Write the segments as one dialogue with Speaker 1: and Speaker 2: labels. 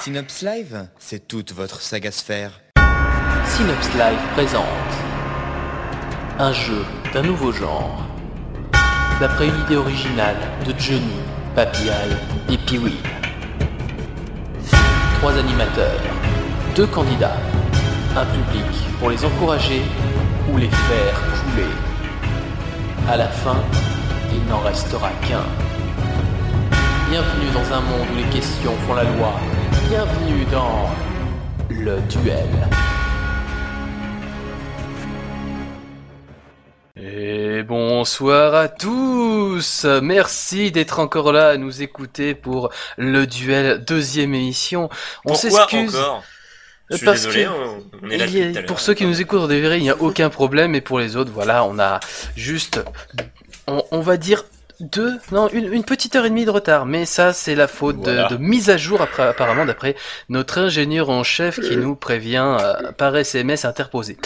Speaker 1: Synops Live, c'est toute votre saga sphère.
Speaker 2: Synops Live présente un jeu d'un nouveau genre. D'après une idée originale de Johnny, Papillal et Pee-Wee. Trois animateurs, deux candidats, un public pour les encourager ou les faire couler. À la fin, il n'en restera qu'un. Bienvenue dans un monde où les questions font la loi. Bienvenue dans le duel. Et bonsoir à tous Merci d'être encore là à nous écouter pour le duel deuxième émission. On
Speaker 3: Pourquoi
Speaker 2: s'excuse.
Speaker 3: encore Je suis
Speaker 2: Parce
Speaker 3: désolé,
Speaker 2: que
Speaker 3: on on est
Speaker 2: Il y a-
Speaker 3: là depuis tout à l'heure.
Speaker 2: pour ceux qui nous écoutent en DVD, il n'y a aucun problème. Et pour les autres, voilà, on a juste, on, on va dire deux, non, une, une petite heure et demie de retard. Mais ça, c'est la faute de-
Speaker 3: Voilà.
Speaker 2: de, mise à jour, après, apparemment, d'après notre ingénieur en chef qui nous prévient euh, par SMS interposé.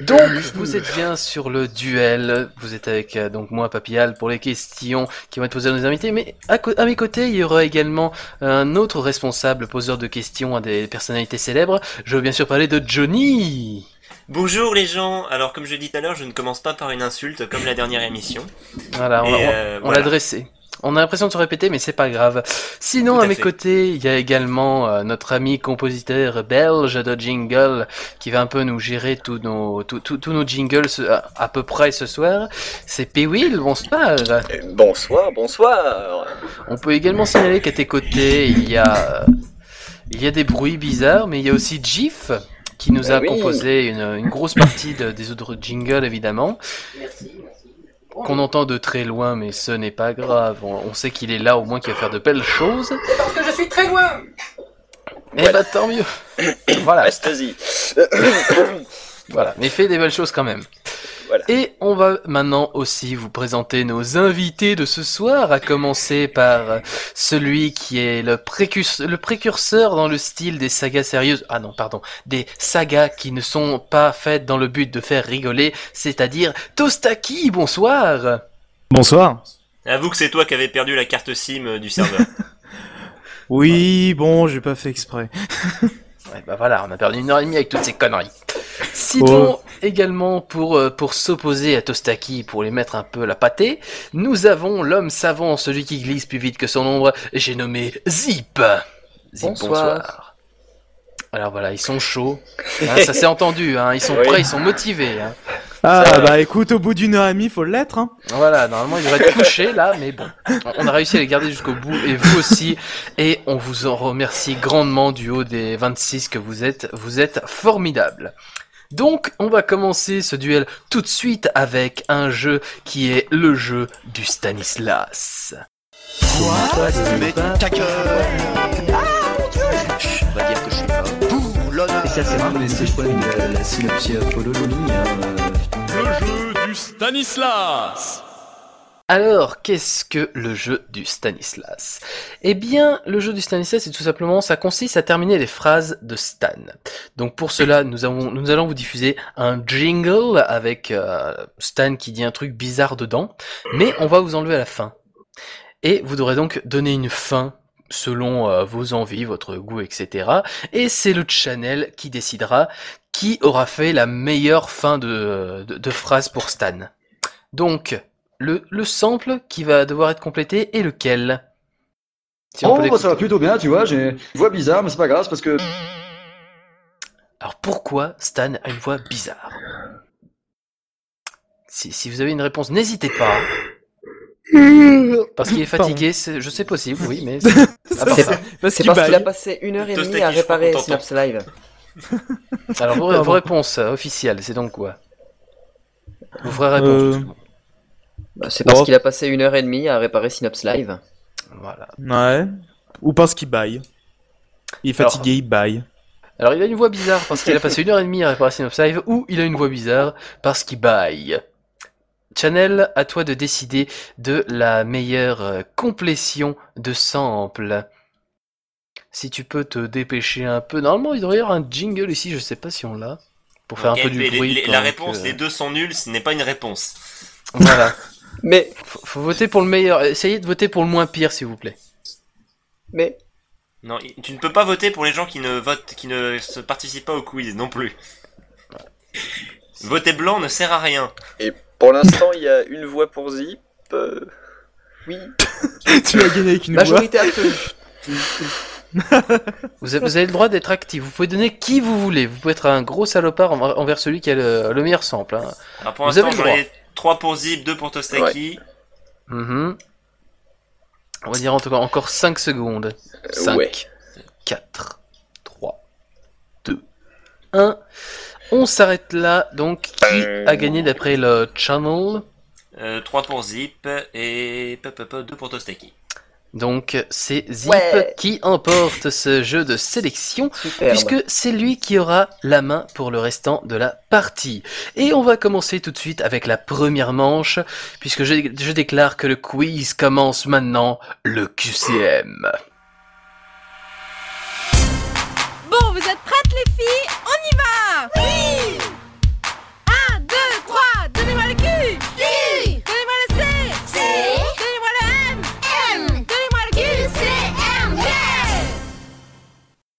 Speaker 2: Donc, vous êtes bien sur le duel. Vous êtes avec euh, donc moi, Papillal, pour les questions qui vont être posées à nos invités. Mais à, co- à mes côtés, il y aura également un autre responsable poseur de questions à des personnalités célèbres. Je veux bien sûr parler de Johnny.
Speaker 3: Bonjour les gens Alors comme je l'ai dit tout à l'heure, je ne commence pas par une insulte comme la dernière émission.
Speaker 2: Voilà, on,
Speaker 3: Et,
Speaker 2: on-
Speaker 3: euh,
Speaker 2: on
Speaker 3: voilà.
Speaker 2: l'a dressé. On a l'impression de se répéter, mais c'est pas grave. Sinon,
Speaker 3: Tout
Speaker 2: à,
Speaker 3: à
Speaker 2: mes
Speaker 3: fait.
Speaker 2: côtés, il y a également euh, notre ami compositeur belge de jingle qui va un peu nous gérer tous nos, tous- tous- tous nos jingles ce- à, à peu près ce soir. C'est P-Will, bonsoir.
Speaker 3: Euh,
Speaker 4: Bonsoir, bonsoir.
Speaker 2: On peut également signaler qu'à tes côtés, il y a, euh, il y a des bruits bizarres, mais il y a aussi Jif qui
Speaker 3: Ben
Speaker 2: nous
Speaker 4: Bah
Speaker 2: a
Speaker 4: oui.
Speaker 2: composé une, une grosse partie de- des autres jingles, évidemment,
Speaker 5: Merci, merci.
Speaker 2: qu'on entend de très loin, mais ce n'est pas grave. On, on sait qu'il est là, au moins qu'il va faire de belles choses.
Speaker 5: C'est parce que je suis très loin
Speaker 2: Eh bah tant mieux. voilà,
Speaker 4: Reste-y.
Speaker 2: voilà. Mais fais des belles choses quand même.
Speaker 4: Voilà.
Speaker 2: Et on va maintenant aussi vous présenter nos invités de ce soir, à commencer par euh, celui qui est le, précus- le précurseur dans le style des sagas sérieuses. Ah non, pardon, des sagas qui ne sont pas faites dans le but de faire rigoler, c'est-à-dire Tostaki. Bonsoir.
Speaker 6: Bonsoir.
Speaker 3: Avoue que c'est toi qui avais perdu la carte SIM euh, du serveur.
Speaker 6: Oui, bon, j'ai pas fait exprès.
Speaker 2: Ouais, bah voilà, on a perdu une heure et demie avec toutes ces conneries. Sinon, également pour, euh, pour s'opposer à Tostaki, pour les mettre un peu la pâtée, nous avons l'homme savant, celui qui glisse plus vite que son ombre, j'ai nommé Zip. Zip, bonsoir. Alors voilà, ils sont chauds. Hein, ça s'est entendu, hein, ils sont
Speaker 4: Oui.
Speaker 2: prêts, ils sont motivés. hein.
Speaker 6: Ah bah écoute, au bout d'une heure et demie, faut l'être. Hein.
Speaker 2: Ah, Voilà, normalement ils devraient être couchés là, mais bon, on a réussi à les garder jusqu'au bout et vous aussi, et on vous en remercie grandement du haut des 26 que vous êtes, vous êtes formidables. Donc, on va commencer ce duel tout de suite avec un jeu qui est le jeu du Stanislas.
Speaker 7: Quoi Mais ta gueule Chut, On va dire que je suis pas boulonne
Speaker 8: Et ça, c'est vraiment c'est quoi la, la synopsie apolologie hein,
Speaker 2: Alors, qu'est-ce que le jeu du Stanislas Eh bien, le jeu du Stanislas, c'est tout simplement, ça consiste à terminer les phrases de Stan. Donc pour cela, nous, avons, nous allons vous diffuser un jingle avec euh, Stan qui dit un truc bizarre dedans, mais on va vous enlever à la fin. Et vous devrez donc donner une fin selon euh, vos envies, votre goût, etc. Et c'est le channel qui décidera qui aura fait la meilleure fin de, de, de phrase pour Stan. Donc, le, le sample qui va devoir être complété est lequel Si on peut
Speaker 8: Oh, bah, ça va
Speaker 2: l'écouter.
Speaker 8: plutôt bien, tu vois. J'ai une voix bizarre, mais c'est pas grave, c'est parce que.
Speaker 2: Alors pourquoi Stan a une voix bizarre si, si vous avez une réponse, n'hésitez pas. hein, Parce qu'il est fatigué, c'est- je sais possible, oui, mais c'est- à part
Speaker 5: C'est-
Speaker 2: ça.
Speaker 6: Parce
Speaker 5: C'est
Speaker 6: qu'il
Speaker 5: parce qu'il a
Speaker 6: baille.
Speaker 5: passé une heure et demie
Speaker 3: Tostaki,
Speaker 5: à
Speaker 3: je crois
Speaker 5: réparer
Speaker 3: qu'on t'entend.
Speaker 5: Synops Live.
Speaker 2: Alors vos,
Speaker 6: Pardon.
Speaker 2: vos réponses euh, officielles, c'est donc quoi Vos vraies réponses.
Speaker 6: Euh,
Speaker 2: justement.
Speaker 5: Bah, C'est parce
Speaker 6: Oh.
Speaker 5: qu'il a passé une heure et demie à réparer Synops Live.
Speaker 2: Voilà.
Speaker 6: Ouais. Ou parce qu'il baille. Il est
Speaker 2: Alors.
Speaker 6: fatigué, il baille.
Speaker 2: Alors il a une voix bizarre parce qu'il a passé une heure et demie à réparer Synops Live, ou il a une voix bizarre parce qu'il baille. Chanel, à toi de décider de la meilleure euh, complétion de sample. Si tu peux te dépêcher un peu. Normalement, il devrait y avoir un jingle ici, je sais pas si on l'a. Pour faire
Speaker 3: Ok,
Speaker 2: un peu du
Speaker 3: mais les-
Speaker 2: bruit. euh,
Speaker 3: les-
Speaker 2: pendant
Speaker 3: la
Speaker 2: que-
Speaker 3: réponse, les deux sont nuls, ce n'est pas une réponse.
Speaker 2: Voilà.
Speaker 5: Mais,
Speaker 2: Faut, faut voter pour le meilleur. Essayez de voter pour le moins pire, s'il vous plaît.
Speaker 5: mais,
Speaker 3: Non, i- tu ne peux pas voter pour les gens qui ne votent, qui ne se participent pas au quiz non plus. Voter blanc ne sert à rien.
Speaker 4: Pour l'instant, il y a une voix pour Zip. euh,
Speaker 5: oui,
Speaker 6: tu l'as gagné avec une voix.
Speaker 5: majorité absolue.
Speaker 2: Vous avez, vous avez le droit d'être actif. Vous pouvez donner qui vous voulez. Vous pouvez être un gros salopard envers envers celui qui a le, le meilleur sample. hein.
Speaker 3: Alors Ah, pour
Speaker 2: Vous
Speaker 3: l'instant,
Speaker 2: avez le
Speaker 3: j'en
Speaker 2: droit.
Speaker 3: ai 3 pour Zip, 2 pour Tostaki.
Speaker 2: Mhm. On va dire en tout cas encore 5 secondes. 5,
Speaker 4: ouais.
Speaker 2: 4, 3, 2, 1. On s'arrête là. Donc, qui a gagné d'après le channel
Speaker 3: Euh, 3 pour Zip et 2 pour Tostaki.
Speaker 2: Donc, c'est Zip
Speaker 5: Ouais.
Speaker 2: qui emporte ce jeu de sélection.
Speaker 5: Superbe.
Speaker 2: puisque c'est lui qui aura la main pour le restant de la partie. Et on va commencer tout de suite avec la première manche, puisque je, je déclare que le quiz commence maintenant, le QCM.
Speaker 9: Bon, vous êtes prêtes les filles On y va Oui 1, 2, 3, donnez-moi le Q Q Donnez-moi le C C Donnez-moi le M M Donnez-moi le Q C M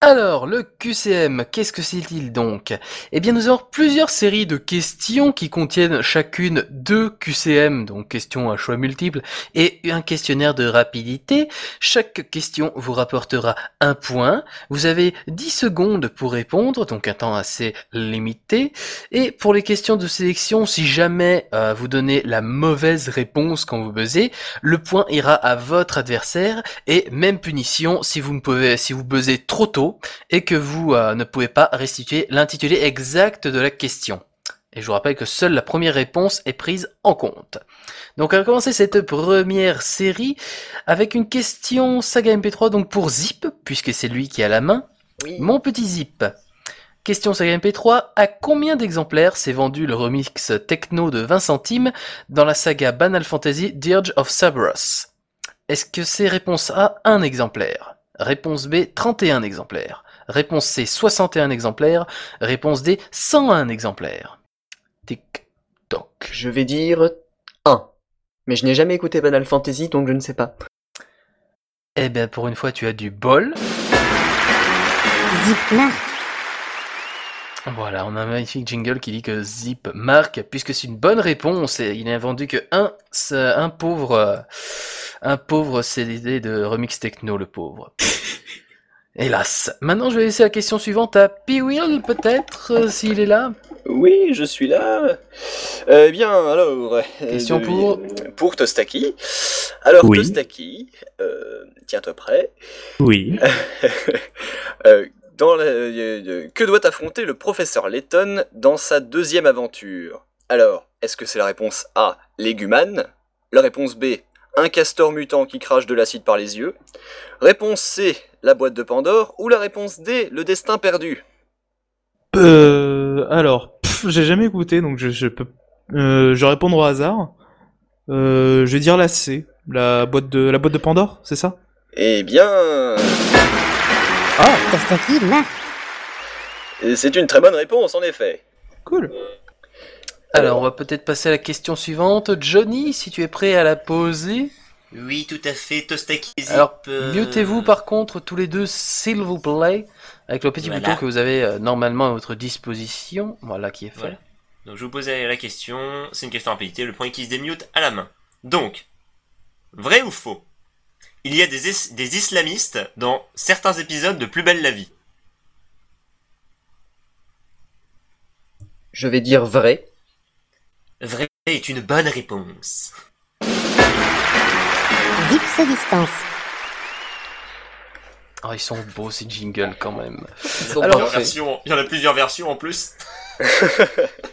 Speaker 2: Alors, le QCM, qu'est-ce que c'est-il donc Eh bien, nous avons plusieurs séries de questions qui contiennent chacune deux QCM, donc questions à choix multiples, et un questionnaire de rapidité. Chaque question vous rapportera un point. Vous avez 10 secondes pour répondre, donc un temps assez limité. Et pour les questions de sélection, si jamais euh, vous donnez la mauvaise réponse quand vous buzzez, le point ira à votre adversaire et même punition si vous ne pouvez si vous buzzez trop tôt et que vous euh, ne pouvez pas restituer l'intitulé exact de la question. Et je vous rappelle que seule la première réponse est prise en compte. Donc on va commencer cette première série avec une question saga MP3 donc pour Zip puisque c'est lui qui a la main.
Speaker 5: Oui.
Speaker 2: Mon petit Zip. Question saga MP3, à combien d'exemplaires s'est vendu le remix techno de 20 centimes dans la saga Banal Fantasy Dirge of Cerberus Est-ce que c'est réponse A, 1 exemplaire Réponse B, 31 exemplaires Réponse C, 61 exemplaires Réponse D, 101 exemplaires Tic, toc.
Speaker 5: Je vais dire 1. Mais je n'ai jamais écouté Banal Fantasy, donc je ne sais pas.
Speaker 2: Eh ben pour une fois tu as du bol.
Speaker 9: Zip marque
Speaker 2: Voilà, on a un magnifique jingle qui dit que Zip marque, puisque c'est une bonne réponse, et il n'a vendu que un, ce- un pauvre, euh, un pauvre CD de remix techno, le pauvre. Hélas. Maintenant, je vais laisser la question suivante à P-Will, peut-être, euh, s'il est là.
Speaker 4: Oui, je suis là. Euh, Eh bien, alors. euh,
Speaker 2: Question
Speaker 4: de-
Speaker 2: pour-
Speaker 4: Pour Tostaki. Alors,
Speaker 6: Oui.
Speaker 4: Tostaki, euh, tiens-toi prêt.
Speaker 6: Oui.
Speaker 4: Euh, dans la- euh, euh, que doit affronter le professeur Letton dans sa deuxième aventure Alors, est-ce que c'est la réponse A, légumane La réponse B, un castor mutant qui crache de l'acide par les yeux Réponse C, la boîte de Pandore Ou la réponse D, le destin perdu
Speaker 6: Euh, alors, pff, j'ai jamais écouté, donc je, je peux. Euh, je vais répondre au hasard. Euh, je vais dire la C, la boîte de la boîte de Pandore, c'est ça
Speaker 4: Eh
Speaker 5: Euh.
Speaker 4: bien,
Speaker 6: Ah,
Speaker 9: Tostaki marque
Speaker 4: c'est une très bonne réponse en effet.
Speaker 6: cool.
Speaker 2: Alors, on va peut-être passer à la question suivante. Johnny, si tu es prêt à la poser.
Speaker 3: Oui, tout à fait, Tostaki Zip.
Speaker 2: Alors,
Speaker 3: euh,
Speaker 2: mutez-vous par contre tous les deux, s'il vous plaît, avec le petit
Speaker 3: Voilà.
Speaker 2: bouton que vous avez euh, normalement à votre disposition. Voilà qui est fait.
Speaker 3: Voilà. Donc je vous posais la question, c'est une question de rapidité, le point qui se démute à la main. Donc, vrai ou faux Il y a des, is- des islamistes dans certains épisodes de Plus belle la vie.
Speaker 5: Je vais dire vrai.
Speaker 3: Vrai est une bonne réponse.
Speaker 9: Zip se distance
Speaker 2: Ah, ils sont beaux ces jingles quand même.
Speaker 5: Alors,
Speaker 3: Plusieurs versions- il y en a plusieurs versions en plus.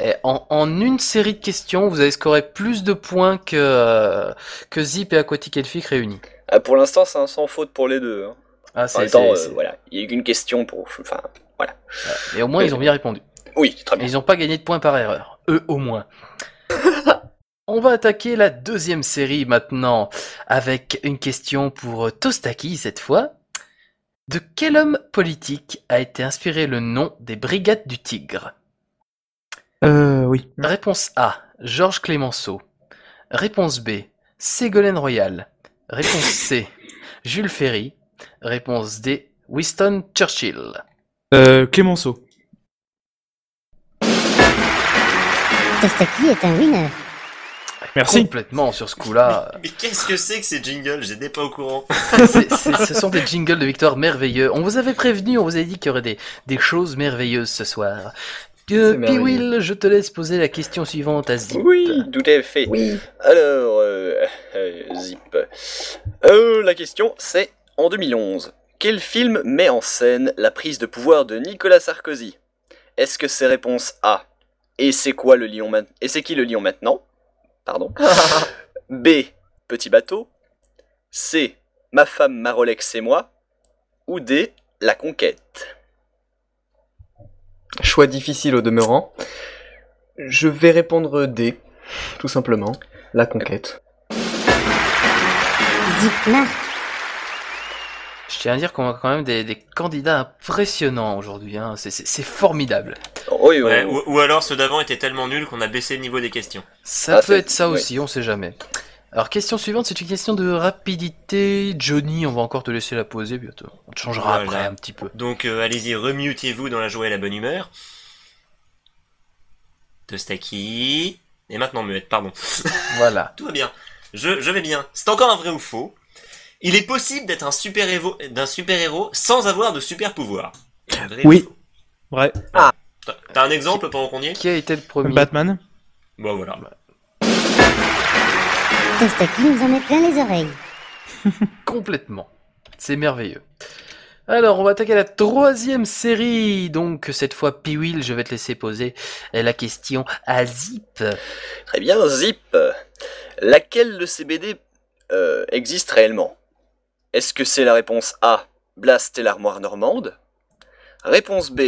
Speaker 2: Eh, en, en une série de questions, vous avez scoré plus de points que, euh, que Zip et Aquatic Elfic réunis.
Speaker 4: Ah, pour l'instant, c'est un sans faute pour les deux. hein.
Speaker 2: Ah,
Speaker 4: En
Speaker 2: c'est,
Speaker 4: même temps,
Speaker 2: c'est-
Speaker 4: euh, voilà, il n'y a eu qu'une question pour. Enfin,
Speaker 2: c'est- Et au
Speaker 3: Euh,
Speaker 2: moins, ils ont bien répondu.
Speaker 4: oui, très
Speaker 2: Et
Speaker 4: bien.
Speaker 2: ils n'ont pas gagné de points par erreur. Eux, au moins. on va attaquer la deuxième série maintenant avec une question pour euh, Tostaki cette fois. De quel homme politique a été inspiré le nom des Brigades du Tigre
Speaker 6: Euh, oui.
Speaker 2: Réponse A, Georges Clémenceau. Réponse B, Ségolène Royal. Réponse C, Jules Ferry. Réponse D, Winston Churchill.
Speaker 6: Euh, Clémenceau.
Speaker 10: Tostaki est un winner.
Speaker 6: Merci.
Speaker 2: Complètement sur ce coup-là.
Speaker 3: Mais qu'est-ce que c'est que ces jingles J'étais pas au courant.
Speaker 2: C'est- c'est- ce sont des jingles de victoire merveilleux. On vous avait prévenu, on vous avait dit qu'il y aurait des, des choses merveilleuses ce soir. Euh,
Speaker 5: C'est merveilleux.
Speaker 2: Piwil, je te laisse poser la question suivante à Zip.
Speaker 4: Oui, tout à fait.
Speaker 5: Oui.
Speaker 4: Alors, euh, euh, zip. Euh, la question, c'est en 2011, quel film met en scène la prise de pouvoir de Nicolas Sarkozy Est-ce que c'est réponse A Et c'est quoi le lion maintenant Et c'est qui le lion maintenant Pardon. B. Petit bateau. C. Ma femme, ma Rolex et moi. Ou D. La conquête.
Speaker 5: Choix difficile au demeurant. Je vais répondre D, tout simplement. La conquête.
Speaker 10: Zip marque.
Speaker 2: Je tiens à dire qu'on a quand même des, des candidats impressionnants aujourd'hui. hein. C'est- C'est c'est formidable.
Speaker 4: Oui, oui,
Speaker 3: Ouais,
Speaker 4: oui.
Speaker 3: ou, ou alors ceux d'avant étaient tellement nuls qu'on a baissé le niveau des questions.
Speaker 2: Ça
Speaker 4: Ah,
Speaker 2: peut
Speaker 4: c'est-
Speaker 2: être ça
Speaker 4: ouais.
Speaker 2: aussi, on sait jamais. Alors, question suivante, c'est une question de rapidité. Johnny, on va encore te laisser la poser bientôt. On te changera
Speaker 3: Voilà.
Speaker 2: après un petit peu.
Speaker 3: Donc euh, allez-y, remutez-vous dans la joie et la bonne humeur. Tostaki. Et maintenant muette, pardon.
Speaker 2: Voilà.
Speaker 3: Tout va bien. Je, je vais bien. C'est encore un vrai ou faux. Il est possible d'être un super héros d'un super héros sans avoir de super pouvoir. Vrai ou
Speaker 6: Oui.
Speaker 3: faux
Speaker 6: Vrai.
Speaker 3: T'as- T'as un exemple pendant qu'on y est
Speaker 2: Qui a été le premier
Speaker 6: Batman.
Speaker 3: Bon voilà.
Speaker 10: Tostaki nous en met plein les oreilles.
Speaker 2: Complètement. C'est merveilleux. Alors, on va attaquer la troisième série. Donc, cette fois, Piwil, je vais te laisser poser la question à Zip.
Speaker 4: Très bien, Zip. Laquelle de ces BD euh, existe réellement Est-ce que c'est la réponse A, Blast et l'armoire normande Réponse B,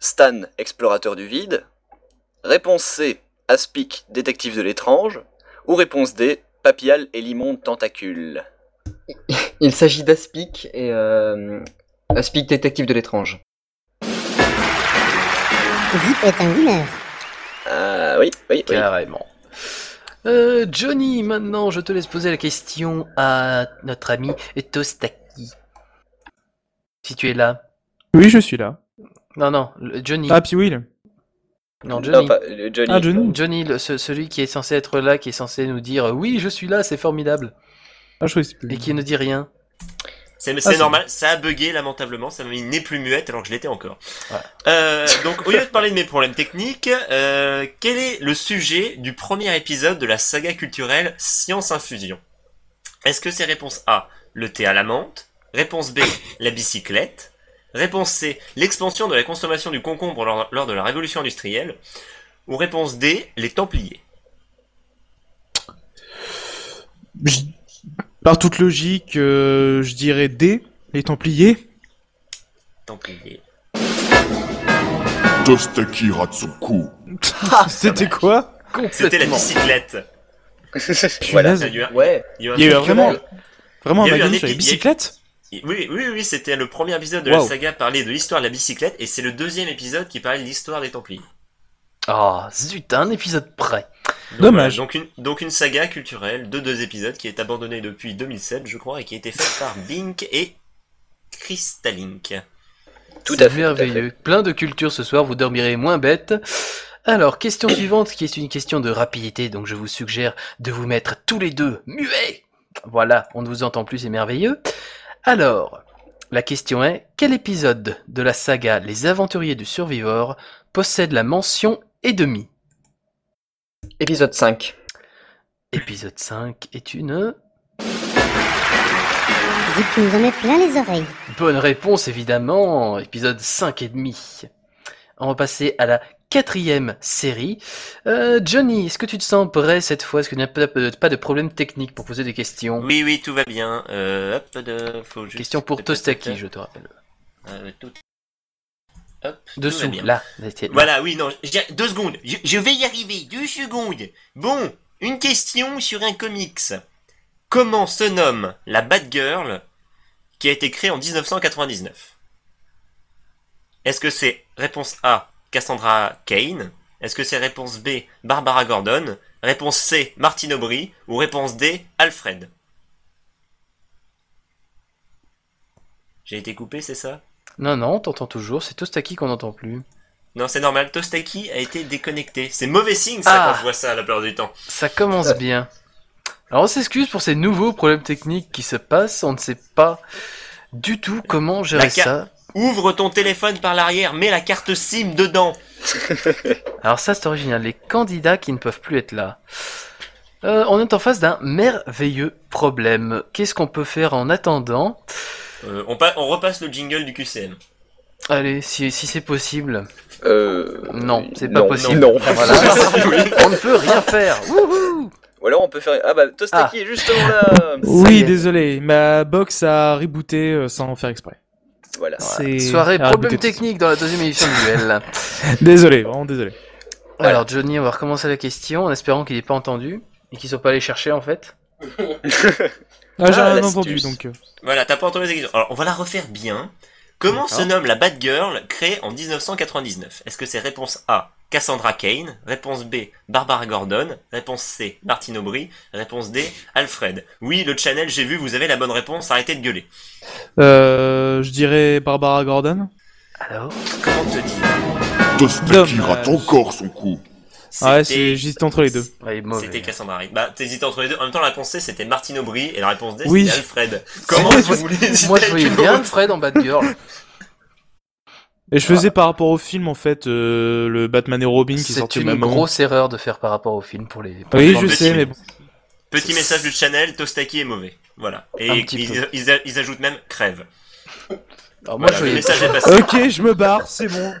Speaker 4: Stan, explorateur du vide Réponse C, Aspic, détective de l'étrange Ou réponse D, Papial et l'immonde tentacule
Speaker 5: Il s'agit d'Aspic et euh, Aspic détective de l'étrange.
Speaker 10: Zip est un winner.
Speaker 4: Ah oui, oui, oui.
Speaker 2: Carrément. Euh, Johnny, maintenant, je te laisse poser la question à notre ami Tostaki. Si tu es là.
Speaker 6: Oui, je suis là. Ah,
Speaker 2: Non, non, le- Johnny.
Speaker 6: Happy Wheel.
Speaker 2: non, Johnny.
Speaker 4: Non, pas euh, Johnny.
Speaker 6: Ah, Johnny.
Speaker 2: Johnny, le- ce- celui qui est censé être là, qui est censé nous dire euh, oui, je suis là, c'est formidable,
Speaker 6: Ah, je croyais que c'était
Speaker 2: et
Speaker 6: plus.
Speaker 2: qui ne dit rien.
Speaker 3: C'est
Speaker 2: Ah,
Speaker 3: c'est
Speaker 6: c'est-
Speaker 3: normal, ça a bugué lamentablement, ça m'a mis nez plus muette alors que je l'étais encore.
Speaker 2: Ouais.
Speaker 3: Euh, donc au lieu de parler de mes problèmes techniques, euh, quel est le sujet du premier épisode de la saga culturelle Science Infusion Est-ce que c'est réponse A, le thé à la menthe Réponse B, la bicyclette Réponse C, l'expansion de la consommation du concombre lors, lors de la révolution industrielle Ou réponse D, les Templiers
Speaker 6: Je- Par toute logique, euh, je dirais D, les Templiers.
Speaker 3: Templiers.
Speaker 11: Tostaki rate son coup.
Speaker 6: C'était quoi
Speaker 3: C'était la
Speaker 2: Ah, Complètement.
Speaker 3: bicyclette.
Speaker 4: Voilà.
Speaker 6: Punaise.
Speaker 3: Il y a eu un-
Speaker 5: Ouais.
Speaker 3: il y a eu un
Speaker 6: Il y a eu
Speaker 3: truc-
Speaker 6: un- vraiment, vraiment
Speaker 3: Il
Speaker 6: un
Speaker 3: y a eu un
Speaker 6: magazine sur les
Speaker 3: épi- il y a eu-
Speaker 6: bicyclettes
Speaker 3: Oui, oui, oui, c'était le premier épisode de la
Speaker 6: Wow.
Speaker 3: saga parlait de l'histoire de la bicyclette et c'est le deuxième épisode qui parlait de l'histoire des Templiers.
Speaker 2: Ah, zut, à un épisode près.
Speaker 3: Donc,
Speaker 6: Dommage.
Speaker 3: voilà, donc, une, donc une saga culturelle de deux épisodes qui est abandonnée depuis 2007, je crois, et qui a été faite par Bink et Crystalink.
Speaker 4: Tout
Speaker 2: C'est
Speaker 4: à fait, tout à fait.
Speaker 2: merveilleux. Plein de culture ce soir, vous dormirez moins bête. Alors, question suivante, qui est une question de rapidité, donc je vous suggère de vous mettre tous les deux muets. Voilà, on ne vous entend plus, c'est merveilleux. Alors, la question est, quel épisode de la saga Les Aventuriers du Survivor possède la mention et demi
Speaker 5: Épisode 5.
Speaker 2: Épisode 5 est une
Speaker 10: Zip nous en met plein les oreilles.
Speaker 2: bonne réponse, évidemment. Épisode 5 et demi. On va passer à la quatrième série. Euh, Johnny, est-ce que tu te sens prêt cette fois Est-ce que tu n'as pas de, pas de problème technique pour poser des questions
Speaker 3: Oui, oui, tout va bien. Euh, hop, de, faut juste...
Speaker 2: Question pour Tostaki, je te rappelle.
Speaker 3: Euh, tout- Hop, tout va
Speaker 2: Dessous,
Speaker 3: bien.
Speaker 2: là. là, t'es-
Speaker 3: Voilà, oui, non, j'ai- deux secondes, je, je vais y arriver, deux secondes. Bon, Une question sur un comics. Comment se nomme la Batgirl qui a été créée en 1999 Est-ce que c'est réponse A, Cassandra Kane Est-ce que c'est réponse B, Barbara Gordon Réponse C, Martine Aubry Ou réponse D, Alfred J'ai été coupé, c'est ça
Speaker 2: Non, non, on t'entend toujours, c'est Tostaki qu'on n'entend plus.
Speaker 3: Non, c'est normal, Tostaki a été déconnecté. C'est mauvais signe ça
Speaker 2: Ah.
Speaker 3: quand je vois ça la plupart du temps.
Speaker 2: Ça
Speaker 3: Euh.
Speaker 2: commence bien. Alors on s'excuse pour ces nouveaux problèmes techniques qui se passent, on ne sait pas du tout comment gérer
Speaker 3: La ca-
Speaker 2: ça.
Speaker 3: Ouvre ton téléphone par l'arrière, mets la carte SIM dedans.
Speaker 2: Alors ça c'est original, les candidats qui ne peuvent plus être là. Euh, on est en face d'un merveilleux problème. Qu'est-ce qu'on peut faire en attendant
Speaker 3: Euh, on, pa- on repasse le jingle du QCM.
Speaker 2: Allez, si, si c'est possible.
Speaker 4: Euh,
Speaker 2: Non, c'est pas
Speaker 4: non,
Speaker 2: possible.
Speaker 4: non.
Speaker 2: Ah, Voilà. on ne peut rien faire. Wouhou
Speaker 4: Ou alors on peut faire. Ah bah, Tostaki est justement là
Speaker 6: Oui, désolé, ma box a rebooté euh, sans faire exprès.
Speaker 4: Voilà.
Speaker 6: C'est-
Speaker 2: Soirée
Speaker 6: Ah,
Speaker 2: problème
Speaker 6: rebooté.
Speaker 2: technique dans la deuxième édition du duel.
Speaker 6: Désolé, vraiment désolé.
Speaker 2: Alors Johnny, on va recommencer la question en espérant qu'il n'ait pas entendu et qu'ils ne soit pas allés chercher en fait.
Speaker 6: Ah, j'ai
Speaker 4: Ah,
Speaker 6: rien
Speaker 4: l'astuce.
Speaker 6: entendu donc. euh,
Speaker 3: Voilà, t'as pas entendu les questions. Alors, on va la refaire bien. Comment se nomme la Batgirl créée en 1999 Est-ce que c'est réponse A, Cassandra Kane Réponse B, Barbara Gordon Réponse C, Martine Aubry Réponse D, Alfred Oui, le channel, j'ai vu, vous avez la bonne réponse, arrêtez de gueuler.
Speaker 6: euh, je dirais Barbara Gordon.
Speaker 2: Alors
Speaker 3: Comment te dire
Speaker 6: Dommage.
Speaker 11: Tostaki rate encore son coup.
Speaker 6: Ah ouais,
Speaker 3: C'était-
Speaker 6: c'est j'hésite entre les deux.
Speaker 2: Ouais, il est mauvais.
Speaker 3: C'était Cassandra Kane. Bah, t'hésitais entre les deux. En même temps, la réponse C, c'était Martine Aubry et la réponse D,
Speaker 6: Oui.
Speaker 3: c'était Alfred. Comment
Speaker 6: Moi,
Speaker 3: tu
Speaker 6: je-
Speaker 3: voulais hésiter
Speaker 2: Moi je
Speaker 3: avec
Speaker 2: voyais
Speaker 3: une
Speaker 2: bien
Speaker 3: autre
Speaker 2: Fred en Batgirl.
Speaker 6: Et je faisais par rapport au film en fait, euh, le Batman et Robin qui
Speaker 2: C'est
Speaker 6: sortait au
Speaker 2: une
Speaker 6: même moment.
Speaker 2: grosse erreur de faire par rapport au film pour les. pour les
Speaker 6: Oui,
Speaker 2: gens
Speaker 6: je
Speaker 2: de-
Speaker 6: sais, mais bon.
Speaker 3: Petit message du channel, Tostaki est mauvais. Voilà. Et
Speaker 2: Un petit
Speaker 3: ils, ils- ils ajoutent même crève.
Speaker 2: Alors, moi je
Speaker 3: Voilà, le
Speaker 2: voyais.
Speaker 3: message est passé.
Speaker 6: Ok, je me barre, c'est bon.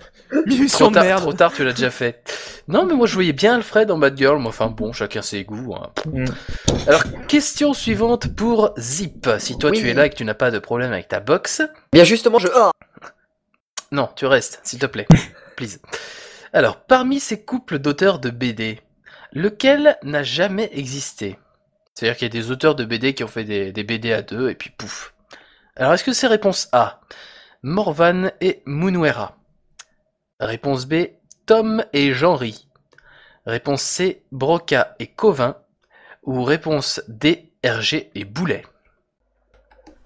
Speaker 6: Mission
Speaker 2: Trop
Speaker 6: de
Speaker 2: tard,
Speaker 6: merde.
Speaker 2: trop tard, tu l'as déjà fait. Non, mais moi je voyais bien Alfred en Batgirl. Moi, enfin bon, chacun ses goûts. hein.
Speaker 6: Mm.
Speaker 2: Alors, question suivante pour Zip. Si toi tu
Speaker 8: Oui.
Speaker 2: es là et que tu n'as pas de problème avec ta box,
Speaker 8: Bien justement, je. Ah
Speaker 2: non, tu restes, s'il te plaît. Please. Alors, parmi ces couples d'auteurs de BD, lequel n'a jamais existé C'est-à-dire qu'il y a des auteurs de BD qui ont fait des, des BD à deux et puis pouf. Alors, est-ce que c'est réponse A Morvan et Munuera. Réponse B Tom et Jean-Ry. Réponse C Broca et Covin. Ou réponse D Hergé et Boulet.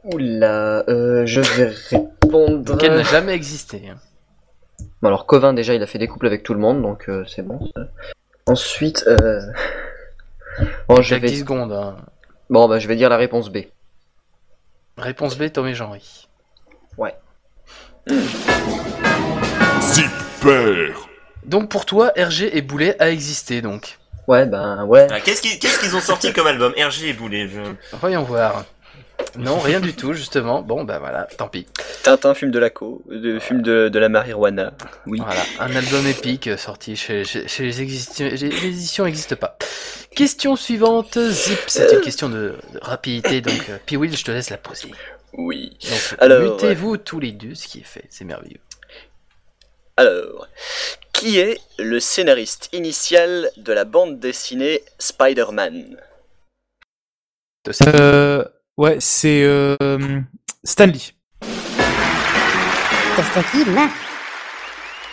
Speaker 8: Oula, euh, je vais répondre.
Speaker 2: Lequel n'a jamais existé. hein.
Speaker 8: Bon, alors, Covin, déjà, il a fait des couples avec tout le monde, donc euh, c'est bon. ça. Ensuite, euh... bon, je
Speaker 2: Chaque 10
Speaker 8: vais...
Speaker 2: secondes. hein.
Speaker 8: bon, bah, je vais dire la réponse B.
Speaker 2: Réponse B Tom et Jean-Ry.
Speaker 11: Zipper.
Speaker 2: Donc pour toi, Hergé et Boulet a existé donc.
Speaker 8: Ouais, ben, ouais.
Speaker 3: Ah, Qu'est-ce qu'ils qu'est-ce qu'ils ont sorti comme album RG et Boulet. je-
Speaker 2: Voyons voir. Non, rien du tout, justement. Bon, bah voilà, tant pis.
Speaker 4: Tintin fume de la co, de, fume de, de la marijuana. Oui.
Speaker 2: Voilà, un album épique euh, sorti chez, chez- chez les éditions. Les éditions n'existent pas. Question suivante, Zip. C'est une question de de rapidité, donc euh, Piwil, je te laisse la poser.
Speaker 4: Oui.
Speaker 2: Donc,
Speaker 4: Alors,
Speaker 2: mutez-vous tous les deux, ce qui est fait, c'est merveilleux.
Speaker 4: Alors, qui est le scénariste initial de la bande dessinée Spider-Man
Speaker 2: De ça.
Speaker 6: Euh, ouais, c'est euh, Stanley.
Speaker 10: Tostaki marque.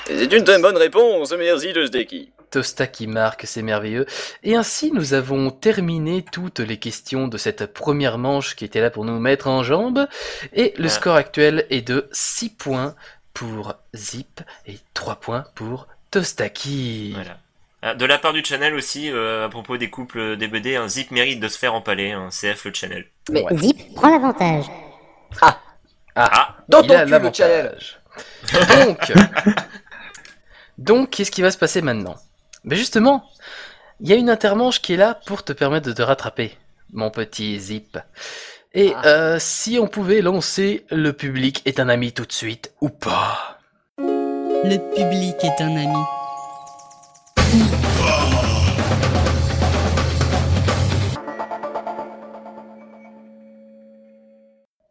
Speaker 4: C'est une très bonne réponse, merci de Zdeki.
Speaker 2: Tosta qui marque, c'est merveilleux. Et ainsi, nous avons terminé toutes les questions de cette première manche qui était là pour nous mettre en jambe. Et le
Speaker 3: Ah.
Speaker 2: score actuel est de 6 points pour Zip et 3 points pour Tostaki.
Speaker 3: Voilà. Ah, De la part du channel aussi, euh, à propos des couples des BD, un Zip mérite de se faire empaler, un CF le channel.
Speaker 8: Mais-
Speaker 2: Ouais.
Speaker 10: Zip prend l'avantage.
Speaker 3: Ah,
Speaker 8: Dans
Speaker 2: Il
Speaker 8: ton
Speaker 2: a
Speaker 8: cul, le channel
Speaker 2: l'avantage. Donc, donc qu'est-ce qui va se passer maintenant Mais justement, il y a une intermanche qui est là pour te permettre de te rattraper, mon petit Zip. Et
Speaker 8: Ah.
Speaker 2: euh, si on pouvait lancer le public est un ami tout de suite ou pas
Speaker 12: Le public est un ami.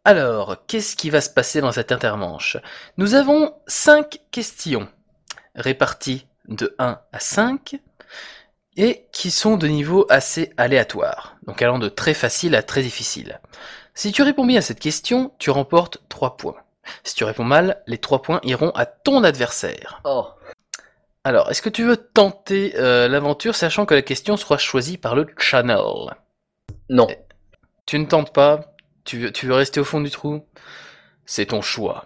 Speaker 2: Alors, qu'est-ce qui va se passer dans cette intermanche Nous avons 5 questions, réparties de 1 à 5, et qui sont de niveau assez aléatoire, donc allant de très facile à très difficile. Si tu réponds bien à cette question, tu remportes 3 points. Si tu réponds mal, les 3 points iront à ton adversaire.
Speaker 8: Oh.
Speaker 2: Alors, est-ce que tu veux tenter euh, l'aventure sachant que la question sera choisie par le channel Eh,
Speaker 8: Non.
Speaker 2: Tu ne tentes pas tu veux, tu veux rester au fond du trou C'est ton choix.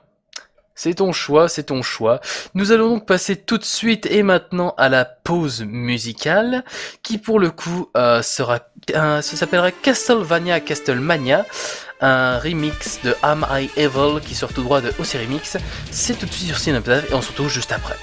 Speaker 2: C'est ton choix, c'est ton choix. Nous allons donc passer tout de suite et maintenant à la pause musicale, qui pour le coup euh, sera, euh, se s'appellera Castlevania Castlemania, un remix de Am I Evil qui sort tout droit de OC Remix. C'est tout de suite sur Synapse et on se retrouve juste après.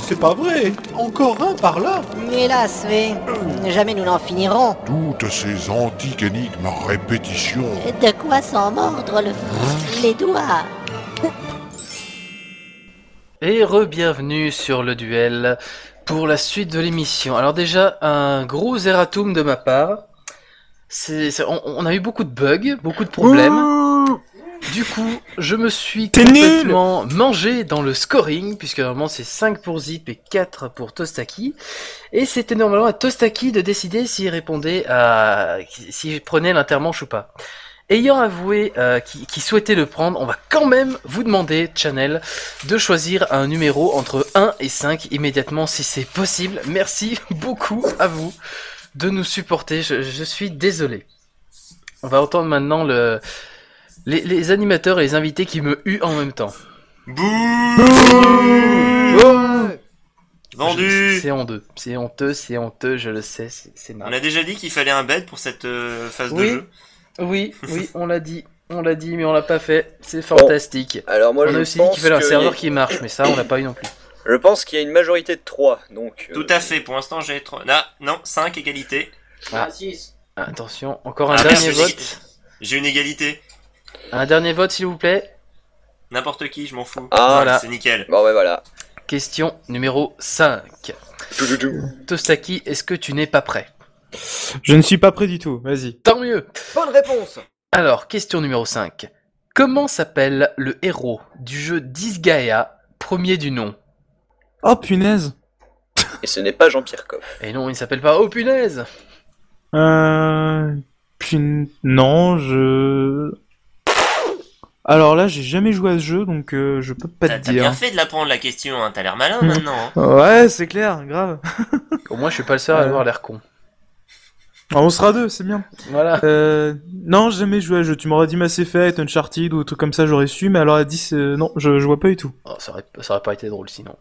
Speaker 13: C'est pas vrai Encore un par là
Speaker 14: Hélas, mais jamais nous n'en finirons.
Speaker 11: Toutes ces antiques énigmes à répétition.
Speaker 14: De quoi s'en mordre le... les doigts
Speaker 2: Et re-bienvenue sur le duel pour la suite de l'émission. Alors déjà, un gros erratum de ma part. C'est, c'est- on, on a eu beaucoup de bugs, beaucoup de
Speaker 4: Oh
Speaker 2: problèmes. Du coup, je me suis
Speaker 6: T'es nul
Speaker 2: complètement mangé dans le scoring, puisque normalement c'est 5 pour Zip et 4 pour Tostaki. Et c'était normalement à Tostaki de décider s'il répondait à... s'il prenait l'intermanche ou pas. Ayant avoué euh, qui, qui souhaitait le prendre, on va quand même vous demander, Channel, de choisir un numéro entre 1 et 5 immédiatement si c'est possible. Merci beaucoup à vous de nous supporter, je, je suis désolé. On va entendre maintenant le, les, les animateurs et les invités qui me huent en même temps. Vendu C'est honteux, c'est honteux, c'est honteux, je le sais, c'est c'est marrant.
Speaker 3: On a déjà dit qu'il fallait un bed pour cette euh, phase de
Speaker 2: Oui,
Speaker 3: jeu.
Speaker 2: oui, oui, on l'a dit, on l'a dit, mais on l'a pas fait, c'est fantastique.
Speaker 4: alors moi,
Speaker 2: on
Speaker 4: je
Speaker 2: a aussi dit
Speaker 4: pense
Speaker 2: qu'il fallait un
Speaker 4: que-
Speaker 2: serveur qui marche, mais ça on l'a pas eu non plus.
Speaker 4: Je pense qu'il y a une majorité de 3, donc... euh,
Speaker 3: Tout à fait, pour l'instant j'ai 3... non, 5 égalité.
Speaker 2: Ah. Attention, encore un
Speaker 3: Ah,
Speaker 2: dernier
Speaker 3: parce que
Speaker 2: vote,
Speaker 3: j'ai- J'ai une égalité.
Speaker 2: un dernier vote s'il vous plaît.
Speaker 3: N'importe qui, je m'en fous.
Speaker 2: Ah, voilà.
Speaker 3: c'est nickel.
Speaker 4: Bon, ouais, voilà.
Speaker 2: Question numéro 5. Tostaki, est-ce que tu n'es pas prêt
Speaker 6: Je ne suis pas prêt du tout, vas-y.
Speaker 2: Tant mieux
Speaker 8: Bonne réponse
Speaker 2: Alors, question numéro 5. Comment s'appelle le héros du jeu Disgaea, premier du nom
Speaker 6: Oh punaise
Speaker 4: Et ce n'est pas Jean-Pierre Coff.
Speaker 2: Et non, il ne s'appelle pas Oh punaise
Speaker 6: Euh... pun- Non, je... Alors là, j'ai jamais joué à ce jeu, donc euh, je peux pas
Speaker 3: T'as
Speaker 6: te
Speaker 3: t'as
Speaker 6: dire.
Speaker 3: bien fait de la prendre la question, hein. t'as l'air malin
Speaker 6: Mm.
Speaker 3: maintenant. hein.
Speaker 6: Ouais, c'est clair, grave.
Speaker 2: Au moins, je suis pas le seul à avoir l'air con.
Speaker 6: Ah, on sera deux, c'est bien.
Speaker 2: Voilà.
Speaker 6: Euh, non, j'ai jamais joué à ce jeu. Tu m'aurais dit Mass Effect, Uncharted ou un truc comme ça, j'aurais su, mais alors à 10, euh, non, je, je vois pas du tout.
Speaker 2: Oh, ça, aurait, ça aurait pas été drôle sinon.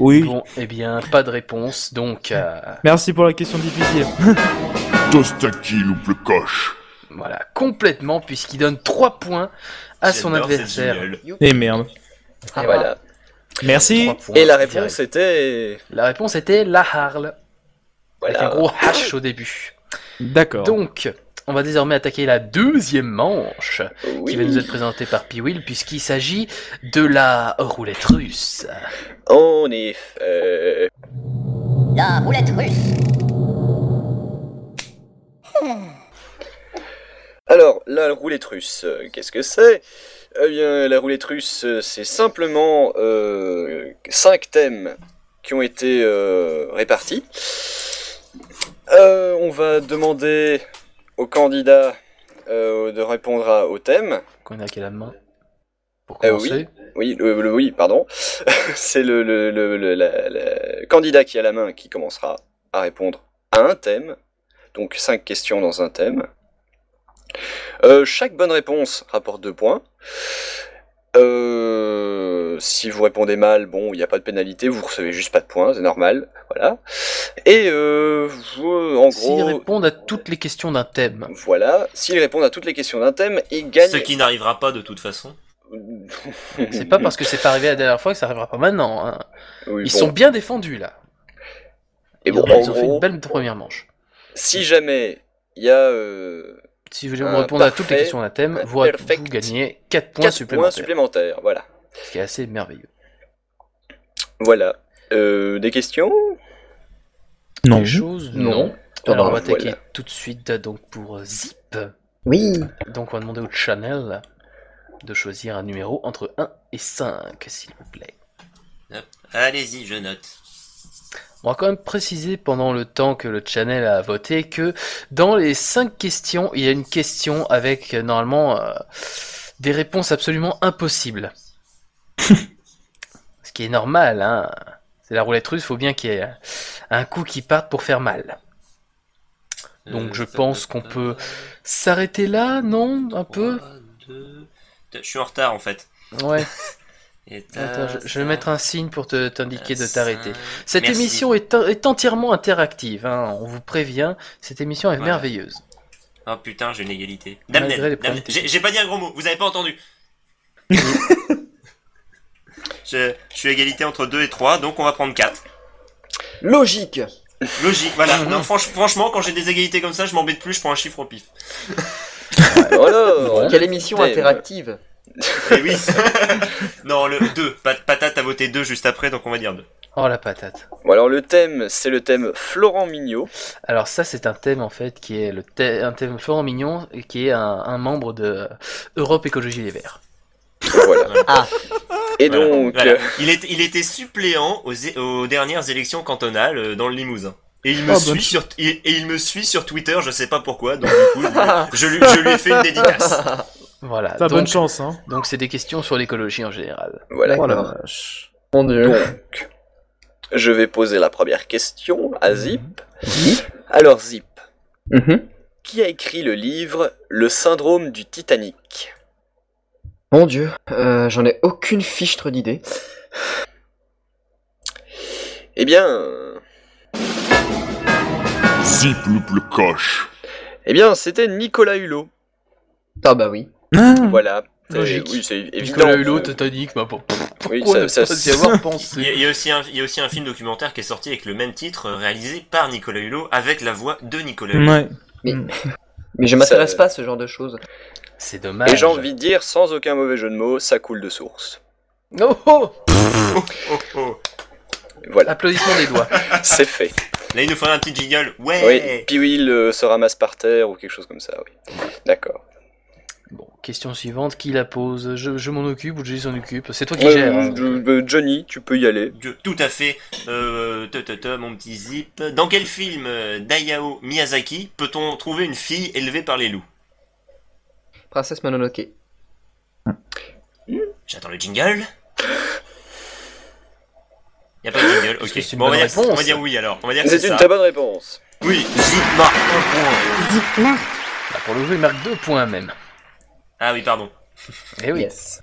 Speaker 6: Oui.
Speaker 2: Bon, eh bien, pas de réponse, donc... euh,
Speaker 6: Merci pour la question difficile.
Speaker 11: Tostaki loupe le coche.
Speaker 2: Voilà, complètement, puisqu'il donne 3 points à son
Speaker 11: J'adore cette
Speaker 2: adversaire.
Speaker 11: gueule.
Speaker 6: Et Eh, merde.
Speaker 2: Et voilà.
Speaker 6: Merci.
Speaker 2: Trois points,
Speaker 4: Et la réponse
Speaker 2: direct.
Speaker 4: était...
Speaker 2: La réponse était la harle. Avec
Speaker 4: Voilà.
Speaker 2: un gros H au début.
Speaker 6: D'accord.
Speaker 2: Donc, on va désormais attaquer la deuxième manche
Speaker 4: Oui.
Speaker 2: qui va nous être présentée par Piwil puisqu'il s'agit de la roulette russe.
Speaker 4: On est... euh,
Speaker 9: La roulette russe.
Speaker 10: Hmm.
Speaker 4: Alors, la roulette russe, euh, qu'est-ce que c'est Eh bien, la roulette russe, euh, c'est simplement 5 thèmes qui ont été euh, répartis. Euh, on va demander au candidat euh, de répondre à- au thème.
Speaker 2: Qu'on a la main Pour
Speaker 4: Euh,
Speaker 2: commencer.
Speaker 4: oui, oui, le- le- oui, pardon. c'est le, le- le- le- la- la- candidat qui a la main qui commencera à répondre à un thème. Donc cinq questions dans un thème. Euh, chaque bonne réponse rapporte deux points. Euh, si vous répondez mal, bon, il n'y a pas de pénalité, vous recevez juste pas de points, c'est normal, voilà. Et euh, vous- en
Speaker 2: S'ils
Speaker 4: gros,
Speaker 2: répondent à toutes les questions d'un thème.
Speaker 4: voilà, s'ils répondent à toutes les questions d'un thème, ils gagnent.
Speaker 3: Ce qui n'arrivera pas de toute façon.
Speaker 2: C'est pas parce que c'est pas arrivé la dernière fois que ça arrivera pas maintenant. hein.
Speaker 4: Oui,
Speaker 2: Ils
Speaker 4: bon.
Speaker 2: sont bien défendus là.
Speaker 4: Et
Speaker 2: ils
Speaker 4: bon,
Speaker 2: ont,
Speaker 4: en
Speaker 2: ils ont fait
Speaker 4: gros-
Speaker 2: une belle première manche.
Speaker 4: Si jamais il y a. euh,
Speaker 2: Si vous voulez
Speaker 4: un
Speaker 2: répondre à toutes les
Speaker 4: parfait,
Speaker 2: questions d'un thème, vous, vous gagnez 4 points
Speaker 4: quatre points
Speaker 2: supplémentaires.
Speaker 4: supplémentaires, voilà.
Speaker 2: Ce qui est assez merveilleux.
Speaker 4: Voilà. Euh, des questions
Speaker 2: Des choses Non.
Speaker 4: Non.
Speaker 2: Alors
Speaker 4: Ah,
Speaker 2: on va attaquer
Speaker 4: voilà.
Speaker 2: tout de suite donc pour euh, Zip.
Speaker 8: Oui.
Speaker 2: Donc on va demander au channel de choisir un numéro entre 1 et 5, s'il vous plaît.
Speaker 3: Hop. Allez-y, je note.
Speaker 2: On va quand même préciser pendant le temps que le channel a voté que dans les 5 questions, il y a une question avec euh, normalement euh, des réponses absolument impossibles. Ce qui est normal, hein. C'est la roulette russe, faut bien qu'il y ait un coup qui parte pour faire mal. Donc je pense qu'on peut s'arrêter là, non Un peu
Speaker 3: Je suis en retard en fait.
Speaker 2: Ouais.
Speaker 3: Et t'as-
Speaker 2: Attends, je, je vais mettre un signe pour te t'indiquer de t'arrêter. Cette
Speaker 3: Euh, Merci.
Speaker 2: émission est, est entièrement interactive, hein, on vous prévient. Cette émission est
Speaker 3: Voilà.
Speaker 2: merveilleuse.
Speaker 3: Oh putain, j'ai une égalité.
Speaker 8: Ah,
Speaker 2: Malgré
Speaker 3: Damned,
Speaker 2: les
Speaker 3: damned.
Speaker 2: problèmes
Speaker 3: J'ai j'ai pas dit un gros mot, vous avez pas entendu. Je, je suis à égalité entre 2 et 3, donc on va prendre 4.
Speaker 4: Logique
Speaker 3: Logique, voilà.
Speaker 8: Ah,
Speaker 3: Non, franch- franchement, quand j'ai des égalités comme ça, je m'embête plus, je prends un chiffre au pif.
Speaker 4: Alors,
Speaker 8: Quelle émission
Speaker 4: thème.
Speaker 8: interactive
Speaker 3: Et Eh oui. non, le 2. Patate a voté 2 juste après, donc on va dire 2.
Speaker 2: Oh la patate.
Speaker 4: Bon, alors le thème, c'est le thème Florent Mignot.
Speaker 2: Alors ça c'est un thème en fait qui est le thème, un thème fort mignon et qui est un, un membre de Europe Écologie Les Verts.
Speaker 4: Voilà.
Speaker 8: Ah.
Speaker 4: Et
Speaker 3: Voilà.
Speaker 4: donc,
Speaker 3: Voilà.
Speaker 4: euh,
Speaker 3: Il, est- il était suppléant aux, é- aux dernières élections cantonales euh, dans le Limousin. Et il, me
Speaker 2: Ah,
Speaker 4: Oh, bonne
Speaker 3: suit sur, il- et il me suit sur Twitter, je sais pas pourquoi, donc du coup, je, lui- je lui ai fait une dédicace.
Speaker 2: Voilà.
Speaker 6: T'as bonne chance, hein.
Speaker 2: Donc c'est des questions sur l'écologie en général.
Speaker 4: Voilà.
Speaker 6: Oh la
Speaker 4: Alors,
Speaker 8: Mon dieu.
Speaker 4: donc, je vais poser la première question
Speaker 2: Mhm.
Speaker 4: à Zip. Alors, Zip,
Speaker 8: Mhm.
Speaker 4: qui a écrit le livre Le syndrome du Titanic
Speaker 8: Mon dieu, euh, j'en ai aucune fichtre d'idée.
Speaker 4: Eh bien. euh,
Speaker 11: Zip loupe le coche.
Speaker 4: Eh bien, c'était Nicolas Hulot.
Speaker 8: Ah bah oui.
Speaker 4: Voilà. C'est-
Speaker 2: Logique.
Speaker 4: Oui, c'est évident. Euh,
Speaker 2: Nicolas Hulot, Titanic, bah pour- pourquoi
Speaker 4: Oui,
Speaker 2: ne
Speaker 4: ça-
Speaker 2: pas
Speaker 4: ça-
Speaker 2: y avoir pensé
Speaker 3: Il y, a, il y a aussi un, il y a aussi un film documentaire qui est sorti avec le même titre, euh, réalisé par Nicolas Hulot, avec la voix de Nicolas Hulot.
Speaker 6: Ouais.
Speaker 8: Mais,
Speaker 6: Mm.
Speaker 8: mais je m'intéresse
Speaker 4: Ça-
Speaker 8: pas à ce genre de choses.
Speaker 2: C'est
Speaker 4: Et
Speaker 2: dommage.
Speaker 4: j'ai envie de dire, sans aucun mauvais jeu de mots, ça coule de source.
Speaker 2: Oh, oh
Speaker 3: Oh, oh.
Speaker 4: Voilà,
Speaker 2: Applaudissements des doigts.
Speaker 4: c'est fait.
Speaker 3: Là, il nous faudrait un petit jingle.
Speaker 4: Oui,
Speaker 3: Ouais
Speaker 4: puis oui, il euh, se ramasse par terre ou quelque chose comme ça, oui. D'accord.
Speaker 2: Question suivante, qui la pose Je, je m'en occupe ou Julie s'en occupe C'est toi qui
Speaker 4: Euh,
Speaker 2: gères. hein.
Speaker 4: je- euh, Johnny, tu peux y aller.
Speaker 3: Je- Tout à fait. Euh, te, te, te, mon petit zip. Dans quel film euh, d'Ayao Miyazaki peut-on trouver une fille élevée par les loups
Speaker 8: Princesse Mononoke.
Speaker 3: J'attends le jingle. Y a pas de jingle,
Speaker 2: Parce que c'est
Speaker 3: ok.
Speaker 2: une
Speaker 3: Bon, on va,
Speaker 2: bonne
Speaker 3: dire, on va
Speaker 2: réponse.
Speaker 3: dire oui alors. On va dire que c'est
Speaker 4: C'est une
Speaker 3: ça.
Speaker 4: très bonne réponse.
Speaker 3: Oui, zip marque un point.
Speaker 2: Bah, pour le jeu, il marque deux points même.
Speaker 3: Ah oui, pardon.
Speaker 2: Eh oui. Ah.
Speaker 8: Yes.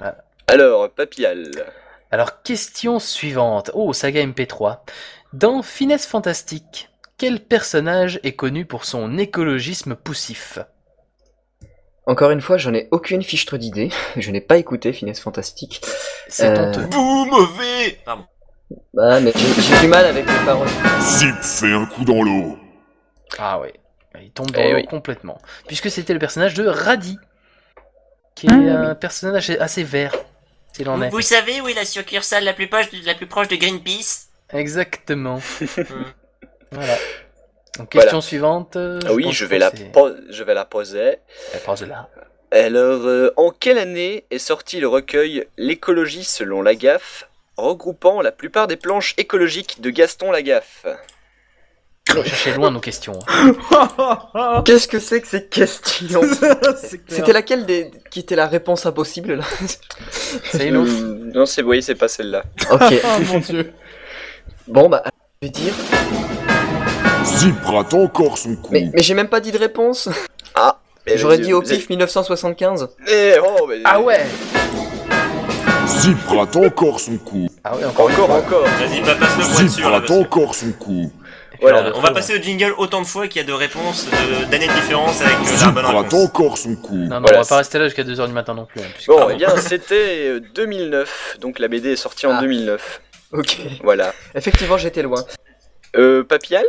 Speaker 8: Euh,
Speaker 4: Alors, Papillal.
Speaker 2: Alors, question suivante. Oh, saga MP3. Dans Finesse Fantastique, quel personnage est connu pour son écologisme poussif
Speaker 8: Encore une fois, j'en ai aucune fichtre d'idée. Je n'ai pas écouté Finesse Fantastique.
Speaker 2: C'est
Speaker 8: Euh,
Speaker 2: honteux.
Speaker 3: Bouh, mauvais Pardon.
Speaker 8: Bah, mais j'ai j'ai du mal avec les paroles.
Speaker 11: Zip fait un coup dans l'eau.
Speaker 2: Ah oui. Il tombe dans
Speaker 4: Eh
Speaker 2: l'eau
Speaker 4: oui.
Speaker 2: complètement. Puisque c'était le personnage de Radi, qui est un personnage assez- assez vert, s'il en est.
Speaker 3: savez où est la succursale la plus proche de, la plus proche de Greenpeace
Speaker 2: Exactement. voilà. Donc,
Speaker 4: Mm. Voilà.
Speaker 2: question suivante. euh,
Speaker 4: Ah oui,
Speaker 2: pense
Speaker 4: je
Speaker 2: que
Speaker 4: vais, la
Speaker 2: c'est-
Speaker 4: po- je vais la poser.
Speaker 2: Elle pense de là.
Speaker 4: Alors, euh, en quelle année est sorti le recueil L'écologie selon Lagaffe, regroupant la plupart des planches écologiques de Gaston Lagaffe
Speaker 2: On va chercher loin nos questions. hein.
Speaker 8: Qu'est-ce que c'est que ces questions C'était
Speaker 6: C'était la.
Speaker 8: laquelle des... qui était la réponse impossible là
Speaker 2: C'est une autre.
Speaker 4: Hum, Non, c'est vous voyez, c'est pas celle-là.
Speaker 8: Ok.
Speaker 6: Oh mon dieu.
Speaker 8: Bon bah, je vais dire.
Speaker 11: Zip rate encore son coup.
Speaker 8: Mais, mais j'ai même pas dit de réponse.
Speaker 4: Ah mais
Speaker 2: Eh,
Speaker 8: J'aurais
Speaker 4: vas-y,
Speaker 8: dit au
Speaker 4: vous êtes-
Speaker 8: pif 1975.
Speaker 4: Eh, oh, mais-
Speaker 2: Ah ouais
Speaker 11: Zip rate encore son coup.
Speaker 2: Ah ouais, encore,
Speaker 4: Encore, encore
Speaker 3: Vas-y, bah, passe le point
Speaker 11: Zip
Speaker 3: dessus. là,
Speaker 11: rate
Speaker 3: parce que-
Speaker 11: encore son coup.
Speaker 4: Voilà,
Speaker 3: On va passer au jingle autant de fois qu'il y a de réponses de- d'années de différence avec euh, la
Speaker 11: Zip
Speaker 3: bonne
Speaker 11: rate
Speaker 3: réponse.
Speaker 11: encore son coup.
Speaker 2: Non, non,
Speaker 4: Voilà,
Speaker 2: on va
Speaker 4: c'est-
Speaker 2: pas rester là jusqu'à 2h du matin non plus. hein, puisque-
Speaker 4: Bon,
Speaker 2: Ah
Speaker 4: eh bien, c'était euh, 2009, donc la BD est sortie en
Speaker 8: Ah.
Speaker 4: 2009.
Speaker 8: Ok.
Speaker 4: Voilà.
Speaker 8: Effectivement, j'étais loin.
Speaker 4: Euh, Papillal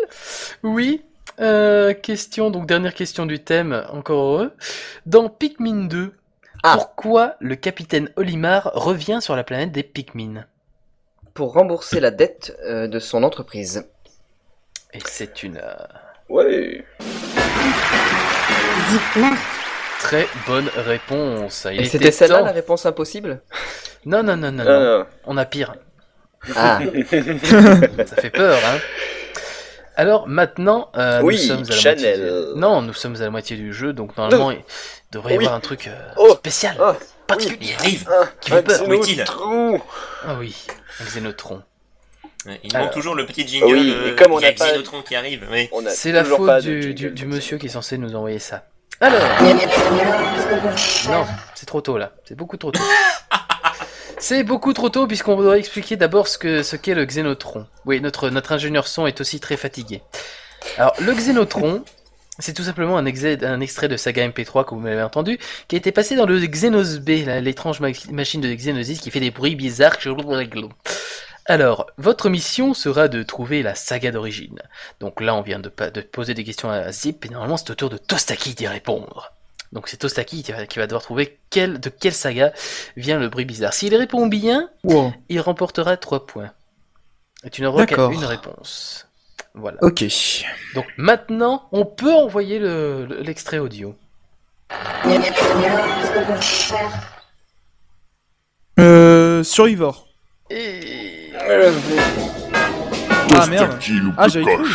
Speaker 2: Oui. euh, question, donc dernière question du thème, encore heureux. Dans Pikmin 2,
Speaker 8: Ah.
Speaker 2: pourquoi le capitaine Olimar revient sur la planète des Pikmin
Speaker 8: Pour rembourser la dette euh, de son entreprise.
Speaker 2: Et c'est une euh,
Speaker 4: Ouais.
Speaker 10: Zip marque.
Speaker 2: très bonne réponse. Il
Speaker 8: Et
Speaker 2: était
Speaker 8: c'était celle-là
Speaker 2: temps.
Speaker 8: la réponse impossible
Speaker 2: Non, non, non, non,
Speaker 4: Ah,
Speaker 2: non.
Speaker 4: non.
Speaker 2: On a pire.
Speaker 8: Ah,
Speaker 2: Ça fait peur, hein. Alors maintenant, euh,
Speaker 4: Oui,
Speaker 2: nous sommes à la
Speaker 4: Chanel.
Speaker 2: moitié. du- Non, nous sommes à la moitié du jeu, donc normalement, il devrait y
Speaker 4: Oui.
Speaker 2: avoir un truc euh,
Speaker 4: Oh.
Speaker 2: spécial,
Speaker 4: Ah.
Speaker 2: particulier.
Speaker 3: arrive.
Speaker 4: Ah,
Speaker 2: Qui fait peur,
Speaker 4: un
Speaker 3: oui, il.
Speaker 4: trou.
Speaker 2: Ah oui, un Xénotron.
Speaker 3: Ouais, Il
Speaker 2: Alors.
Speaker 3: manque toujours le petit jingle.
Speaker 4: Oui,
Speaker 3: euh,
Speaker 4: mais comme on
Speaker 3: il y a
Speaker 4: n'a pas-
Speaker 3: Xenotron qui arrive. oui.
Speaker 4: On a
Speaker 2: C'est la
Speaker 4: toujours pas
Speaker 2: faute
Speaker 4: de
Speaker 2: du, du-
Speaker 4: jingle,
Speaker 2: du
Speaker 4: donc
Speaker 2: monsieur qui est censé nous envoyer ça. Alors, non, c'est trop tôt là, c'est beaucoup trop tôt. C'est beaucoup trop tôt puisqu'on doit expliquer d'abord ce que ce qu'est le Xénotron. Oui, notre notre ingénieur son est aussi très fatigué. Alors, le Xénotron, C'est tout simplement un, exé- un extrait de saga MP3 que vous m'avez entendu, qui a été passé dans le Xenos B, la- l'étrange ma- machine de Xenosis qui fait des bruits bizarres. Alors, votre mission sera de trouver la saga d'origine. Donc là, on vient de, pa- de poser des questions à Zip, et normalement, c'est au tour de Tostaki d'y répondre. Donc c'est Tostaki qui va, qui va devoir trouver quel- de quelle saga vient le bruit bizarre. S'il répond bien,
Speaker 6: Wow.
Speaker 2: il remportera 3 points. Et tu n'auras qu'à
Speaker 6: D'accord.
Speaker 2: une réponse. Voilà.
Speaker 6: Ok.
Speaker 2: Donc maintenant, on peut envoyer le- le- l'extrait audio.
Speaker 6: Euh, Survivor. Ah merde. Ah, j'avais cru.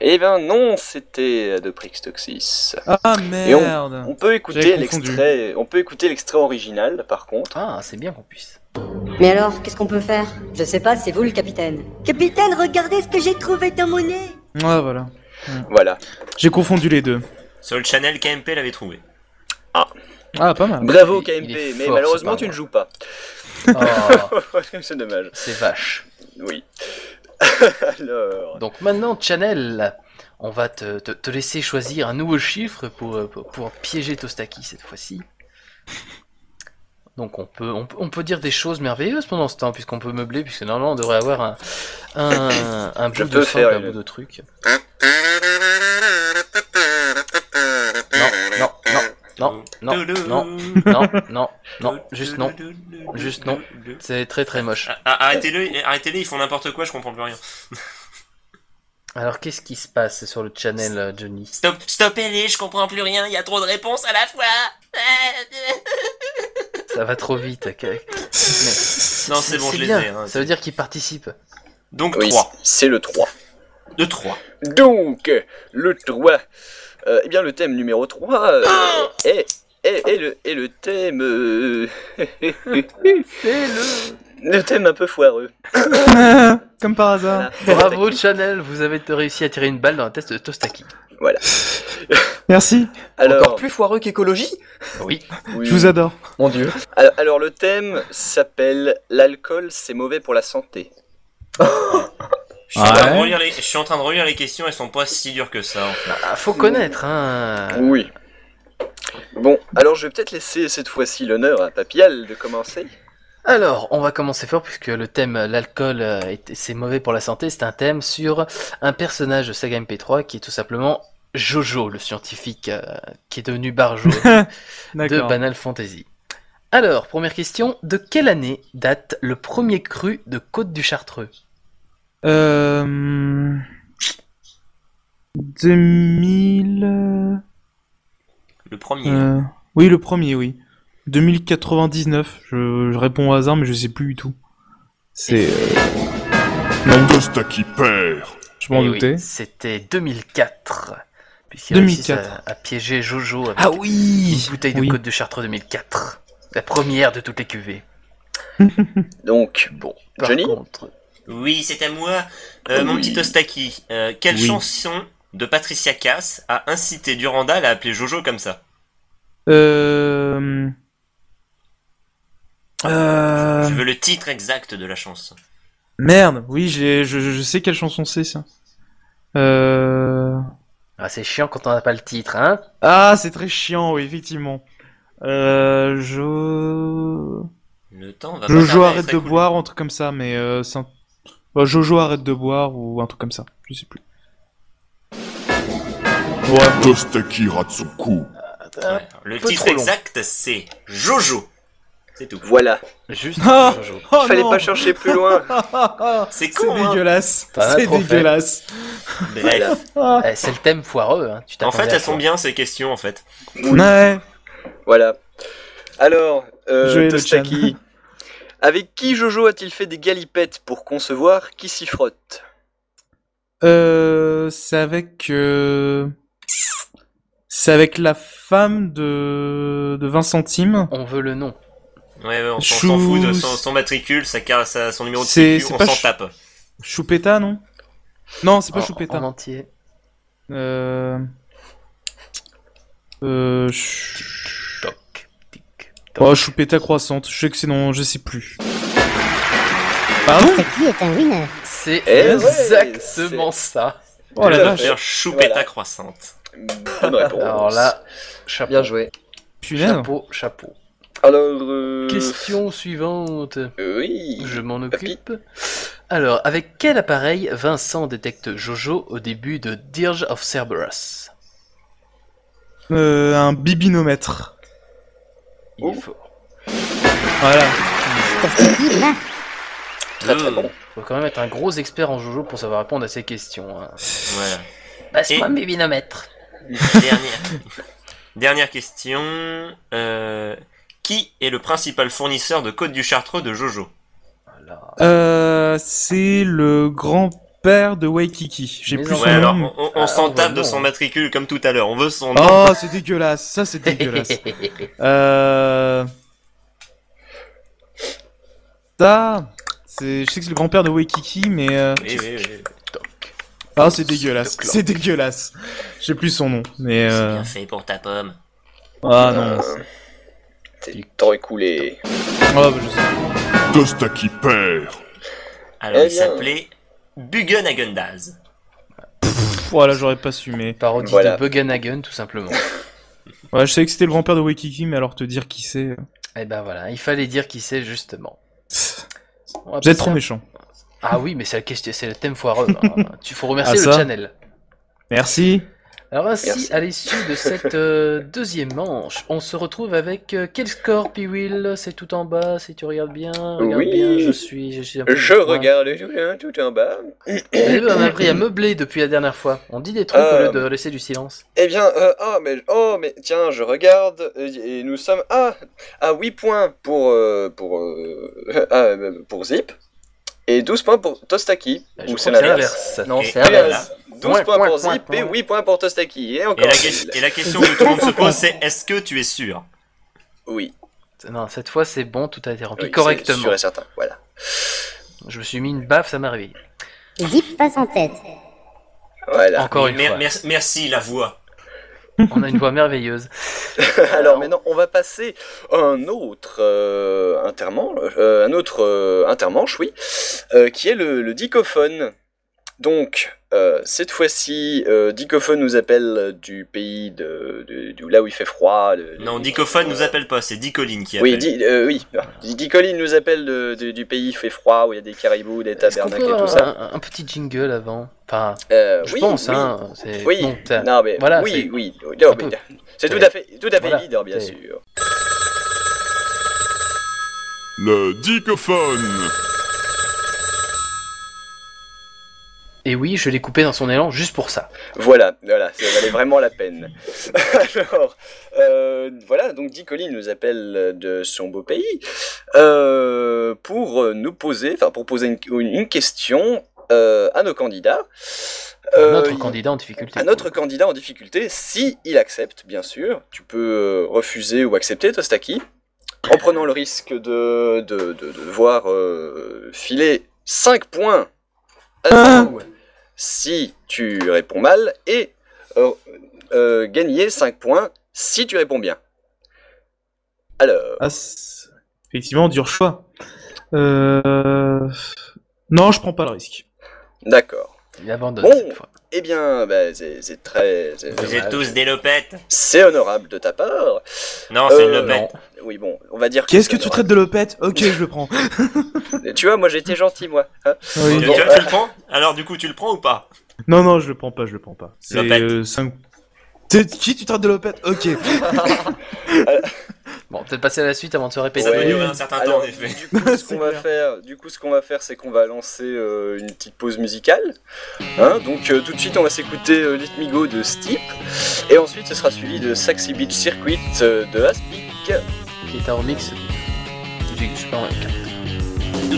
Speaker 4: Eh ben non, c'était de Prix Toxis.
Speaker 6: Ah
Speaker 4: Et on-
Speaker 6: merde.
Speaker 4: on, peut écouter
Speaker 6: J'avais confondu.
Speaker 4: l'extrait, on peut écouter l'extrait original par contre.
Speaker 2: Ah, c'est bien qu'on puisse.
Speaker 15: Mais alors, qu'est-ce qu'on peut faire Je sais pas, c'est vous le capitaine. Capitaine, regardez ce que j'ai trouvé dans mon nez
Speaker 6: Ah voilà.
Speaker 4: Voilà.
Speaker 6: J'ai confondu les deux.
Speaker 3: Sur le channel KMP l'avait trouvé.
Speaker 6: Ah pas mal.
Speaker 4: Bravo KMP, mais
Speaker 3: fort,
Speaker 4: malheureusement
Speaker 3: c'est
Speaker 4: tu ne joues pas. c'est dommage.
Speaker 2: Oh. C'est vache.
Speaker 4: Oui. Alors.
Speaker 2: Donc maintenant, Chanel, on va te, te- te laisser choisir un nouveau chiffre pour, euh, pour, pour piéger Tostaki cette fois-ci. Donc on peut, on, peut- on peut dire des choses merveilleuses pendant ce temps, puisqu'on peut meubler, puisque normalement on devrait avoir un, un, un
Speaker 4: Je
Speaker 2: bout de
Speaker 4: peux
Speaker 2: socle,
Speaker 4: faire
Speaker 2: un
Speaker 4: une-
Speaker 2: bout de truc. Non, non, non, non, non, non, non, non, juste non, juste non, c'est très très moche.
Speaker 3: Ah, arrêtez-le, arrêtez-les, ils font n'importe quoi, je comprends plus rien.
Speaker 2: Alors qu'est-ce qui se passe sur le channel, euh, Johnny
Speaker 3: Stop, stoppez-les, je comprends plus rien, il y a trop de réponses à la fois.
Speaker 2: Ça va trop vite. ok. Mais-
Speaker 3: Non, c'est bon, je les
Speaker 2: bien.
Speaker 3: ai, hein,
Speaker 2: Ça veut dire qu'il participe.
Speaker 3: Donc
Speaker 4: Oui,
Speaker 3: 3.
Speaker 4: C'est le 3.
Speaker 3: De 3.
Speaker 4: Donc, le 3. Euh, eh bien, le thème numéro 3 euh, est, est- est le, est le thème. euh, le thème un peu foireux.
Speaker 6: Comme par hasard.
Speaker 2: Bravo Chanel, vous avez réussi à tirer une balle dans un test de Tostaki.
Speaker 4: Voilà.
Speaker 6: Merci.
Speaker 4: Alors,
Speaker 8: Encore plus foireux qu'écologie
Speaker 2: Oui.
Speaker 4: oui.
Speaker 6: Je vous adore.
Speaker 8: Mon dieu.
Speaker 4: Alors, alors, le thème s'appelle L'alcool, c'est mauvais pour la santé.
Speaker 3: Je
Speaker 2: Ah
Speaker 3: suis, en train de
Speaker 4: Ouais.
Speaker 3: relire les, je suis en train de relire les questions, elles sont pas si dures que ça en fait.
Speaker 2: Ah, faut connaître, hein.
Speaker 4: Oui. Bon, alors je vais peut-être laisser cette fois-ci l'honneur à Papial de commencer.
Speaker 2: Alors, on va commencer fort puisque le thème euh, l'alcool euh, est- c'est mauvais pour la santé, c'est un thème sur un personnage de Saga MP3 qui est tout simplement Jojo, le scientifique euh, qui est devenu Barjo de
Speaker 6: D'accord.
Speaker 2: Banal Fantasy. Alors, première question, de quelle année date le premier cru de Côte du Chartreux
Speaker 6: Euh... 2000. euh,
Speaker 3: Le premier.
Speaker 6: euh, Oui, le premier, oui. 2099. Je, je réponds au hasard, mais je sais plus du tout. C'est. euh,
Speaker 11: Tosta qui perd.
Speaker 6: Je m'en
Speaker 2: Eh oui,
Speaker 6: doutais.
Speaker 2: C'était 2004. Puisqu'il
Speaker 6: 2004.
Speaker 2: réussit à, à piéger Jojo avec
Speaker 6: Ah oui
Speaker 2: une bouteille de Côte de Chartres 2004. La première de toutes les cuvées.
Speaker 4: Donc,
Speaker 2: bon, par
Speaker 4: Johnny
Speaker 2: contre,
Speaker 3: Oui, c'est à moi. Euh, Mon petit Ostaki, euh, quelle
Speaker 6: Oui.
Speaker 3: chanson de Patricia Cass a incité Durandal à appeler Jojo comme ça
Speaker 6: Euh. Euh.
Speaker 3: Je veux le titre exact de la chanson.
Speaker 6: Merde, oui, j'ai- je, je sais quelle chanson c'est, ça. Euh.
Speaker 2: ah, c'est chiant quand on n'a pas le titre, hein
Speaker 6: Ah, c'est très chiant, oui, effectivement. Euh. Je.
Speaker 3: Le temps va pas
Speaker 6: Jojo
Speaker 3: tarder à
Speaker 6: arrête
Speaker 3: être
Speaker 6: de
Speaker 3: écoulé.
Speaker 6: boire, un truc comme ça, mais euh, c'est un... Ouais, Jojo arrête de boire ou un truc comme ça, je sais plus.
Speaker 11: Ouais. Tosta qui rate son coup.
Speaker 3: Ouais. Le
Speaker 6: peu
Speaker 3: titre
Speaker 6: trop long.
Speaker 3: exact, c'est Jojo. C'est tout.
Speaker 4: Voilà.
Speaker 2: Juste
Speaker 6: Jojo. oh
Speaker 4: Fallait
Speaker 6: non
Speaker 4: pas chercher plus loin.
Speaker 3: C'est
Speaker 6: C'est
Speaker 3: con, hein.
Speaker 6: dégueulasse,
Speaker 2: T'en as
Speaker 6: c'est
Speaker 2: trop fait.
Speaker 6: dégueulasse. Ah.
Speaker 3: Bref.
Speaker 2: Eh, c'est le thème foireux, hein. Tu
Speaker 3: En fait,
Speaker 2: t'attendais à
Speaker 3: elles sont
Speaker 2: quoi
Speaker 3: bien ces questions en fait.
Speaker 6: Ouais.
Speaker 4: Voilà. Alors, euh,
Speaker 6: Joël
Speaker 4: Tostaki, avec qui Jojo a-t-il fait des galipettes pour concevoir qui s'y frotte
Speaker 6: Euh, c'est avec euh, c'est avec la femme de de 20 centimes.
Speaker 2: On veut le nom.
Speaker 3: Ouais, ouais, on s'en- on s'en fout de son,
Speaker 6: Chou-
Speaker 3: son matricule, sa, car- sa- son numéro de
Speaker 6: C'est-
Speaker 3: sécu,
Speaker 6: c'est
Speaker 3: on
Speaker 6: pas
Speaker 3: s'en
Speaker 6: chou-
Speaker 3: tape.
Speaker 6: Choupeta, non Non, c'est pas
Speaker 2: En-
Speaker 6: Choupeta.
Speaker 2: Oh, En entier.
Speaker 6: Euh euh ch- Oh, Choupeta croissante, je sais que c'est non, je sais plus. Ah Pardon
Speaker 10: Tostaki est un winner.
Speaker 2: C'est
Speaker 6: Eh ouais,
Speaker 2: exactement ça.
Speaker 6: Oh la vache.
Speaker 3: Choupetta
Speaker 4: Voilà.
Speaker 3: croissante.
Speaker 4: Bonne réponse.
Speaker 2: Alors là, chapeau. Bien joué. Chapeau, chapeau.
Speaker 4: Alors, euh,
Speaker 2: Question suivante.
Speaker 4: Oui.
Speaker 2: Je m'en occupe. Alors, avec quel appareil Vincent détecte Jojo au début de Dirge of Cerberus
Speaker 6: Euh, un bibinomètre.
Speaker 2: Il
Speaker 6: Oh.
Speaker 2: est fort.
Speaker 6: Voilà.
Speaker 4: Très très bon.
Speaker 2: Faut quand même être un gros expert en Jojo pour savoir répondre à ces questions. hein.
Speaker 3: Voilà.
Speaker 2: Passe-moi
Speaker 3: Et-
Speaker 2: mes binomètres.
Speaker 3: Dernière. Dernière question. Euh, qui est le principal fournisseur de Côte du Chartreux de Jojo
Speaker 6: Euh, c'est le grand-père de Waikiki. J'ai plus son
Speaker 3: Ouais, alors,
Speaker 6: nom. Ah,
Speaker 3: on, on- on s'en tape de son matricule comme tout à l'heure. On veut son nom.
Speaker 6: bah Oh, c'est dégueulasse. Ça, c'est dégueulasse.
Speaker 4: Eh
Speaker 6: euh... Ça, c'est... Je sais que c'est le grand-père de Waikiki, mais... euh,
Speaker 3: Oui, oui, oui.
Speaker 6: Ah, c'est dégueulasse. C'est dégueulasse. J'ai plus son nom, mais...
Speaker 3: C'est
Speaker 6: euh,
Speaker 3: bien fait pour ta pomme.
Speaker 6: Ah non.
Speaker 4: T'es le temps écoulé.
Speaker 6: Oh, bah, je sais.
Speaker 11: Costa qui perd.
Speaker 3: Alors,
Speaker 4: Eh
Speaker 3: il
Speaker 4: bien.
Speaker 3: s'appelait Bugenhagundaz.
Speaker 6: Pff, Voilà, j'aurais pas su, mais...
Speaker 2: Parodie
Speaker 4: Voilà.
Speaker 2: de Buganagun, tout simplement.
Speaker 6: Ouais, je savais que c'était le grand-père de Waikiki, mais alors te dire qui c'est... euh,
Speaker 2: Et ben voilà, il fallait dire qui c'est, justement. On va
Speaker 6: Vous êtes
Speaker 2: passer
Speaker 6: trop
Speaker 2: à-
Speaker 6: méchant.
Speaker 2: Ah oui, mais c'est la question, c'est le thème foireux. hein. tu faut remercier
Speaker 6: Ah,
Speaker 2: le
Speaker 6: ça.
Speaker 2: channel.
Speaker 6: Merci.
Speaker 2: Alors ainsi,
Speaker 4: Merci.
Speaker 2: à l'issue de cette euh, deuxième manche, on se retrouve avec euh, quel score, Piwil C'est tout en bas, si tu regardes bien. Regarde
Speaker 4: Oui.
Speaker 2: bien, je suis, je suis un peu
Speaker 4: Je
Speaker 2: dans le coin.
Speaker 4: regarde tout, hein, tout en bas.
Speaker 2: Vous avez vu, on a appris à meubler depuis la dernière fois. On dit des trucs au
Speaker 4: Euh.
Speaker 2: lieu de laisser du silence.
Speaker 4: Eh bien, euh, ah, mais, oh, mais tiens, je regarde, et, et nous sommes à, à 8 points pour, euh, pour, euh, ah, euh, pour Zip, et 12 points pour Tostaki,
Speaker 2: Bah, je
Speaker 4: ou
Speaker 2: crois
Speaker 4: c'est
Speaker 2: que c'est
Speaker 4: l'inverse.
Speaker 2: l'inverse.
Speaker 8: Non,
Speaker 3: Et-
Speaker 8: c'est
Speaker 3: et
Speaker 4: Ah,
Speaker 8: l'inverse.
Speaker 3: voilà.
Speaker 4: l'inverse. 12
Speaker 8: Point,
Speaker 4: points
Speaker 8: point,
Speaker 4: pour
Speaker 8: point,
Speaker 4: Zip,
Speaker 8: point.
Speaker 4: et 8 points pour Tostaki, et
Speaker 3: Et
Speaker 4: encore
Speaker 3: la,
Speaker 4: il.
Speaker 3: que- et la question que tout le monde se pose, c'est est-ce que tu es sûr
Speaker 4: Oui,
Speaker 2: Non, cette fois c'est bon, tout a été rempli
Speaker 4: oui, c'est sûr
Speaker 2: correctement.
Speaker 4: et certain, voilà.
Speaker 2: Je me suis mis une baffe, ça m'a réveillé.
Speaker 10: Zip passe en tête.
Speaker 4: Voilà.
Speaker 2: Encore une
Speaker 3: Mer-
Speaker 2: fois.
Speaker 3: merci- Merci, la voix.
Speaker 2: On a une voix merveilleuse.
Speaker 4: Alors maintenant, on va passer à un autre euh, intermanche, euh, un autre euh, intermanche, oui, euh, qui est le, le dicophone. Donc euh, cette fois-ci, euh, dicophone nous appelle du pays de, de- du- là où il fait froid. de- de-
Speaker 3: Non, Dicophone nous appelle pas, c'est Dicoline qui appelle.
Speaker 4: Oui, di, euh, oui. Di- Dicoline nous appelle de- de- du pays où il fait froid, où il y a des caribous, des
Speaker 2: Est-ce qu'on
Speaker 4: tabernacles
Speaker 2: peut
Speaker 4: et tout
Speaker 2: avoir
Speaker 4: ça.
Speaker 2: un, un petit jingle avant Enfin,
Speaker 4: Euh,
Speaker 2: je
Speaker 4: oui,
Speaker 2: pense,
Speaker 4: oui.
Speaker 2: hein. c'est-
Speaker 4: Oui,
Speaker 2: non, t'as-
Speaker 4: non, mais
Speaker 2: voilà,
Speaker 4: oui,
Speaker 2: c'est-
Speaker 4: oui, oui, non,
Speaker 2: on
Speaker 4: mais
Speaker 2: peut.
Speaker 4: c'est tout
Speaker 2: Ouais.
Speaker 4: à fait, tout à fait
Speaker 2: Voilà,
Speaker 4: leader, bien
Speaker 2: c'est-
Speaker 4: sûr.
Speaker 11: Le dicophone.
Speaker 2: Et oui, je l'ai coupé dans son élan juste pour ça.
Speaker 4: Voilà, voilà, ça valait vraiment la peine. Alors, euh, voilà, donc Dicoline nous appelle de son beau pays euh, pour nous poser, enfin pour poser une, une- une question euh, à nos candidats. Euh,
Speaker 2: Notre
Speaker 4: il-
Speaker 2: candidat en difficulté.
Speaker 4: à notre candidat en difficulté, si il accepte, bien sûr. Tu peux euh, refuser ou accepter, Tostaki, en prenant le risque de, de, de, de voir euh, filer 5 points à Zorro si tu réponds mal et euh, euh, gagner 5 points si tu réponds bien. Alors,
Speaker 6: Ah, c'est- Effectivement, dur choix. Euh... Non, je prends pas le risque.
Speaker 4: d'accord.
Speaker 2: Il abandonne
Speaker 4: Bon.
Speaker 2: cette fois.
Speaker 4: Eh bien, bah, c'est c'est très. c'est-
Speaker 3: Vous êtes
Speaker 2: Dommage.
Speaker 3: tous des lopettes.
Speaker 4: C'est honorable de ta part.
Speaker 3: Non, c'est une
Speaker 4: Euh,
Speaker 3: lopette.
Speaker 4: Oui, bon, on va dire.
Speaker 6: Qu'est-ce que
Speaker 4: c'est
Speaker 6: tu traites de lopette Ok, je le prends.
Speaker 4: honorable. Tu vois, moi j'étais gentil, moi. hein.
Speaker 3: Tu,
Speaker 6: Oui.
Speaker 4: Bon,
Speaker 3: tu-
Speaker 4: euh,
Speaker 3: tu le prends Alors, du coup, tu le prends ou pas
Speaker 6: Non, non, je le prends pas, je le prends pas. C'est euh,
Speaker 3: Lopette.
Speaker 6: 5... C'est qui tu traites de lopette Ok.
Speaker 4: Euh,
Speaker 2: Bon, peut-être passer à la suite avant de se
Speaker 3: Mais
Speaker 2: répéter.
Speaker 3: ça peut
Speaker 4: Ouais.
Speaker 3: durer un certain
Speaker 4: Alors,
Speaker 3: temps, en effet.
Speaker 4: Du coup, ce
Speaker 6: C'est
Speaker 4: qu'on va
Speaker 6: clair.
Speaker 4: faire, du coup, ce qu'on va faire, c'est qu'on va lancer euh, une petite pause musicale. Hein, donc, euh, tout de suite, on va s'écouter euh, Let Me Go de Steep, et ensuite, ce sera suivi de Saxy Beach Circuit euh, de Aspic.
Speaker 2: Qui est un remix. du- je sais pas, ouais.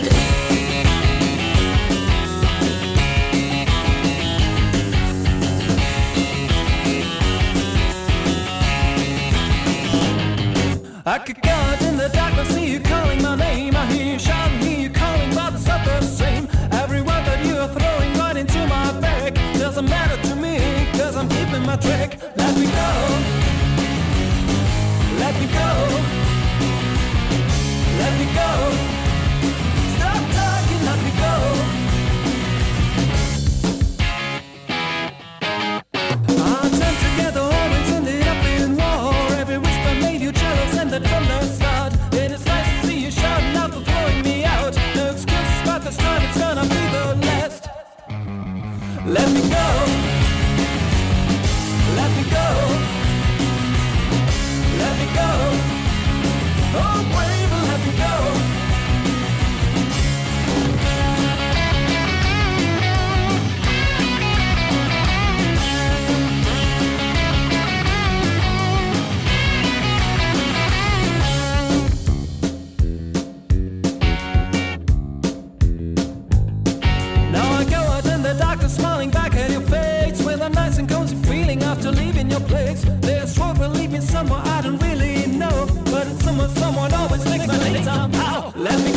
Speaker 13: I could count in the dark, I see you calling my name. I hear you shouting, hear you calling, but it's not the same. Every word that you are throwing right into my back doesn't matter to me, cause I'm keeping my track. Let me go. Let me go. Let me go. Stop talking, let me go. I tend to get Oh, Let me go. Let me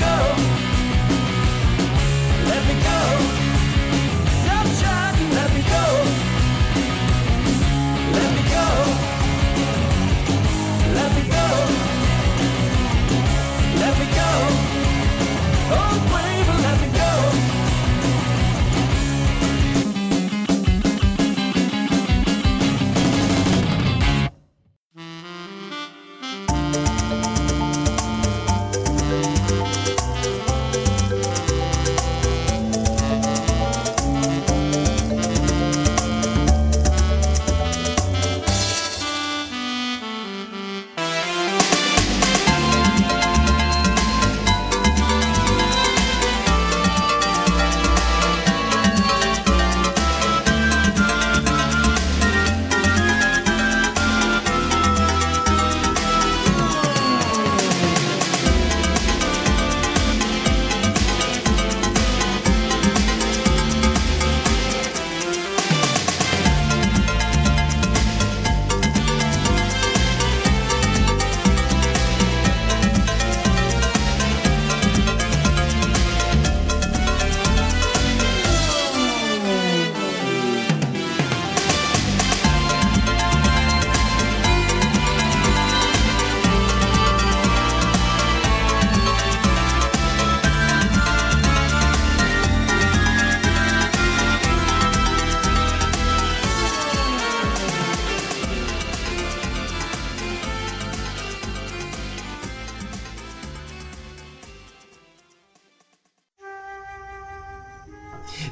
Speaker 13: go. Let me go. Stop shouting. Let me go. Let me go. Let me go. Let me go. Oh, baby, let me go.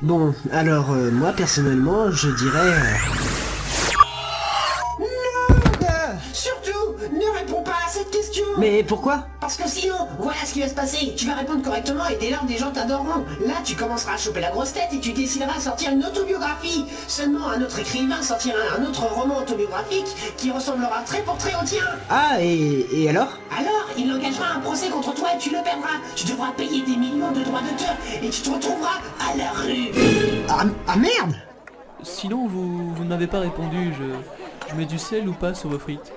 Speaker 16: Bon, alors euh, moi personnellement, je dirais. euh,
Speaker 17: Merde euh, Surtout, ne réponds pas à cette question
Speaker 16: Mais pourquoi
Speaker 17: Parce que sinon, voilà ce qui va se passer. Tu vas répondre correctement et dès lors, des gens t'adoreront. Là, tu commenceras à choper la grosse tête et tu décideras à sortir une autobiographie. Seulement, un autre écrivain sortira un autre roman autobiographique qui ressemblera très pour très au tien.
Speaker 16: Ah, et, et alors
Speaker 17: Alors, il engagera un procès contre toi et tu le perdras. Tu devras payer des millions de droits d'auteur et tu te retrouveras à la rue.
Speaker 16: Ah, ah, merde
Speaker 18: Sinon, vous, vous n'avez pas répondu. Je, je mets du sel ou pas sur vos frites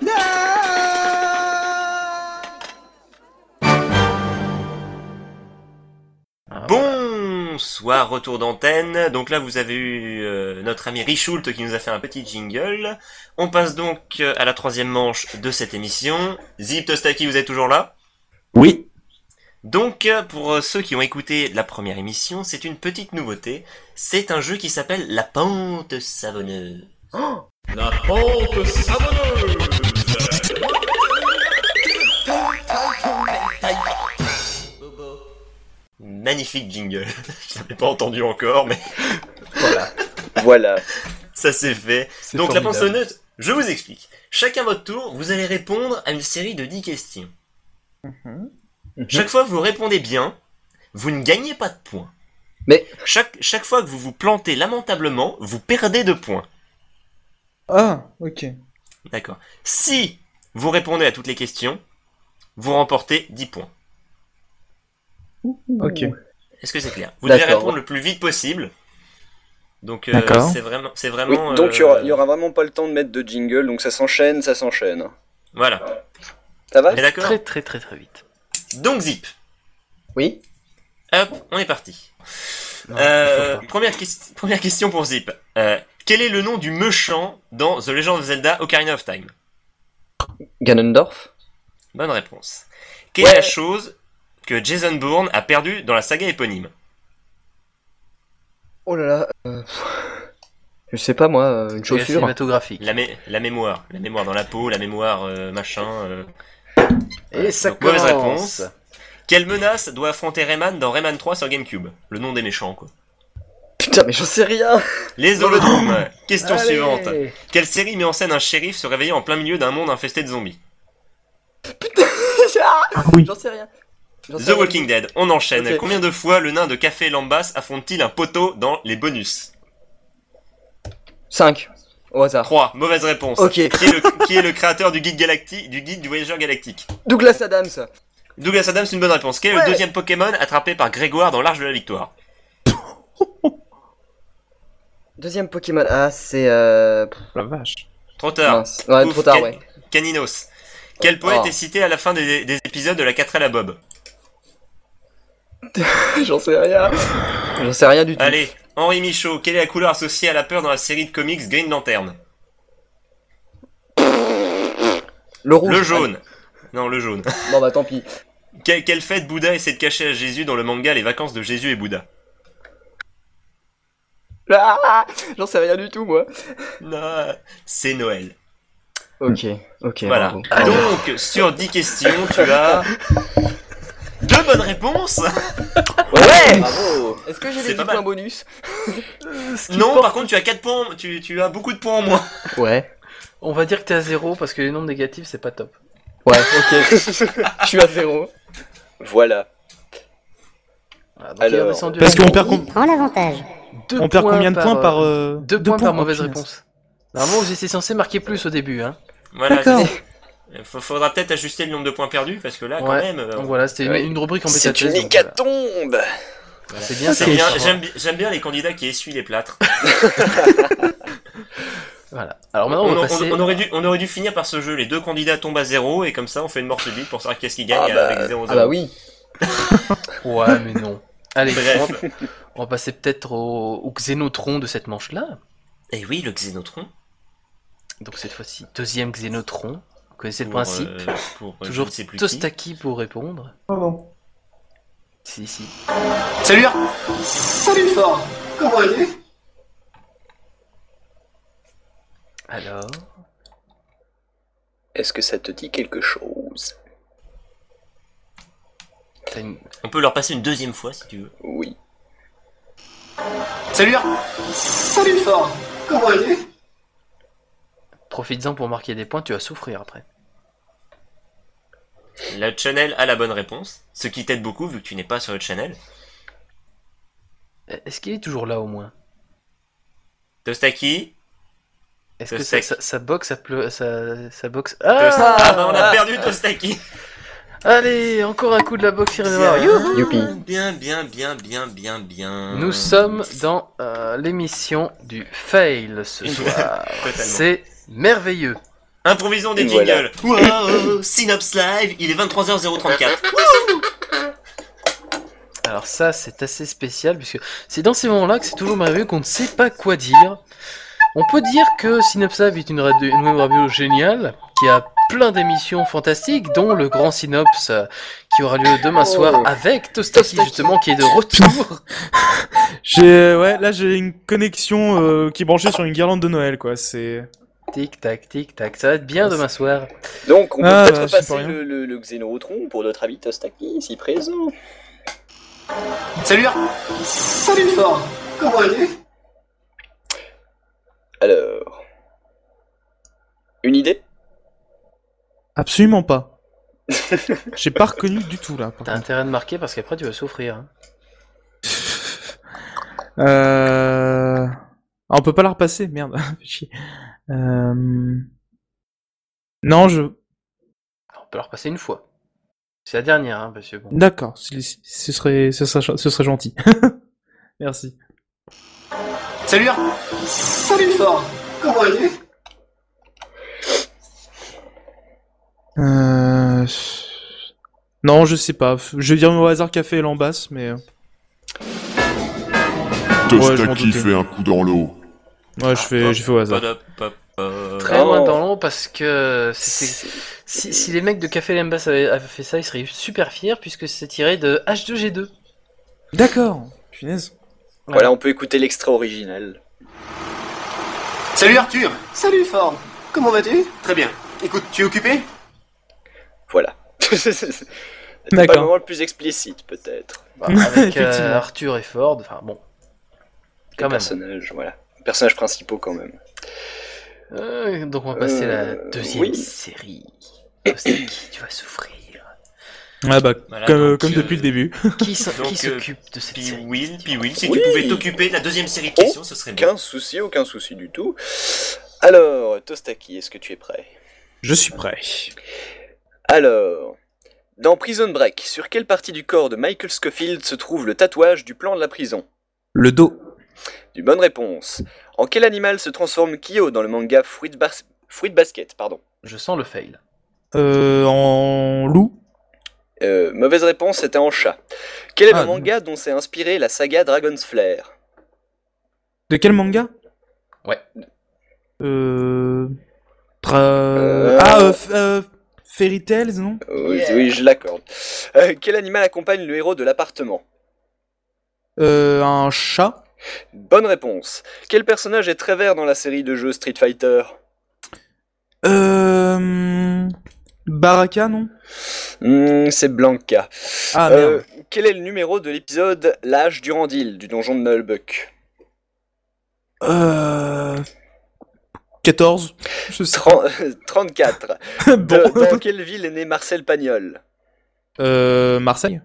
Speaker 3: Bonsoir, retour d'antenne. Donc là, vous avez eu euh, notre ami Richoult qui nous a fait un petit jingle. On passe donc euh, à la troisième manche de cette émission. Zip Tostaki, vous êtes toujours là
Speaker 19: Oui.
Speaker 3: Donc, euh, pour euh, ceux qui ont écouté la première émission, c'est une petite nouveauté. C'est un jeu qui s'appelle La Pente Savonneuse.
Speaker 13: La pente savonneuse
Speaker 3: Magnifique jingle. Je l'avais pas entendu encore, mais
Speaker 4: Voilà. voilà.
Speaker 3: ça c'est fait.
Speaker 4: C'est
Speaker 3: Donc la
Speaker 4: formidable.
Speaker 3: pensonneuse, je vous explique. Chacun votre tour, vous allez répondre à une série de 10 questions. Chaque fois que vous répondez bien, vous ne gagnez pas de points.
Speaker 8: Mais
Speaker 3: chaque, chaque fois que vous vous plantez lamentablement, vous perdez de points.
Speaker 6: Ah, ok.
Speaker 3: D'accord. Si vous répondez à toutes les questions, vous remportez 10 points.
Speaker 6: Ok.
Speaker 3: Est-ce que c'est clair Vous devez
Speaker 4: D'accord.
Speaker 3: répondre le plus vite possible. Donc euh,
Speaker 6: D'accord.
Speaker 3: c'est vraiment, c'est
Speaker 4: Oui,
Speaker 3: vraiment.
Speaker 4: donc il y
Speaker 3: euh,
Speaker 4: aura, il y aura vraiment pas le temps de mettre de jingle, donc ça s'enchaîne, ça s'enchaîne.
Speaker 3: Voilà.
Speaker 4: Ça va
Speaker 3: On est d'accord
Speaker 4: Très,
Speaker 2: très très vite.
Speaker 3: Donc Zip.
Speaker 8: Oui.
Speaker 3: Hop, on est parti. Euh, première, ques- première question pour Zip. Euh, quel est le nom du méchant dans The Legend of Zelda Ocarina of Time
Speaker 8: Ganondorf
Speaker 3: Bonne réponse. Quelle est la chose que Jason Bourne a perdue dans la saga éponyme
Speaker 8: Oh là là. euh, pff, Je sais pas moi, euh, une chaussure.
Speaker 3: La, mé- la mémoire. La mémoire dans la peau, la mémoire euh, machin. euh.
Speaker 2: Et ça
Speaker 3: Donc, mauvaise
Speaker 2: commence.
Speaker 3: réponse. Quelle menace doit affronter Rayman dans Rayman 3 sur GameCube Le nom des méchants, quoi.
Speaker 8: Putain, mais j'en sais rien
Speaker 3: Les holodromes. Question
Speaker 8: Allez.
Speaker 3: suivante. Quelle série met en scène un shérif se réveillant en plein milieu d'un monde infesté de zombies
Speaker 8: Ah,
Speaker 6: Ah
Speaker 8: J'en sais rien. J'en sais
Speaker 3: The
Speaker 8: rien.
Speaker 3: Walking Dead, on enchaîne.
Speaker 8: euh, Ok.
Speaker 3: Combien de fois le nain de Café Lambas affronte-t-il un poteau dans les bonus
Speaker 8: 5. Au hasard.
Speaker 3: 3. Mauvaise réponse.
Speaker 8: Ok.
Speaker 3: Qui, est le, qui est le créateur du guide, galacti- du guide du voyageur galactique
Speaker 8: Douglas Adams
Speaker 3: Douglas Adams, une bonne réponse. Quel est
Speaker 8: Ouais.
Speaker 3: le deuxième Pokémon attrapé par Grégoire dans l'Arche de la Victoire
Speaker 8: Deuxième Pokémon. Ah, c'est. Euh...
Speaker 6: La vache.
Speaker 3: Trop tard.
Speaker 8: Mince. Ouais,
Speaker 3: Ouf,
Speaker 8: trop tard,
Speaker 3: Can-
Speaker 8: ouais.
Speaker 3: Caninos. Quel poète
Speaker 4: Ah.
Speaker 3: est cité à la fin des, des épisodes de la 4L à Bob
Speaker 4: J'en sais rien.
Speaker 8: J'en sais rien du tout.
Speaker 3: Allez, Henri Michaud, quelle est la couleur associée à la peur dans la série de comics Green Lantern
Speaker 8: Le rouge.
Speaker 3: Le jaune. Non, le jaune.
Speaker 8: Bon bah tant pis.
Speaker 3: Que- quelle fête Bouddha essaie de cacher à Jésus dans le manga Les vacances de Jésus et Bouddha
Speaker 4: Ah, J'en sais rien du tout, moi.
Speaker 3: C'est Noël.
Speaker 8: Ok, ok.
Speaker 3: Voilà. Ah,
Speaker 8: bravo.
Speaker 3: Donc, sur 10 questions, tu as. Deux bonnes réponses
Speaker 4: Ouais Bravo Est-ce que j'ai
Speaker 3: C'est
Speaker 4: des
Speaker 3: pas
Speaker 4: petits
Speaker 3: mal.
Speaker 4: points bonus
Speaker 3: Non, par contre, tu as 4 points, tu, tu as beaucoup de points en moins.
Speaker 8: Ouais.
Speaker 2: On va dire que t'es à zéro parce que les nombres négatifs c'est pas top.
Speaker 8: Ouais,
Speaker 4: ok. Je suis à zéro. Voilà.
Speaker 3: Ah,
Speaker 2: donc il est redescendu
Speaker 6: Parce
Speaker 2: à
Speaker 6: qu'on
Speaker 2: zéro.
Speaker 6: perd com-
Speaker 10: Prends l'avantage.
Speaker 2: Deux
Speaker 6: On perd
Speaker 2: points
Speaker 6: combien de points par,
Speaker 2: euh,
Speaker 6: euh,
Speaker 2: Deux
Speaker 6: deux
Speaker 2: points
Speaker 6: points,
Speaker 2: par
Speaker 6: oh,
Speaker 2: mauvaise
Speaker 6: punaise.
Speaker 2: réponse. Normalement, j'étais censé marquer plus au début. Hein.
Speaker 3: Voilà,
Speaker 6: D'accord.
Speaker 3: Il faudra peut-être ajuster le nombre de points perdus parce que là, quand
Speaker 2: Ouais.
Speaker 3: même. euh,
Speaker 2: Donc voilà, c'était une-
Speaker 3: ouais.
Speaker 2: une rubrique en bêta
Speaker 4: C'est une
Speaker 2: test. donc voilà.
Speaker 4: hécatombe
Speaker 2: C'est bien ça.
Speaker 3: C'est bien,
Speaker 2: ça.
Speaker 3: J'aime bi- j'aime bien les candidats qui essuient les plâtres.
Speaker 2: Voilà. Alors maintenant, on,
Speaker 3: on,
Speaker 2: va
Speaker 3: on-
Speaker 2: passer.
Speaker 3: on aurait dû, on aurait dû finir par ce jeu. Les deux candidats tombent à zéro et comme ça, on fait une mort subite pour savoir qu'est-ce qui gagne euh,
Speaker 8: Ah bah-
Speaker 3: avec 0
Speaker 8: ah bah oui.
Speaker 2: Ouais, mais non. Allez,
Speaker 3: Bref.
Speaker 2: on va, on va passer peut-être au, au Xénotron de cette manche-là.
Speaker 3: Et Eh oui, le Xénotron.
Speaker 2: Donc cette fois-ci, deuxième Xénotron. Vous connaissez le
Speaker 3: Pour, euh,
Speaker 2: principe.
Speaker 3: pour, euh, je
Speaker 2: Toujours
Speaker 3: ne sais plus
Speaker 2: Tostaki pour répondre. Si, si.
Speaker 7: Salut
Speaker 3: hein.
Speaker 17: Salut fort Comment allez
Speaker 2: Alors.
Speaker 4: Est-ce que ça te dit quelque chose
Speaker 2: t'as une-
Speaker 3: On peut leur passer une deuxième fois si tu veux.
Speaker 4: Oui.
Speaker 7: Salut
Speaker 3: hein.
Speaker 17: Salut fort Comment allez
Speaker 2: Profites-en pour marquer des points, tu vas souffrir après.
Speaker 3: Le channel a la bonne réponse, ce qui t'aide beaucoup vu que tu n'es pas sur le channel.
Speaker 2: Euh, Est-ce qu'il est toujours là au moins
Speaker 3: Tostaki.
Speaker 2: Est-ce que ça,
Speaker 3: Tostaki.
Speaker 2: ça, ça boxe, ça, pleu- ça, ça boxe.
Speaker 3: Tost-
Speaker 2: Ah,
Speaker 3: Ah bah, on a perdu Tostaki.
Speaker 2: Allez, encore un coup de la boxe irrémédiable. Youhou
Speaker 3: Bien, bien, bien, bien, bien, bien.
Speaker 2: Nous sommes dans euh, l'émission du fail ce soir.
Speaker 3: Totalement.
Speaker 2: C'est merveilleux.
Speaker 3: Improvisons des
Speaker 2: Et voilà.
Speaker 3: jingles. Wow, Synops Live, il est 23h034.
Speaker 2: Alors ça, c'est assez spécial puisque c'est dans ces moments-là que c'est toujours merveilleux qu'on ne sait pas quoi dire. On peut dire que Synopsave est une, radio, une web radio géniale qui a plein d'émissions fantastiques, dont le grand Synops euh, qui aura lieu demain soir avec Oh. Tostaki justement qui est de retour.
Speaker 6: J'ai ouais, là j'ai une connexion euh, qui est branchée sur une guirlande de Noël quoi. C'est
Speaker 2: tic tac tic tac, ça va être bien demain soir.
Speaker 4: Donc, on peut
Speaker 6: Ah,
Speaker 4: peut-être
Speaker 6: bah, c'est pas
Speaker 4: passer
Speaker 6: rien.
Speaker 4: le, le, le Xénotron pour notre ami Tostaki, ici présent.
Speaker 7: Salut
Speaker 17: hein. Salut fort Comment allez
Speaker 4: Alors. Une idée
Speaker 6: absolument pas. j'ai pas reconnu du tout là. par
Speaker 2: T'as intérêt de marquer parce qu'après tu vas souffrir. hein.
Speaker 6: Euh... Ah, on peut pas la repasser, merde. Fais chier. Euh... Non, je.
Speaker 2: On peut leur passer une fois. C'est la dernière, hein, monsieur. Bon.
Speaker 6: D'accord, ce
Speaker 3: Euh,
Speaker 6: ce serait, ce serait, ce serait gentil. Merci.
Speaker 7: Salut
Speaker 19: hein.
Speaker 17: Salut fort Comment allez
Speaker 6: Euh... Non, je sais pas. Je vais dire au hasard café et lambasse, mais. euh, je m'en
Speaker 11: Tostaki
Speaker 6: doutais.
Speaker 11: fait un coup dans l'eau.
Speaker 6: Ouais, je fais, je fais au hasard.
Speaker 2: Très loin dans l'ombre parce que c'était- si, si les mecs de Café Lembas avaient, avaient fait ça, ils seraient super fiers puisque c'est tiré de H2G2.
Speaker 6: D'accord, punaise.
Speaker 4: Voilà, on peut écouter l'extrait original.
Speaker 7: Salut Arthur
Speaker 17: Salut fort Comment vas-tu
Speaker 7: Très bien. Écoute, tu es occupé
Speaker 4: Voilà. C'était pas le
Speaker 2: D'accord.
Speaker 4: moment le plus explicite, peut-être.
Speaker 2: Bah, avec euh,
Speaker 4: Effectivement.
Speaker 2: Arthur et Ford, enfin bon.
Speaker 4: Les
Speaker 2: Quand même.
Speaker 4: personnages, voilà. Les Personnages principaux, quand même.
Speaker 2: Euh, donc on va passer à la
Speaker 4: Euh,
Speaker 2: deuxième
Speaker 4: oui.
Speaker 2: série. Ostaki, tu vas souffrir.
Speaker 6: Ah bah,
Speaker 3: Voilà,
Speaker 6: comme,
Speaker 3: donc,
Speaker 6: comme
Speaker 3: euh,
Speaker 6: depuis le début.
Speaker 2: Qui s'en-
Speaker 3: Donc,
Speaker 2: qui
Speaker 3: euh,
Speaker 2: s'occupe de cette
Speaker 3: Puis
Speaker 2: série
Speaker 3: Will, puis Will, si
Speaker 4: Oui.
Speaker 3: tu pouvais t'occuper de la deuxième série de questions, ce serait bien.
Speaker 4: Aucun souci, aucun souci du tout. Alors, Tostaki, est-ce que tu es prêt
Speaker 6: Je suis prêt.
Speaker 4: Alors, dans Prison Break, sur quelle partie du corps de Michael Scofield se trouve le tatouage du plan de la prison
Speaker 6: Le dos.
Speaker 4: Du bonne réponse. En quel animal se transforme Kyo dans le manga Fruit, Bas- Fruit Basket pardon
Speaker 2: Je sens le fail.
Speaker 6: Euh, en loup
Speaker 4: Euh, mauvaise réponse, c'était en chat. Quel est
Speaker 6: Ah,
Speaker 4: le manga dont s'est inspirée la saga Dragon's Flare
Speaker 6: De quel manga
Speaker 2: Ouais.
Speaker 6: Euh... Tra- Ah, euh, f- euh, Fairy Tales, non
Speaker 4: Oui, oui, je l'accorde. Euh, quel animal accompagne le héros de l'appartement
Speaker 6: Euh, un chat
Speaker 4: Bonne réponse. Quel personnage est très vert dans la série de jeux Street Fighter
Speaker 6: Euh... Baraka, non
Speaker 4: Hmm, C'est Blanca.
Speaker 6: Ah,
Speaker 4: Euh,
Speaker 6: merde.
Speaker 4: quel est le numéro de l'épisode L'âge du Randil du donjon de Nullbuck
Speaker 6: Euh... 14 Je sais
Speaker 4: Tren- 34. De- dans quelle ville est né Marcel Pagnol
Speaker 6: Euh... Marseille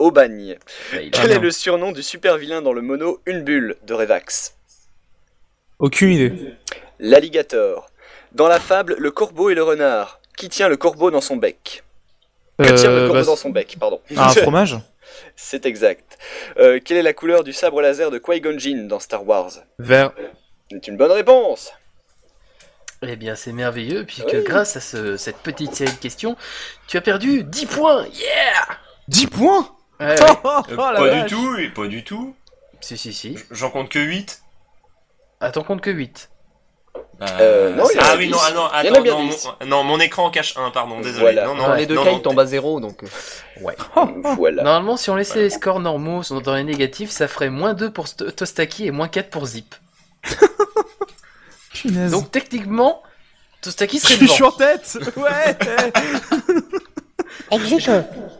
Speaker 4: Aubagne. Quel est
Speaker 6: merde.
Speaker 4: le surnom du super vilain dans le mono Une Bulle de Revax
Speaker 6: Aucune idée.
Speaker 4: L'alligator. Dans la fable, le corbeau et le renard. Qui tient le corbeau dans son bec Que tient le
Speaker 6: Euh,
Speaker 4: corbeau
Speaker 6: bah,
Speaker 4: dans son bec, pardon.
Speaker 6: Ah, un fromage
Speaker 4: C'est exact. Euh, quelle est la couleur du sabre laser de Qui-Gon Jinn dans Star Wars
Speaker 6: Vert.
Speaker 4: C'est une bonne réponse
Speaker 2: Eh bien, c'est merveilleux, puisque grâce à ce- cette petite série de questions, tu as perdu 10 points Yeah
Speaker 6: 10 points
Speaker 2: Ouais, ouais.
Speaker 3: Euh, pas du tout, et pas du tout.
Speaker 2: Si, si, si.
Speaker 3: J'en compte que 8.
Speaker 2: Ah, t'en comptes que 8.
Speaker 4: Euh, non, il y en a
Speaker 3: Bah, ah oui,
Speaker 4: 10.
Speaker 3: non, ah non,
Speaker 4: Il y en
Speaker 3: attends,
Speaker 4: a bien
Speaker 3: non,
Speaker 4: 10.
Speaker 3: mon, non, mon écran en cache un, pardon, désolé.
Speaker 8: Voilà.
Speaker 3: Non, non,
Speaker 8: Dans les deux
Speaker 3: non,
Speaker 8: cas,
Speaker 3: non,
Speaker 8: il tombe à zéro, donc. euh,
Speaker 2: Ouais.
Speaker 4: Oh, Voilà.
Speaker 2: Normalement, si on laissait les scores normaux sont dans les négatifs, ça ferait moins 2 pour St- Tostaki et moins 4 pour Zip. Donc techniquement, Tostaki serait
Speaker 6: Je
Speaker 2: devant.
Speaker 6: suis en tête Ouais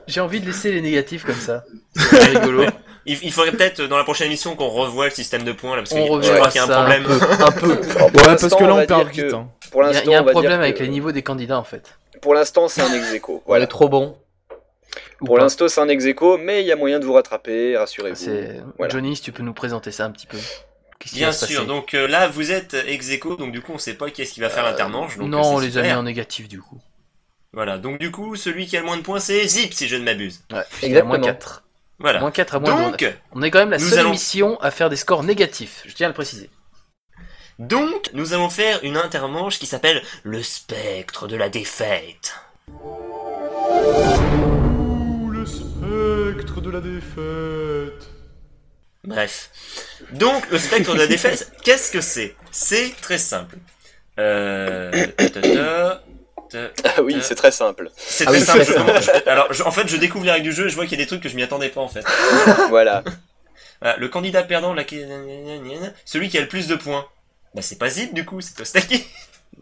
Speaker 2: J'ai envie de laisser les négatifs comme ça. C'est rigolo.
Speaker 3: Il, il faudrait peut-être euh, dans la prochaine émission qu'on revoie le système de points là parce que
Speaker 2: On
Speaker 3: je
Speaker 2: reverra
Speaker 3: crois qu'il y a un
Speaker 2: ça un
Speaker 3: problème.
Speaker 2: peu, un peu.
Speaker 4: Alors, pour l'instant, on va dire que-
Speaker 6: hein.
Speaker 4: Pour
Speaker 2: hein. Il y a-
Speaker 4: l'instant,
Speaker 2: il y a un
Speaker 4: on va dire
Speaker 2: problème avec
Speaker 4: que-
Speaker 2: les niveaux des candidats en fait.
Speaker 4: Pour l'instant, c'est un ex aequo. Voilà.
Speaker 8: est trop bon.
Speaker 4: Pour l'instant, c'est un ex aequo, mais il y a moyen de vous rattraper, rassurez-vous.
Speaker 2: C'est-
Speaker 4: Voilà.
Speaker 2: Johnny, si tu peux nous présenter ça un petit peu. Qu'est-ce qui
Speaker 3: Bien
Speaker 2: va se
Speaker 3: sûr,
Speaker 2: passer
Speaker 3: donc euh, là vous êtes ex aequo, donc du coup on sait pas qui est-ce qui va faire l'intermanche. donc, euh,
Speaker 2: non, on
Speaker 3: c'est
Speaker 2: les a mis
Speaker 3: super.
Speaker 2: en négatif du coup.
Speaker 3: Voilà, donc du coup celui qui a le moins de points c'est Zip si je ne m'abuse.
Speaker 2: Puisqu'il y a Moins 4.
Speaker 3: Voilà.
Speaker 2: Moins 4 à moins
Speaker 3: Donc,
Speaker 2: de- On est quand même la
Speaker 3: nous
Speaker 2: seule
Speaker 3: allons-
Speaker 2: émission à faire des scores négatifs, je tiens à le préciser.
Speaker 3: Donc nous allons faire une intermanche qui s'appelle le spectre de la défaite.
Speaker 13: le spectre de la défaite.
Speaker 3: Bref. Donc, le spectre de la défaite, qu'est-ce que c'est C'est très simple. Euh...
Speaker 4: Ah oui, c'est très simple.
Speaker 3: C'est
Speaker 4: Ah
Speaker 3: très
Speaker 4: oui,
Speaker 3: simple.
Speaker 4: c'est
Speaker 3: je-
Speaker 4: très simple.
Speaker 3: je- Alors, je- en fait, je découvre les règles du jeu et je vois qu'il y a des trucs que je m'y attendais pas, en fait.
Speaker 4: voilà.
Speaker 3: Voilà, Le candidat perdant, la... celui qui a le plus de points. Bah, c'est pas Zip, du coup, c'est Tostaki.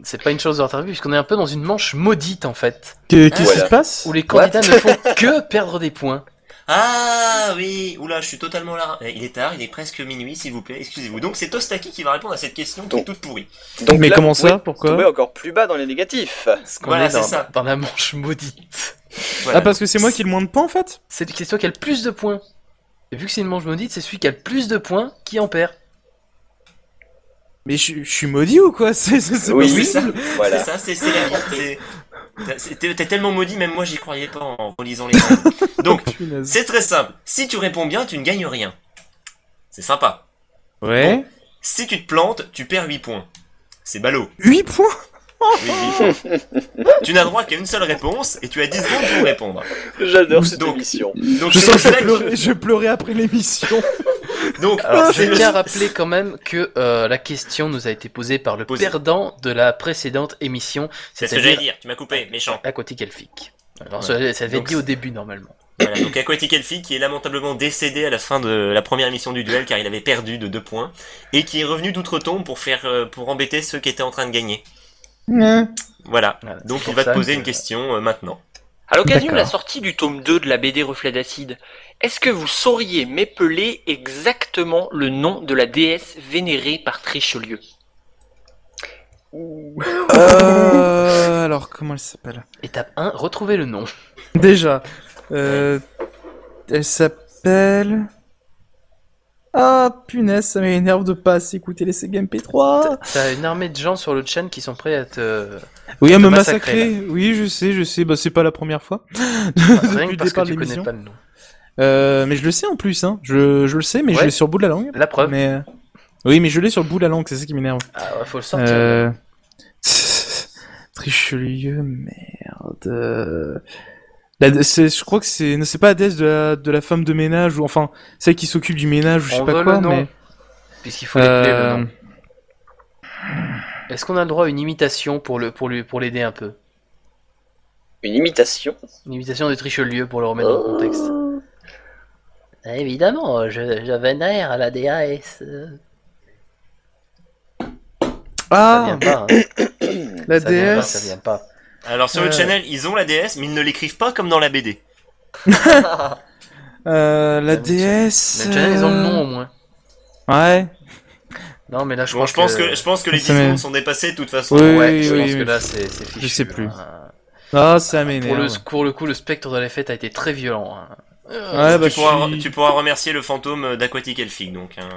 Speaker 2: C'est pas une chose de rattraper, puisqu'on est un peu dans une manche maudite en fait.
Speaker 6: Qu'est- qu'est-ce qui Voilà. se passe
Speaker 2: Où les candidats
Speaker 3: What
Speaker 2: ne font que perdre des points.
Speaker 3: Ah oui, oula, je suis totalement là. Eh, Il est tard, il est presque minuit, s'il vous plaît, excusez-vous. Donc, c'est Tostaki qui va répondre à cette question qui est toute pourrie.
Speaker 4: Donc
Speaker 6: Mais
Speaker 4: là,
Speaker 6: comment
Speaker 4: vous pouvez
Speaker 6: ça Pourquoi
Speaker 4: tomber encore plus bas dans les négatifs.
Speaker 2: Qu'on est dans, Dans la manche maudite.
Speaker 6: Ah, parce que c'est moi qui ai le moins de points en fait
Speaker 2: C'est c'est toi qui a le plus de points. Et vu que c'est une manche maudite, c'est celui qui a le plus de points qui en perd.
Speaker 6: Mais je, je suis maudit ou quoi C'est c'est- c'est
Speaker 3: Oui,
Speaker 6: pas
Speaker 3: c'est ça.
Speaker 6: possible.
Speaker 3: C'est ça, c'est c'est la c'est- c'est- T'es t'es tellement maudit, même moi j'y croyais pas en relisant les règles. Donc, c'est très simple. Si tu réponds bien, tu ne gagnes rien. C'est sympa.
Speaker 6: Ouais.
Speaker 3: Si tu te plantes, tu perds 8 points. C'est ballot.
Speaker 6: 8 points
Speaker 3: Oui, huit points. tu n'as droit qu'à une seule réponse et tu as 10 secondes pour répondre.
Speaker 4: J'adore cette émission.
Speaker 3: Donc,
Speaker 6: Je
Speaker 3: c'est le
Speaker 6: sens que je vais
Speaker 3: spectre-
Speaker 6: pleurer, je vais pleurer après l'émission.
Speaker 3: Donc,
Speaker 6: Ah,
Speaker 2: Alors, je
Speaker 3: c'est le-
Speaker 2: tiens à rappeler quand même que euh, la question nous a été posée par le perdant de la précédente émission,
Speaker 3: C'est ce que j'allais
Speaker 2: c'est-à-dire
Speaker 3: dire. Tu m'as coupé, méchant.
Speaker 2: Aquatic Elphic. Alors,
Speaker 3: Voilà.
Speaker 2: ça, ça avait
Speaker 3: Donc,
Speaker 2: dit au début normalement.
Speaker 3: Voilà, donc Aquatic Elfie qui est lamentablement décédé à la fin de la première émission du duel car il avait perdu de 2 points et qui est revenu d'outre-tombe pour faire euh, pour embêter ceux qui étaient en train de gagner. Voilà. donc
Speaker 19: c'est
Speaker 3: il va
Speaker 19: pour
Speaker 3: te
Speaker 19: ça
Speaker 3: poser
Speaker 19: que-
Speaker 3: une question euh, maintenant.
Speaker 19: À l'occasion de la
Speaker 3: D'accord.
Speaker 19: sortie du tome 2 de la BD Reflet d'acide, est-ce que vous sauriez m'épeler exactement le nom de la déesse vénérée par Trichelieu
Speaker 6: Euh, alors, comment elle s'appelle
Speaker 2: Étape 1, retrouver le nom.
Speaker 6: Déjà, euh, elle s'appelle. Ah punaise, ça m'énerve de pas assez écouter les CGMP3.
Speaker 2: T'as une armée de gens sur le chan qui sont prêts à te.
Speaker 6: Oui, à
Speaker 2: te
Speaker 6: me massacrer.
Speaker 2: là.
Speaker 6: Oui, je sais, je sais. Bah, c'est pas la première fois.
Speaker 2: Rien que
Speaker 6: Depuis le
Speaker 2: parce que
Speaker 6: départ de
Speaker 2: tu connais
Speaker 6: l'émission.
Speaker 2: pas le nom.
Speaker 6: Euh, mais je le sais en plus, hein. Je, je le sais, mais je
Speaker 2: Ouais.
Speaker 6: l'ai sur le bout de la langue.
Speaker 2: La preuve.
Speaker 6: Mais... euh, Oui, mais je l'ai sur le bout de la langue, c'est ça qui m'énerve.
Speaker 2: Ah ouais, faut le sortir.
Speaker 6: Euh, Trichelieu, merde. fait. euh, la- c'est- je crois que c'est, non, c'est pas la déesse de la, de la femme de ménage, ou enfin, celle qui s'occupe du ménage, ou je sais
Speaker 2: On
Speaker 6: pas
Speaker 2: veut
Speaker 6: quoi,
Speaker 2: le nom,
Speaker 6: mais.
Speaker 2: puisqu'il faut l'appeler, le
Speaker 6: Euh,
Speaker 2: nom. Est-ce qu'on a le droit à une imitation pour le pour lui pour l'aider un peu
Speaker 4: Une imitation
Speaker 2: Une imitation de Trichelieu pour le remettre dans le contexte. Évidemment, je, je vénère à la DAS.
Speaker 6: Ah La
Speaker 2: Ça vient hein. pas,
Speaker 6: déesse.
Speaker 2: ça vient pas.
Speaker 3: Alors sur le
Speaker 2: Euh.
Speaker 3: channel, ils ont la DS, mais ils ne l'écrivent pas comme dans la BD.
Speaker 6: Euh, la déesse.
Speaker 2: Mais déjà, ils ont le nom, au
Speaker 6: euh,
Speaker 2: moins.
Speaker 6: Ouais.
Speaker 2: Non, mais là, je,
Speaker 3: Bon,
Speaker 2: pense,
Speaker 3: je pense que je pense que les 10
Speaker 6: Mais-
Speaker 3: secondes sont dépassées de toute façon.
Speaker 6: Oui,
Speaker 2: Ouais,
Speaker 6: oui,
Speaker 2: je pense
Speaker 6: oui,
Speaker 2: que
Speaker 6: oui.
Speaker 2: là, c'est c'est fichu.
Speaker 6: Je sais plus.
Speaker 8: Euh,
Speaker 2: hein.
Speaker 6: Ah, ça m'énerve.
Speaker 2: Pour le, pour le coup, le spectre de la fête a été très violent. hein.
Speaker 19: Euh,
Speaker 6: Ouais, bah,
Speaker 3: tu, pourras,
Speaker 6: je suis-
Speaker 3: tu pourras remercier le fantôme euh, d'Aquatic Elfig donc. hein.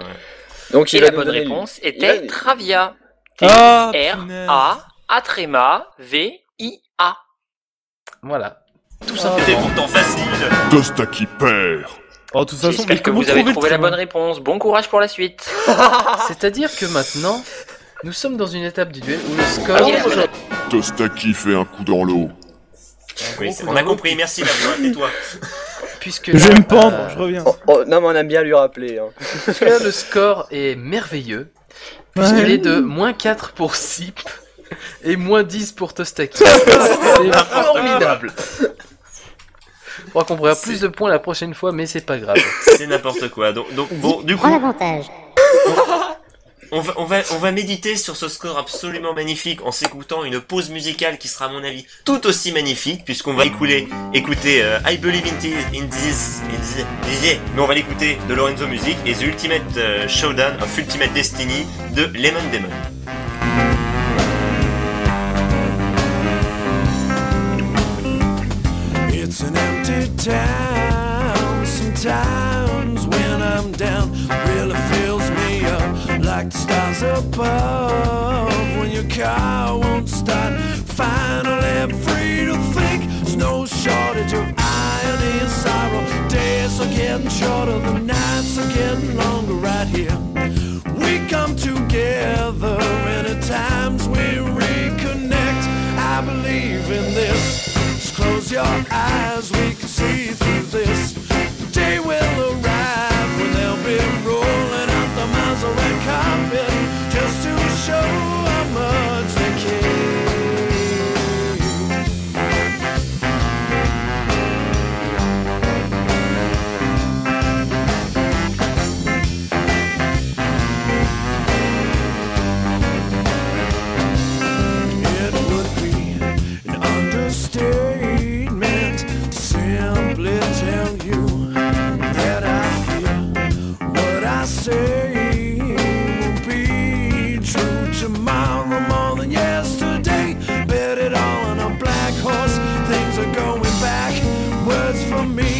Speaker 4: Donc
Speaker 19: Et
Speaker 4: il
Speaker 19: la
Speaker 4: va
Speaker 19: bonne
Speaker 4: nous donner
Speaker 19: réponse
Speaker 4: une-
Speaker 19: était
Speaker 4: il va-
Speaker 19: Travia.
Speaker 6: Ah,
Speaker 19: T-R-A-A-T-R-E-M-A-V-I-A.
Speaker 2: Voilà. Ah. Tout
Speaker 3: C'était pourtant facile.
Speaker 11: Costa qui perd.
Speaker 6: Oh, de toute façon, mais
Speaker 19: J'espère que
Speaker 6: comment
Speaker 19: vous avez
Speaker 6: trouver le
Speaker 19: trouvé la
Speaker 6: train
Speaker 19: bonne réponse. Bon courage pour la suite.
Speaker 2: C'est-à-dire que maintenant, nous sommes dans une étape du duel où le
Speaker 19: Ah,
Speaker 2: score.
Speaker 19: oui, la bonne
Speaker 11: Tosta qui fait un coup dans l'eau.
Speaker 3: Oui, c'est- on a compris, merci la voix, tais-toi.
Speaker 2: Puisque
Speaker 6: Je
Speaker 2: là,
Speaker 6: vais me pendre,
Speaker 2: euh,
Speaker 6: je reviens.
Speaker 4: Oh, oh, non, mais on aime bien lui rappeler. hein.
Speaker 2: puisque là, le score est merveilleux. Puisqu'il est de moins 4 pour Sip et moins 10 pour Tostaki. c'est formidable. Je crois qu'on pourrait plus de points la prochaine fois, mais c'est pas grave.
Speaker 3: C'est n'importe quoi. Donc, donc bon, du
Speaker 10: Prends
Speaker 3: coup,
Speaker 10: l'avantage.
Speaker 3: on va, on, va, on va méditer sur ce score absolument magnifique en s'écoutant une pause musicale qui sera, à mon avis, tout aussi magnifique, puisqu'on va écouler, écouter euh, I Believe in, Thi- in This, in Thi- in Thi- mais on va l'écouter de Lorenzo Music et The Ultimate euh, Showdown of Ultimate Destiny de Lemon Demon.
Speaker 13: It's an empty town. Sometimes when I'm down, it really fills me up like the stars above. When your car won't start, finally free to think. There's no shortage of irony and sorrow. Days are getting shorter, the nights are getting longer right here. We come together, and at times we reconnect. I believe in this. Just close your eyes, we can see through this. The day will arrive when they'll be rolling out the miles of red carpet just to show how much they care. It would be an understatement to simply tell you that I feel what I say will be true tomorrow more than yesterday. Bet it all on a black horse. Things are going backwards for me,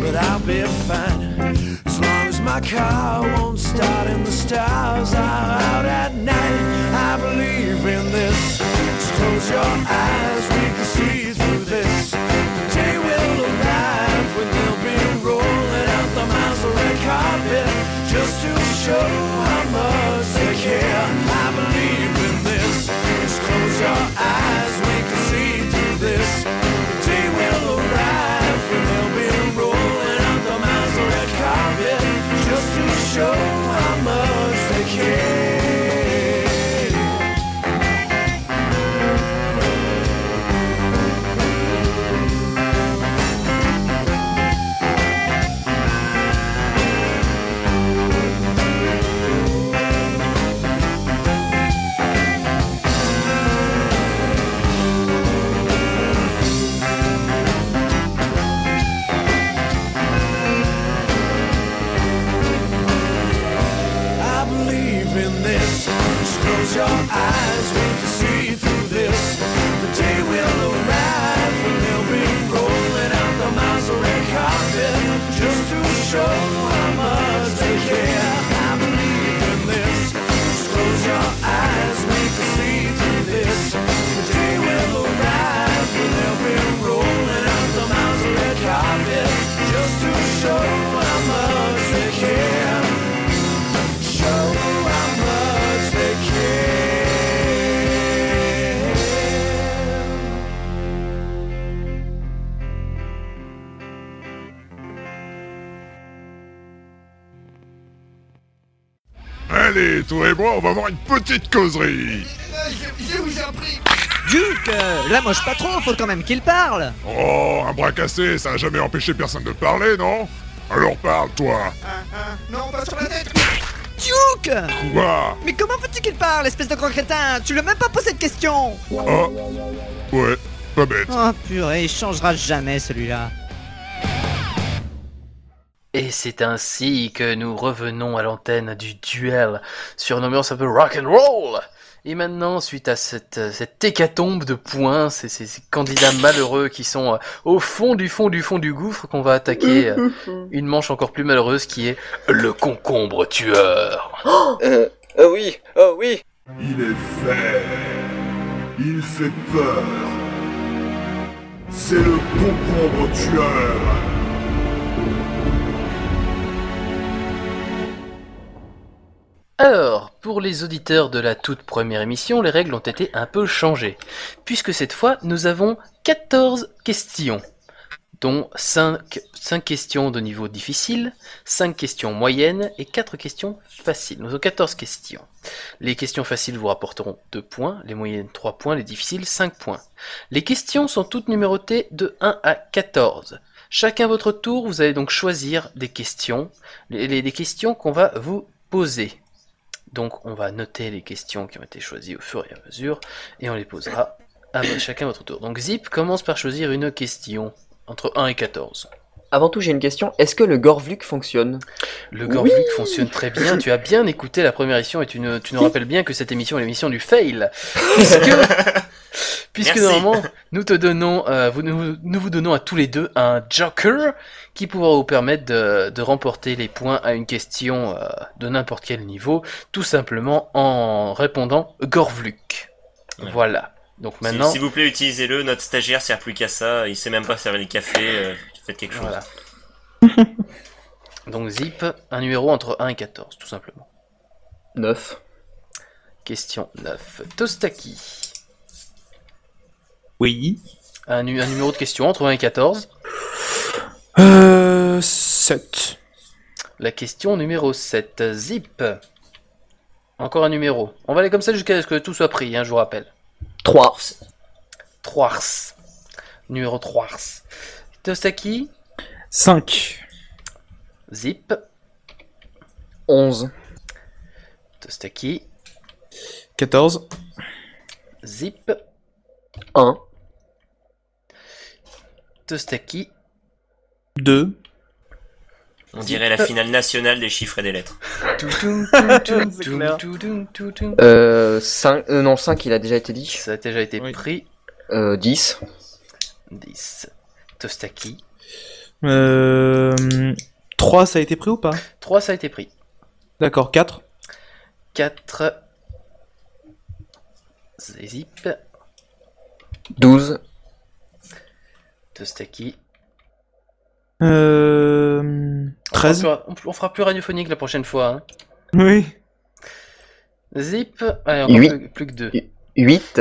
Speaker 13: but I'll be fine. As long as my car won't start and the stars are out at night, I believe in this. Just close your eyes, we can see through this. The day will arrive when they'll be rolling out the miles of red carpet just to show how much they care. I believe in this. Just close your eyes, we can see through this. The day will arrive when they'll be rolling out the miles of red carpet just to show how much they care.
Speaker 11: Allez, toi et moi, on va avoir une petite causerie.
Speaker 20: Duke, euh, la moche patron, faut quand même qu'il parle
Speaker 11: Oh, un bras cassé, ça a jamais empêché personne de parler, non Alors parle, toi.
Speaker 20: Non, pas sur la tête Duke
Speaker 11: Quoi
Speaker 20: Mais comment veux-tu qu'il parle, espèce de grand crétin Tu lui as même pas posé de question
Speaker 11: Oh, ouais, pas bête.
Speaker 20: Oh purée, il changera jamais celui-là.
Speaker 2: Et c'est ainsi que nous revenons à l'antenne du duel sur une ambiance un peu rock and roll. Et maintenant, suite à cette, euh, cette hécatombe de points, ces, ces- ces candidats malheureux qui sont euh, au fond du fond du fond du gouffre, qu'on va attaquer euh, une manche encore plus malheureuse qui est le concombre tueur.
Speaker 4: Euh, oh oui, oh oui
Speaker 11: Il est fait. Il fait peur. C'est le concombre tueur.
Speaker 2: Alors, pour les auditeurs de la toute première émission, les règles ont été un peu changées, puisque cette fois, nous avons 14 questions, dont 5, questions de niveau difficile, 5 questions moyennes et 4 questions faciles. Nous avons 14 questions. Les questions faciles vous rapporteront 2 points, les moyennes 3 points, les difficiles 5 points. Les questions sont toutes numérotées de 1 à 14. Chacun votre tour, vous allez donc choisir des questions, les, les- des questions qu'on va vous poser. Donc on va noter les questions qui ont été choisies au fur et à mesure et on les posera à vo- chacun votre tour. Donc Zip commence par choisir une question entre 1 et 14.
Speaker 8: Avant tout, j'ai une question. Est-ce que le Gorvluk fonctionne
Speaker 2: Le Gorvluk fonctionne très bien, tu as bien écouté la première émission et tu, ne- tu nous rappelles bien que cette émission est l'émission du fail. Puisque, puisque
Speaker 19: Merci.
Speaker 2: normalement, nous te donnons, euh, vous- nous, nous vous donnons à tous les deux un joker qui pourra vous permettre de, de remporter les points à une question euh, de n'importe quel niveau, tout simplement en répondant Gorvluk. Voilà. Donc
Speaker 3: S'il-
Speaker 2: maintenant,
Speaker 3: S'il vous plaît, utilisez-le. Notre stagiaire sert plus qu'à ça. Il sait même pas servir les cafés. euh, faites quelque chose.
Speaker 2: donc zip un numéro entre 1 et 14, tout simplement.
Speaker 8: 9.
Speaker 2: Question 9. Tostaki.
Speaker 6: Oui.
Speaker 2: Un, nu- un numéro de question entre 1 et 14.
Speaker 6: Euh. 7.
Speaker 2: La question numéro 7. Zip. Encore un numéro. On va aller comme ça jusqu'à ce que tout soit pris, hein, je vous rappelle.
Speaker 8: 3.
Speaker 2: 3. Numéro 3. Tostaki.
Speaker 6: 5.
Speaker 2: Zip.
Speaker 8: 11.
Speaker 2: Tostaki.
Speaker 6: 14.
Speaker 2: Zip.
Speaker 8: 1.
Speaker 2: Tostaki.
Speaker 6: 2.
Speaker 3: On dirait la finale nationale des chiffres et des lettres.
Speaker 8: Euh, 5. non, 5, il a déjà été dit. Ça
Speaker 2: a déjà été pris.
Speaker 8: Euh, 10.
Speaker 2: 10. Tostaki.
Speaker 6: Euh. 3, ça a été pris ou pas
Speaker 2: 3, ça a été pris.
Speaker 6: D'accord, 4.
Speaker 2: 4. Zip.
Speaker 8: 12.
Speaker 2: Tostaki.
Speaker 6: Euh. 13.
Speaker 2: On fera, plus, on fera plus radiophonique la prochaine fois. hein.
Speaker 6: Oui.
Speaker 2: Zip. Allez, encore
Speaker 8: Huit.
Speaker 2: plus, plus que 2.
Speaker 8: 8.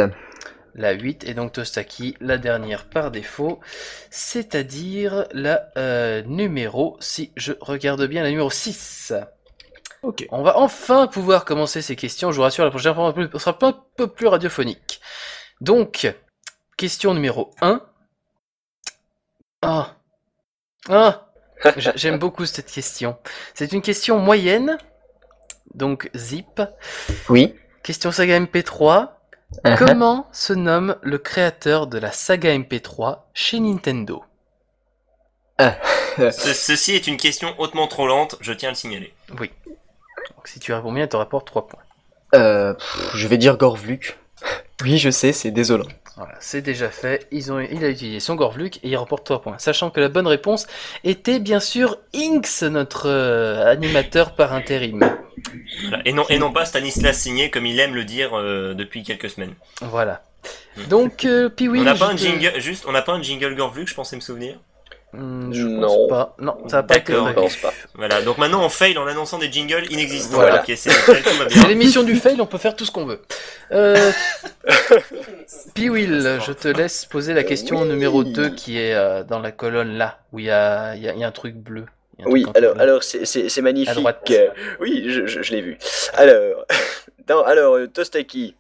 Speaker 2: La 8 et donc Tostaki, la dernière par défaut, c'est-à-dire la euh, numéro, si je regarde bien, la numéro 6.
Speaker 6: Ok.
Speaker 2: On va enfin pouvoir commencer ces questions, je vous rassure, la prochaine fois on va- on sera un peu plus radiophonique. Donc, question numéro 1. Ah Ah J'a- J'aime beaucoup cette question. C'est une question moyenne, donc zip.
Speaker 8: Oui.
Speaker 2: Question saga MP3.
Speaker 8: Uh-huh.
Speaker 2: Comment se nomme le créateur de la saga MP3 chez Nintendo
Speaker 3: Ce- ceci est une question hautement trop lente. Je tiens à le signaler.
Speaker 2: Oui. Donc, si tu réponds bien, elle te rapporte 3 points.
Speaker 8: Euh, pff, je vais dire Gorvluk. Oui, je sais, c'est désolant.
Speaker 2: Voilà, c'est déjà fait. Ils ont, il a utilisé son Gorvluk et il remporte 3 points. Sachant que la bonne réponse était bien sûr Inks, notre euh, animateur par intérim.
Speaker 3: Voilà. Et, non, et non pas Stanislas signé comme il aime le dire euh, depuis quelques semaines.
Speaker 2: Voilà. Donc, euh, Piwi.
Speaker 3: on n'a pas
Speaker 2: je
Speaker 3: un
Speaker 2: te-
Speaker 3: jingle, juste, on n'a pas un jingle Gorvluk, je pensais me souvenir.
Speaker 2: Hmm, je
Speaker 4: Non.
Speaker 2: pense pas. Non, ça va pas été
Speaker 3: D'accord,
Speaker 2: prévu.
Speaker 3: on pense Voilà. Donc maintenant on fail en annonçant des jingles inexistants.
Speaker 2: Voilà.
Speaker 3: Ok, c'est nickel, tout va bien.
Speaker 2: C'est l'émission du fail, on peut faire tout ce qu'on veut. Euh... Piwil, je te laisse poser la question numéro 2 qui est euh, dans la colonne là, où il y a, il y a- il y a un truc bleu.
Speaker 4: Oui, alors, alors c'est- c'est c'est magnifique.
Speaker 2: droite.
Speaker 4: Euh, Oui, je, je- je l'ai vu. Alors, dans- alors euh, Tostaki,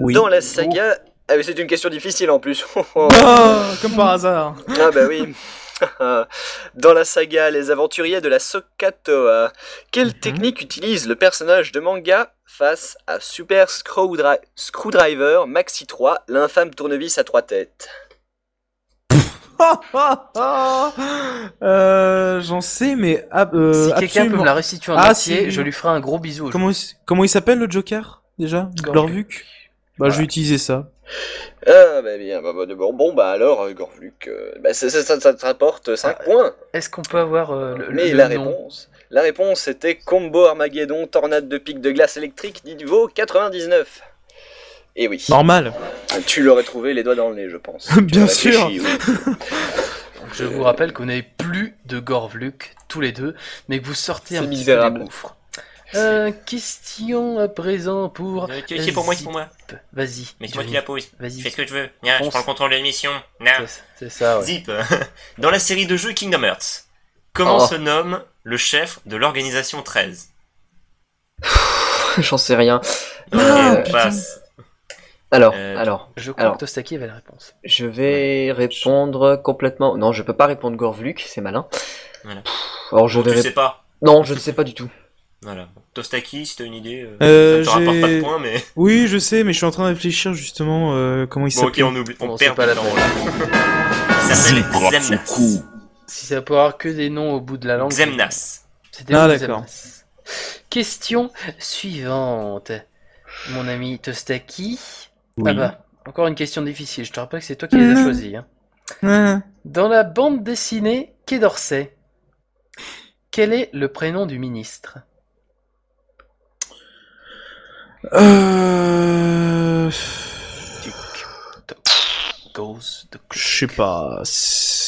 Speaker 6: Oui.
Speaker 4: dans la saga... Ah, mais c'est une question difficile en plus.
Speaker 6: Ah, comme par hasard.
Speaker 4: Ah bah oui. Dans la saga Les Aventuriers de la Sokatoa, quelle technique utilise le personnage de manga face à Super Screwdri- Screwdriver Maxi 3, l'infâme tournevis à trois têtes
Speaker 6: Euh, J'en sais, mais. ab- euh,
Speaker 2: Si quelqu'un peut
Speaker 6: absolument.
Speaker 2: me la restituer en
Speaker 6: Ah,
Speaker 2: entier,
Speaker 6: si.
Speaker 2: je lui ferai un gros bisou.
Speaker 6: Comment il, s- comment il s'appelle le Joker déjà Glorvuk Bah, je vais utiliser ça.
Speaker 4: Ah bah bien, bah, bah, bon, bon bah alors, euh, Gorvluk, euh, bah, ça, ça- ça- ça te rapporte 5 points.
Speaker 2: Est-ce qu'on peut avoir euh, le,
Speaker 4: Mais
Speaker 2: le
Speaker 4: la
Speaker 2: nom
Speaker 4: réponse La réponse c'était Combo Armageddon, Tornade de pic de glace électrique, niveau 99. Et oui. Euh,
Speaker 6: Normal.
Speaker 4: Tu l'aurais trouvé les doigts dans le nez, je pense. Tu
Speaker 6: Bien
Speaker 4: aurais
Speaker 6: sûr.
Speaker 4: réfléchi, oui.
Speaker 2: Donc, Je vous rappelle que vous n'avez plus de Gorvluk, tous les deux, mais que vous sortez un
Speaker 4: C'est
Speaker 2: petit
Speaker 4: misérable.
Speaker 2: peu des gouffres. Euh, question à présent pour.
Speaker 3: C'est c'est pour moi, c'est pour moi.
Speaker 2: Zip. Vas-y.
Speaker 3: Mais c'est moi qui
Speaker 2: Johnny.
Speaker 3: la pose.
Speaker 2: Vas-y.
Speaker 3: Fais ce que je veux. Viens, je
Speaker 2: Fonce.
Speaker 3: prends le contrôle de l'émission. Non.
Speaker 2: C'est ça, ouais.
Speaker 3: Zip. Dans la série de jeux Kingdom Hearts, comment
Speaker 8: Oh.
Speaker 3: se nomme le chef de l'organisation 13
Speaker 8: J'en sais rien.
Speaker 3: Ok,
Speaker 8: Euh,
Speaker 3: on passe.
Speaker 8: Alors,
Speaker 3: Euh,
Speaker 8: alors,
Speaker 2: Ah, Je crois
Speaker 8: alors,
Speaker 2: que Tostaki avait la réponse.
Speaker 8: je vais répondre complètement. Non, je peux pas répondre Gorvluk, c'est malin.
Speaker 3: Voilà.
Speaker 8: Pff, Alors, je
Speaker 3: Bon,
Speaker 8: vais.
Speaker 3: tu
Speaker 8: rép-
Speaker 3: sais pas.
Speaker 8: Non, je ne sais pas du tout.
Speaker 3: Voilà. Tostaki, si t'as une idée, euh,
Speaker 6: Euh,
Speaker 3: ça te rapporte
Speaker 6: j'ai-
Speaker 3: pas de points, mais.
Speaker 6: Oui, je sais, mais je suis en train de réfléchir justement euh, comment il
Speaker 3: Bon, ok,
Speaker 6: s'appelle.
Speaker 3: on oublie, on
Speaker 2: Bon, c'est
Speaker 3: perd
Speaker 2: pas
Speaker 3: pas
Speaker 2: la
Speaker 3: temps.
Speaker 2: peine.
Speaker 3: là. Ça s'appelle Zemnas.
Speaker 2: Si ça peut avoir que des noms au bout de la langue.
Speaker 3: Xemnas.
Speaker 2: C'était
Speaker 6: Ah,
Speaker 2: le
Speaker 6: d'accord.
Speaker 2: Xemnas. Question suivante. Mon ami Tostaki.
Speaker 6: Oui.
Speaker 2: Ah bah, encore une question difficile. Je te rappelle que c'est toi qui les as
Speaker 6: Mhm.
Speaker 2: choisis. hein.
Speaker 6: Ah.
Speaker 2: Dans la bande dessinée Quai d'Orsay, quel est le prénom du ministre
Speaker 6: Euh...
Speaker 2: Goes de
Speaker 6: Je sais pas. c'est-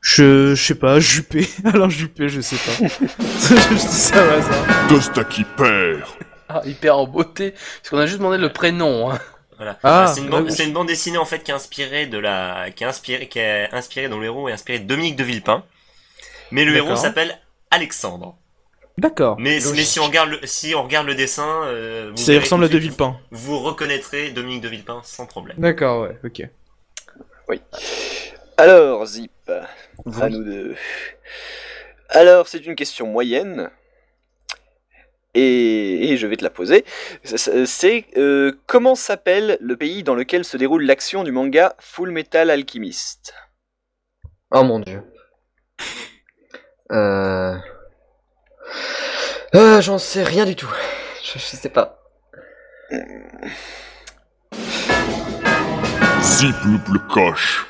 Speaker 6: Je, je sais pas, Juppé. Alors Juppé, je sais pas. je dis ça au hasard.
Speaker 11: Tostaki perd.
Speaker 2: Ah, hyper en beauté. Parce qu'on a juste demandé le prénom. hein.
Speaker 3: Voilà.
Speaker 2: Ah,
Speaker 3: c'est une,
Speaker 2: bah
Speaker 3: bande-
Speaker 2: oui.
Speaker 3: c'est une bande dessinée en fait qui est inspirée de la, qui est inspirée, qui est inspirée dont le héros est inspiré de Dominique de Villepin, mais le
Speaker 6: D'accord.
Speaker 3: héros s'appelle Alexandre.
Speaker 6: D'accord.
Speaker 3: Mais, mais si on regarde le, si on regarde le dessin, euh, vous
Speaker 6: Ça
Speaker 3: verrez
Speaker 6: ressemble
Speaker 3: tout
Speaker 6: à
Speaker 3: de
Speaker 6: De
Speaker 3: suite,
Speaker 6: Villepin.
Speaker 3: Vous reconnaîtrez Dominique de Villepin sans problème.
Speaker 6: D'accord, ouais, ok.
Speaker 4: Alors, Zip, à nous deux. Alors, c'est une question moyenne. Et, et je vais te la poser. C'est- C'est c'est, euh, comment s'appelle le pays dans lequel se déroule l'action du manga Full Metal Alchemist
Speaker 8: Oh mon dieu. Euh... Ah, J'en sais rien du tout. Je, je sais pas.
Speaker 11: Zip le coche.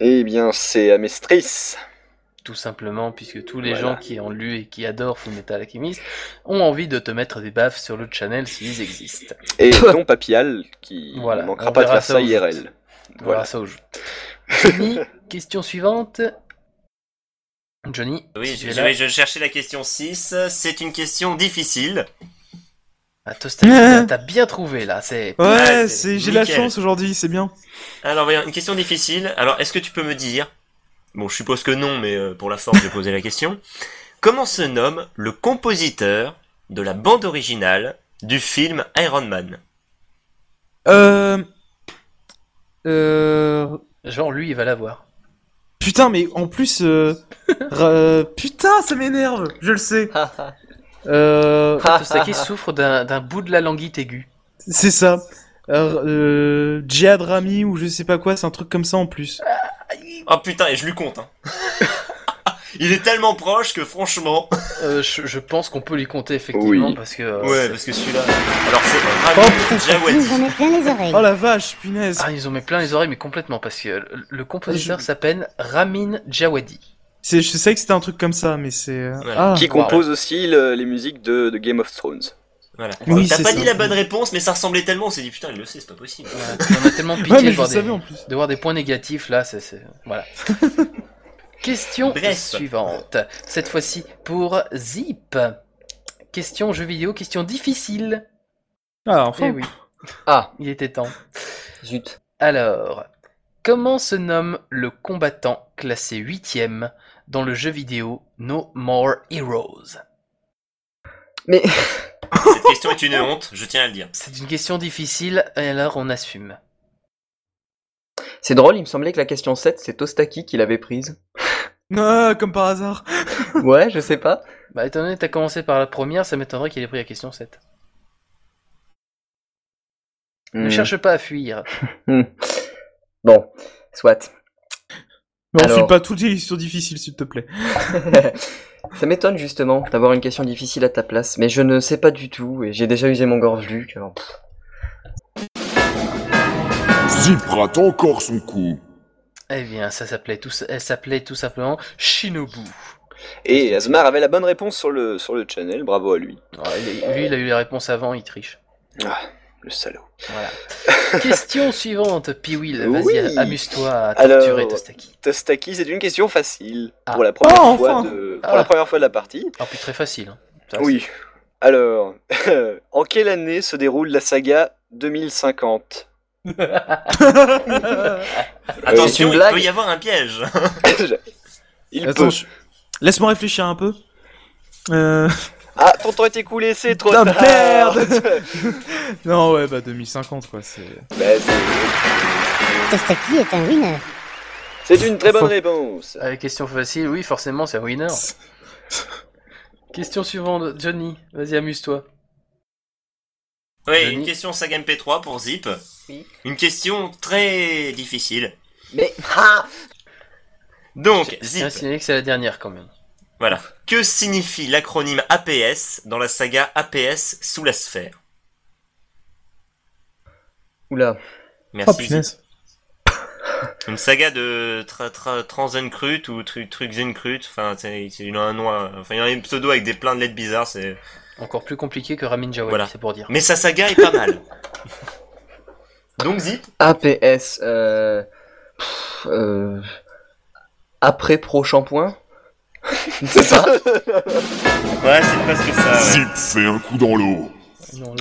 Speaker 4: Eh bien, c'est Amestris.
Speaker 2: Tout simplement, puisque tous les
Speaker 4: Voilà.
Speaker 2: gens qui ont lu et qui adorent Fullmetal Alchemist ont envie de te mettre des baffes sur le channel s'ils existent.
Speaker 4: Et non Papial, qui
Speaker 2: Voilà,
Speaker 4: ne
Speaker 2: on
Speaker 4: manquera pas de
Speaker 2: verra
Speaker 4: faire
Speaker 2: ça
Speaker 4: ça
Speaker 2: au
Speaker 4: IRL.
Speaker 2: On
Speaker 4: Voilà.
Speaker 2: verra ça au jeu. Johnny, question suivante. Johnny,
Speaker 3: Oui,
Speaker 2: si
Speaker 3: je,
Speaker 2: tu es
Speaker 3: je
Speaker 2: là-
Speaker 3: vais- je cherchais la question 6. C'est une question difficile.
Speaker 2: Ah, Tostaki, t'as- t'as bien trouvé là. Ah, C'est
Speaker 6: Ouais,
Speaker 3: Ouais, c'est
Speaker 6: c'est, j'ai la
Speaker 3: nickel.
Speaker 6: chance aujourd'hui, c'est bien.
Speaker 3: Alors, voyons, une question difficile. Alors, est-ce que tu peux me dire, bon, je suppose que non, mais euh, pour la forme, je vais poser la question. Comment se nomme le compositeur de la bande originale du film Iron Man
Speaker 6: Euh... Euh...
Speaker 2: Genre, lui, il va l'avoir.
Speaker 6: Putain, mais en plus... Euh... ra- euh, Putain, ça m'énerve, je le sais. euh...
Speaker 2: Tostaki souffre d'un d'un bout de la languite aiguë.
Speaker 6: C'est ça. Alors, euh, Jihad Rami ou je sais pas quoi, c'est un truc comme ça en plus.
Speaker 3: Oh putain, et je lui compte. Hein. Il est tellement proche que franchement.
Speaker 2: Euh, je, je pense qu'on peut lui compter effectivement
Speaker 4: Oui.
Speaker 2: parce que. euh,
Speaker 3: Ouais,
Speaker 2: c'est-
Speaker 3: parce que celui-là. Alors, c'est Rami Djawadi.
Speaker 10: Oh, Ils en ont plein les oreilles.
Speaker 6: Oh la vache, punaise.
Speaker 2: Ah, ils ont mis plein les oreilles, mais complètement, parce que le, le compositeur s'appelle Ramin Djawadi.
Speaker 6: C'est, je sais que c'était un truc comme ça, mais c'est. euh,
Speaker 3: Voilà.
Speaker 6: Ah.
Speaker 4: Qui compose aussi le- les musiques de, de Game of Thrones.
Speaker 3: Voilà.
Speaker 6: Oui,
Speaker 3: T'as
Speaker 6: c'est
Speaker 3: pas
Speaker 6: ça.
Speaker 3: dit la bonne réponse, mais ça ressemblait tellement. On s'est dit putain, il le sait, c'est pas possible.
Speaker 2: On a tellement pitié
Speaker 6: Ouais, mais
Speaker 2: de,
Speaker 6: je le
Speaker 2: voir des,
Speaker 6: savais en plus.
Speaker 2: de voir des points négatifs là, c'est. c'est- Voilà. Question
Speaker 3: Bref.
Speaker 2: suivante. Cette fois-ci pour Zip. Question jeu vidéo, question difficile.
Speaker 6: Ah,
Speaker 2: Eh
Speaker 6: enfin.
Speaker 2: oui.
Speaker 8: Ah.
Speaker 2: Il était temps.
Speaker 8: Zut.
Speaker 2: Alors, comment se nomme le combattant classé 8ème dans le jeu vidéo No More Heroes
Speaker 8: Mais
Speaker 3: Cette question est une honte, je tiens à le dire.
Speaker 2: c'est une question difficile, euh, et alors on assume.
Speaker 8: c'est drôle, il me semblait que la question 7, c'est Tostaki qui l'avait prise.
Speaker 6: Ah, comme par hasard.
Speaker 8: ouais, je sais pas.
Speaker 2: Bah, étant donné que t'as commencé par la première, ça m'étonnerait qu'il ait pris la question 7. Ne
Speaker 8: Hmm.
Speaker 2: cherche pas à fuir.
Speaker 8: Hmm. Bon, soit.
Speaker 6: Mais on
Speaker 8: Alors-
Speaker 6: suit pas toutes les questions difficiles, s'il te plaît.
Speaker 8: Ça m'étonne justement d'avoir une question difficile à ta place, mais je ne sais pas du tout et j'ai déjà usé mon gorge-luc. alors, pff.
Speaker 21: Zip rate encore son coup.
Speaker 2: Eh bien, ça s'appelait tout, elle s'appelait tout simplement Shinobu.
Speaker 4: Et Azmar avait la bonne réponse sur le, sur le channel, bravo à lui.
Speaker 2: Lui, il a eu la réponse avant, il triche.
Speaker 4: Ah, le salaud.
Speaker 2: Voilà. Question suivante, Piwil, vas-y,
Speaker 4: Oui.
Speaker 2: amuse-toi à
Speaker 4: Alors,
Speaker 2: torturer Tostaki.
Speaker 4: Tostaki, c'est une question facile
Speaker 2: Ah.
Speaker 4: pour, la première
Speaker 2: Oh,
Speaker 4: fois
Speaker 2: enfin.
Speaker 4: de,
Speaker 2: Ah.
Speaker 4: pour la première fois de la partie.
Speaker 2: Alors, puis très facile. hein. Ça,
Speaker 4: oui. Alors, en quelle année se déroule la saga 2050
Speaker 6: c'est
Speaker 3: Attention,
Speaker 6: une
Speaker 3: il
Speaker 6: blague.
Speaker 3: peut y avoir un piège.
Speaker 4: Il
Speaker 6: Attends,
Speaker 4: peut.
Speaker 6: je- laisse-moi réfléchir un peu. Euh...
Speaker 4: Ah, ton temps est écoulé, c'est trop
Speaker 6: Putain,
Speaker 4: tard
Speaker 6: merde non, ouais, bah 2050, quoi, c'est...
Speaker 4: Bah, c'est-
Speaker 10: Tostaki est un winner.
Speaker 4: C'est une très bonne
Speaker 2: Faut-
Speaker 4: réponse.
Speaker 2: Ah, question facile, oui, forcément, c'est un winner. Question suivante, Johnny, vas-y, amuse-toi.
Speaker 3: Oui, une question Saga MP3 pour Zip. Une question très difficile.
Speaker 8: Mais
Speaker 3: Donc,
Speaker 2: Tiens,
Speaker 3: Zip,
Speaker 2: signaler que c'est la dernière quand même.
Speaker 3: voilà. Que signifie l'acronyme APS dans la saga APS sous la sphère
Speaker 8: Oula.
Speaker 3: Merci.
Speaker 6: Oh, punaise.
Speaker 3: Une saga de tra tra Transencrut ou tru Truxencrut, enfin, c'est c'est- il a un nom, euh, enfin, il a un pseudo avec des pleins de lettres bizarres, c'est...
Speaker 2: Encore plus compliqué que Ramin Djawadi, Ah c'est pour dire.
Speaker 3: Mais sa saga est pas mal. Donc Zip
Speaker 8: APS. Euh... pff, euh, Après pro shampoing C'est ça
Speaker 3: Ouais, c'est presque ça.
Speaker 21: Zip fait un coup dans l'eau.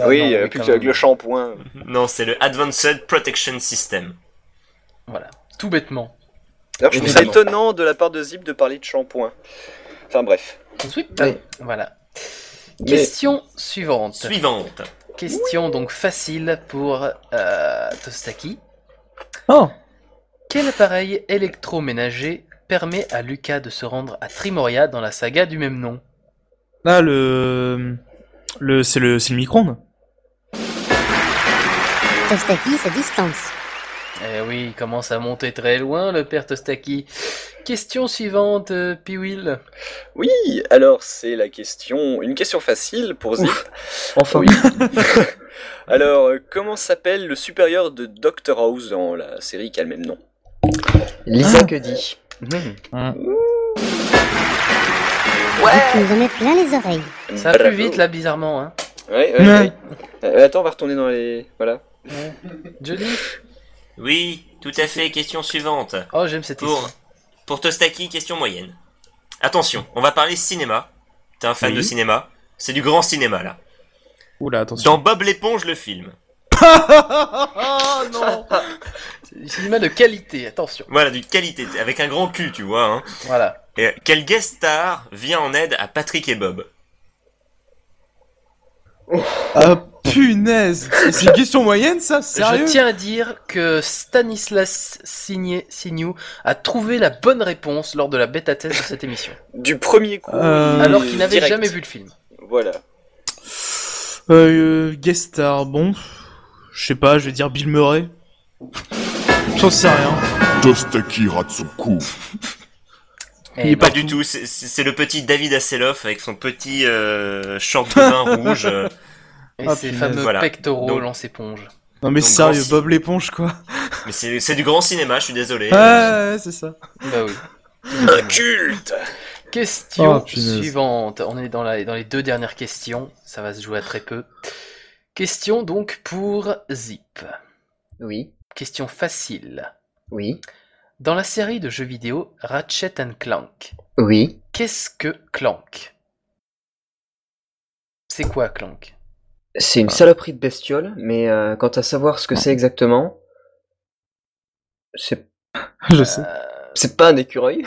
Speaker 4: oui, euh, plus avec le shampoing.
Speaker 3: Non, c'est le Advanced Protection System.
Speaker 2: Voilà, tout bêtement.
Speaker 4: D'ailleurs, je trouve ça étonnant de la part de Zip de parler de shampoing. Enfin bref.
Speaker 2: Sweep.
Speaker 4: Oui.
Speaker 2: Voilà.
Speaker 4: Mais-
Speaker 2: Question suivante.
Speaker 3: Suivante.
Speaker 2: Question donc facile pour euh, Tostaki.
Speaker 6: Oh
Speaker 2: Quel appareil électroménager permet à Lucas de se rendre à Trimoria dans la saga du même nom
Speaker 6: Là, Ah, le... le... C'est le... c'est le micro-ondes.
Speaker 10: Tostaki se distance.
Speaker 2: Eh oui, il commence à monter très loin le père Tostaki. Question suivante, euh, Piwil.
Speaker 4: Oui, alors c'est la question, une question facile pour Zip.
Speaker 8: Enfin.
Speaker 4: alors, euh, comment s'appelle le supérieur de Doctor House dans la série qui a le même nom
Speaker 8: Lisa que dit
Speaker 6: Ah.
Speaker 8: Hmm.
Speaker 10: Tu nous en mets plein les oreilles.
Speaker 2: Ça va plus vite là, bizarrement. Hein.
Speaker 4: Ouais, ouais, ouais. Euh, attends, on va retourner dans les. Voilà.
Speaker 2: Johnny
Speaker 3: Oui, tout à fait. Question suivante.
Speaker 2: Oh, j'aime cette
Speaker 3: pour, pour Tostaki, question moyenne. Attention, on va parler cinéma. T'es un fan
Speaker 6: Oui.
Speaker 3: de cinéma C'est du grand cinéma là.
Speaker 6: Oula, attention.
Speaker 3: Dans Bob l'éponge, le film.
Speaker 2: Oh non C'est du cinéma de qualité, attention.
Speaker 3: Voilà, du qualité, avec un grand cul, tu vois. Hein.
Speaker 2: Voilà.
Speaker 3: Et quel guest star vient en aide à Patrick et Bob
Speaker 6: Ah, punaise C'est une question moyenne, ça Sérieux
Speaker 2: Je tiens à dire que Stanislas Signé- Signou a trouvé la bonne réponse lors de la bêta-test de cette émission.
Speaker 4: Du premier coup.
Speaker 6: Euh,
Speaker 2: Alors qu'il n'avait
Speaker 4: direct.
Speaker 2: jamais vu le film.
Speaker 4: Voilà.
Speaker 6: Euh, euh, guest star, bon... Je sais pas, je vais dire Bill Murray. J'en sais rien.
Speaker 21: Tostaki rate son coup.
Speaker 6: Il est
Speaker 3: Eh, Pas
Speaker 6: partout.
Speaker 3: du tout, c'est- c'est c'est le petit David Asseloff avec son petit euh, short de bain rouge. euh.
Speaker 2: Et
Speaker 6: Ah,
Speaker 2: ses
Speaker 6: punaise.
Speaker 2: fameux
Speaker 3: Voilà.
Speaker 2: pectoraux
Speaker 3: Donc-
Speaker 2: en s'éponge.
Speaker 6: Non mais
Speaker 3: Donc,
Speaker 6: sérieux,
Speaker 3: grand
Speaker 6: Bob l'éponge, quoi.
Speaker 3: Mais c'est c'est du grand cinéma, je suis désolé.
Speaker 6: Ouais, ouais, ouais, c'est ça.
Speaker 2: Bah oui.
Speaker 4: Culte
Speaker 2: Question
Speaker 6: Oh, punaise.
Speaker 2: suivante. On est dans, la- dans les deux dernières questions. Ça va se jouer à très peu. Question donc pour Zip.
Speaker 8: Oui.
Speaker 2: Question facile.
Speaker 8: Oui.
Speaker 2: Dans la série de jeux vidéo Ratchet Clank,
Speaker 8: Oui.
Speaker 2: qu'est-ce que Clank C'est quoi Clank
Speaker 8: C'est une saloperie de bestiole, mais euh, quant à savoir ce que c'est exactement, c'est
Speaker 6: Je sais.
Speaker 8: Euh, c'est pas un écureuil.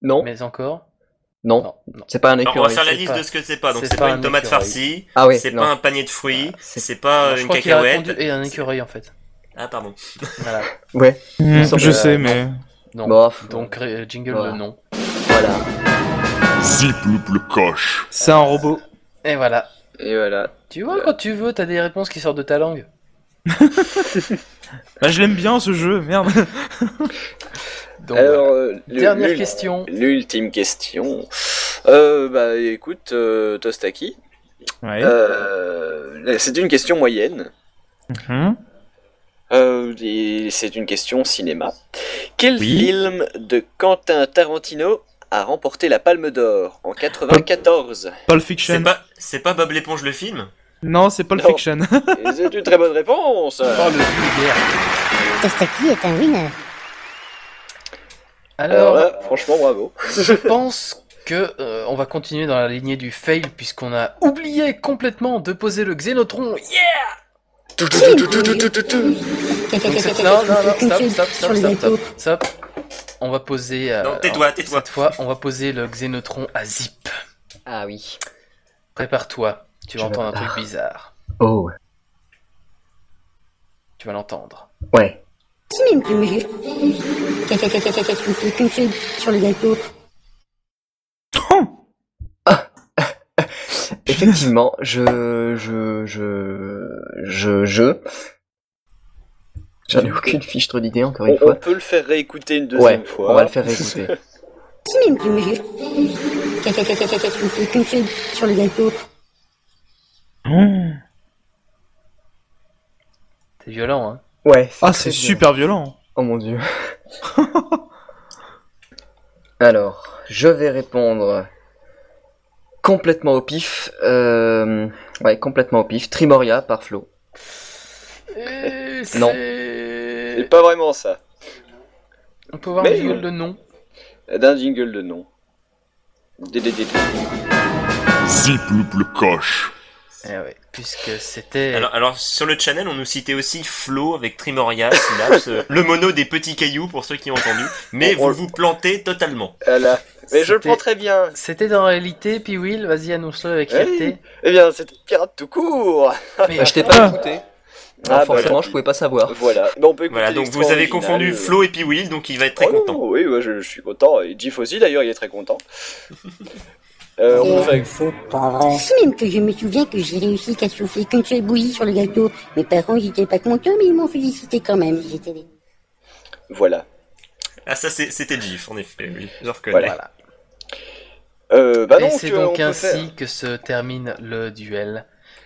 Speaker 2: Non. Mais encore
Speaker 8: Non, c'est pas un
Speaker 3: Alors,
Speaker 8: écureuil.
Speaker 3: on va faire la liste de ce que c'est pas. Donc c'est pas, une tomate
Speaker 8: écureuil.
Speaker 3: farcie,
Speaker 8: Ah oui,
Speaker 3: c'est
Speaker 8: non.
Speaker 3: pas un panier de fruits, c'est pas
Speaker 2: Alors, Ah, je
Speaker 3: une
Speaker 2: crois qu'il a répondu
Speaker 3: cacahuète.
Speaker 2: et un écureuil en fait.
Speaker 3: Ah pardon.
Speaker 2: Voilà.
Speaker 8: Ouais.
Speaker 6: Hmm,
Speaker 8: Il me semble-
Speaker 6: je sais, mais-
Speaker 2: Non.
Speaker 8: Bof.
Speaker 2: Donc ré- jingle
Speaker 8: Voilà.
Speaker 2: le nom.
Speaker 8: Voilà.
Speaker 6: bah.
Speaker 21: Zip le coche.
Speaker 6: C'est un robot.
Speaker 2: Et voilà.
Speaker 4: Et voilà.
Speaker 2: Tu vois quand tu veux, t'as des réponses qui sortent de ta langue.
Speaker 6: Bah, je l'aime bien ce jeu, merde.
Speaker 2: Donc,
Speaker 4: Alors, euh, le-
Speaker 2: Dernière
Speaker 4: l'ul-
Speaker 2: question.
Speaker 4: L'ultime question. Euh, bah écoute, euh, Tostaki.
Speaker 6: Ouais.
Speaker 4: euh, c'est une question moyenne.
Speaker 6: Mhm.
Speaker 4: Euh, et c'est une question cinéma. Quel
Speaker 6: Oui.
Speaker 4: film de Quentin Tarantino a remporté la Palme d'Or en 94
Speaker 6: Pulp Fiction.
Speaker 3: C'est pas, c'est pas Bob l'éponge le film
Speaker 6: Non, c'est Pulp
Speaker 4: Non.
Speaker 6: Fiction.
Speaker 4: Et C'est une très bonne réponse.
Speaker 10: Tostaki est un winner.
Speaker 2: Alors,
Speaker 4: Alors
Speaker 8: Euh,
Speaker 4: là, franchement, bravo.
Speaker 2: je pense que euh, on va continuer dans la lignée du fail puisqu'on a oublié complètement de poser le Xénotron. Donc, c'est- non, non, non, stop, stop, stop, stop, stop, stop. On va poser. euh,
Speaker 3: Non, tais-toi, tais-toi.
Speaker 2: Cette fois, on va poser le Xénotron à Zip.
Speaker 8: Ah oui.
Speaker 2: Prépare-toi, tu vas entendre un truc bizarre.
Speaker 8: Oh.
Speaker 2: Tu vas l'entendre.
Speaker 8: Ouais.
Speaker 10: sur le gâteau.
Speaker 8: Effectivement, je. Je. Je. Je. Je. J'en ai aucune fiche trop d'idées, encore
Speaker 4: On,
Speaker 8: une
Speaker 4: on
Speaker 8: fois.
Speaker 4: peut le faire réécouter une deuxième
Speaker 8: Ouais,
Speaker 4: fois.
Speaker 8: on va le faire écouter.
Speaker 10: sur le gâteau.
Speaker 2: C'est violent, hein.
Speaker 8: Ouais.
Speaker 6: Ah,
Speaker 8: très
Speaker 6: c'est
Speaker 8: violent.
Speaker 6: super violent.
Speaker 8: Oh mon dieu. Alors, je vais répondre complètement au pif. euh, Ouais, complètement au pif. Trimoria par Flo. Non.
Speaker 4: C'est pas vraiment ça.
Speaker 2: On peut voir
Speaker 4: Mais
Speaker 2: le jingle
Speaker 4: non.
Speaker 2: de nom.
Speaker 4: D'un jingle de nom. DDD.
Speaker 21: Zip le coche.
Speaker 2: Eh ouais, puisque c'était.
Speaker 3: Alors, alors, sur le channel, on nous citait aussi Flo avec Trimoria, Synapse, euh, le mono des petits cailloux pour ceux qui ont entendu, mais vous vous plantez totalement.
Speaker 4: Voilà. Mais je le
Speaker 2: C'était-
Speaker 4: prends très bien.
Speaker 2: C'était dans la réalité, puis Will, vas-y, annonce-le avec
Speaker 4: Oui.
Speaker 2: fierté.
Speaker 4: Eh bien, c'était pirate tout court.
Speaker 2: Mais-
Speaker 8: Bah, je t'ai pas écouté.
Speaker 4: Ah,
Speaker 8: Ah,
Speaker 4: bah,
Speaker 8: forcément,
Speaker 4: tant
Speaker 8: je pouvais pas savoir.
Speaker 4: Voilà. Mais on peut écouter
Speaker 3: Voilà, donc
Speaker 4: l'extrait
Speaker 3: vous avez
Speaker 4: original.
Speaker 3: confondu Flo et Pee-Will, donc il va être très
Speaker 4: Oh,
Speaker 3: content.
Speaker 4: Oui, ouais, je, je suis content. Et Jeff aussi, d'ailleurs, il est très content. Euh,
Speaker 2: Oh,
Speaker 4: on peut faire-
Speaker 10: Si même que je me souviens que j'ai réussi qu'à souffler qu'une seule bouillie sur le gâteau. Mes parents, ils étaient pas contents, mais ils m'ont félicité quand même. J'étais des-
Speaker 4: Voilà.
Speaker 3: Ah, ça, c'est- c'était GIF, en effet, oui, je reconnais.
Speaker 4: Voilà. Euh, bah
Speaker 2: et
Speaker 4: donc,
Speaker 2: c'est
Speaker 4: euh, on
Speaker 2: donc
Speaker 4: peut
Speaker 2: ainsi
Speaker 4: faire-
Speaker 2: que se termine le duel.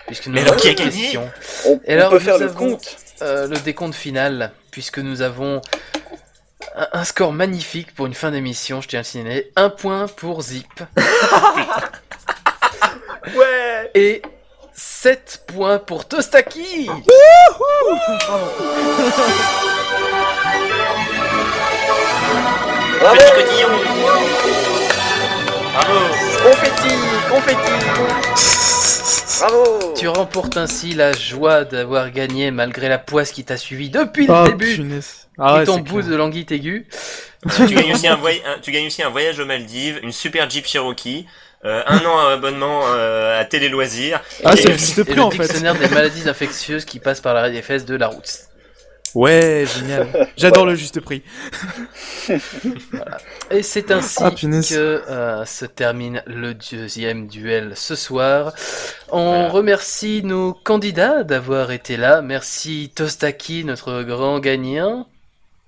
Speaker 2: Puisque nous
Speaker 3: Mais alors,
Speaker 2: avons
Speaker 3: qui a
Speaker 2: une
Speaker 3: gagné
Speaker 2: question.
Speaker 4: on,
Speaker 2: Et
Speaker 4: on
Speaker 2: alors,
Speaker 4: peut
Speaker 2: nous
Speaker 4: faire le
Speaker 2: avons,
Speaker 4: compte.
Speaker 2: euh, le décompte final, puisque nous avons un, un score magnifique pour une fin d'émission, je tiens à le signaler. Un point pour Zip.
Speaker 4: Ouais.
Speaker 2: Et 7 points pour Tostaki
Speaker 4: Bravo.
Speaker 3: Petit cotillon Bravo
Speaker 4: Confetti, confetti. Bravo.
Speaker 2: Tu remportes ainsi la joie d'avoir gagné malgré la poisse qui t'a suivi depuis le
Speaker 6: Oh,
Speaker 2: début
Speaker 6: punaise. Ah
Speaker 2: et
Speaker 6: ouais,
Speaker 2: ton
Speaker 6: c'est
Speaker 2: bout
Speaker 6: clair.
Speaker 2: de languite aiguë.
Speaker 3: tu, gagnes aussi un voy- un- tu gagnes aussi un voyage aux Maldives, une super Jeep Cherokee, euh, un an à abonnement euh, à Télé Loisirs.
Speaker 6: Ah,
Speaker 3: et-
Speaker 6: c'est le fils de
Speaker 2: Et
Speaker 6: prix
Speaker 2: le
Speaker 6: en fait.
Speaker 2: dictionnaire des maladies infectieuses qui passe par l'arrêt des fesses de la route.
Speaker 6: Ouais, génial. J'adore le juste prix.
Speaker 2: Et c'est ainsi
Speaker 6: Ah, punaise.
Speaker 2: que euh, se termine le deuxième duel ce soir. On remercie nos candidats d'avoir été là. Merci Tostaki, notre grand gagnant.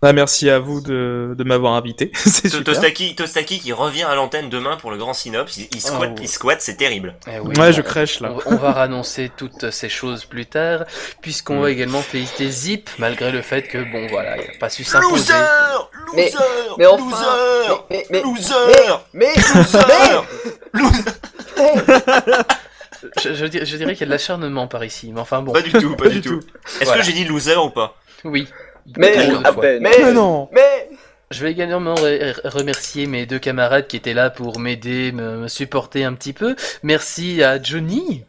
Speaker 6: Ah, merci à vous de, de m'avoir invité. C'est
Speaker 3: To-
Speaker 6: super.
Speaker 3: Tostaki, Tostaki qui revient à l'antenne demain pour le grand synopsis, il, il squatte,
Speaker 2: Oh.
Speaker 3: il squatte, c'est terrible.
Speaker 2: Eh oui,
Speaker 6: Ouais,
Speaker 2: on-
Speaker 6: je crèche là.
Speaker 2: on, on va rannoncer toutes ces choses plus tard, puisqu'on va également féliciter Zip, malgré le fait que, bon, voilà, il n'a pas su s'imposer.
Speaker 8: Mais-
Speaker 3: Loser
Speaker 8: mais enfin, mais- mais- mais-
Speaker 3: Loser
Speaker 8: Mais.
Speaker 3: Loser
Speaker 2: Je, je dir- je dirais qu'il y a de l'acharnement par ici, mais enfin bon.
Speaker 3: Pas du tout, pas du tout. Est-ce
Speaker 2: Voilà.
Speaker 3: que j'ai dit loser ou pas
Speaker 2: Oui.
Speaker 8: Mais-
Speaker 2: Trop de
Speaker 4: à
Speaker 2: fois.
Speaker 4: peine.
Speaker 6: Mais non
Speaker 8: Mais.
Speaker 2: Je vais également re- re- remercier mes deux camarades qui étaient là pour m'aider, me, me supporter un petit peu. Merci à Johnny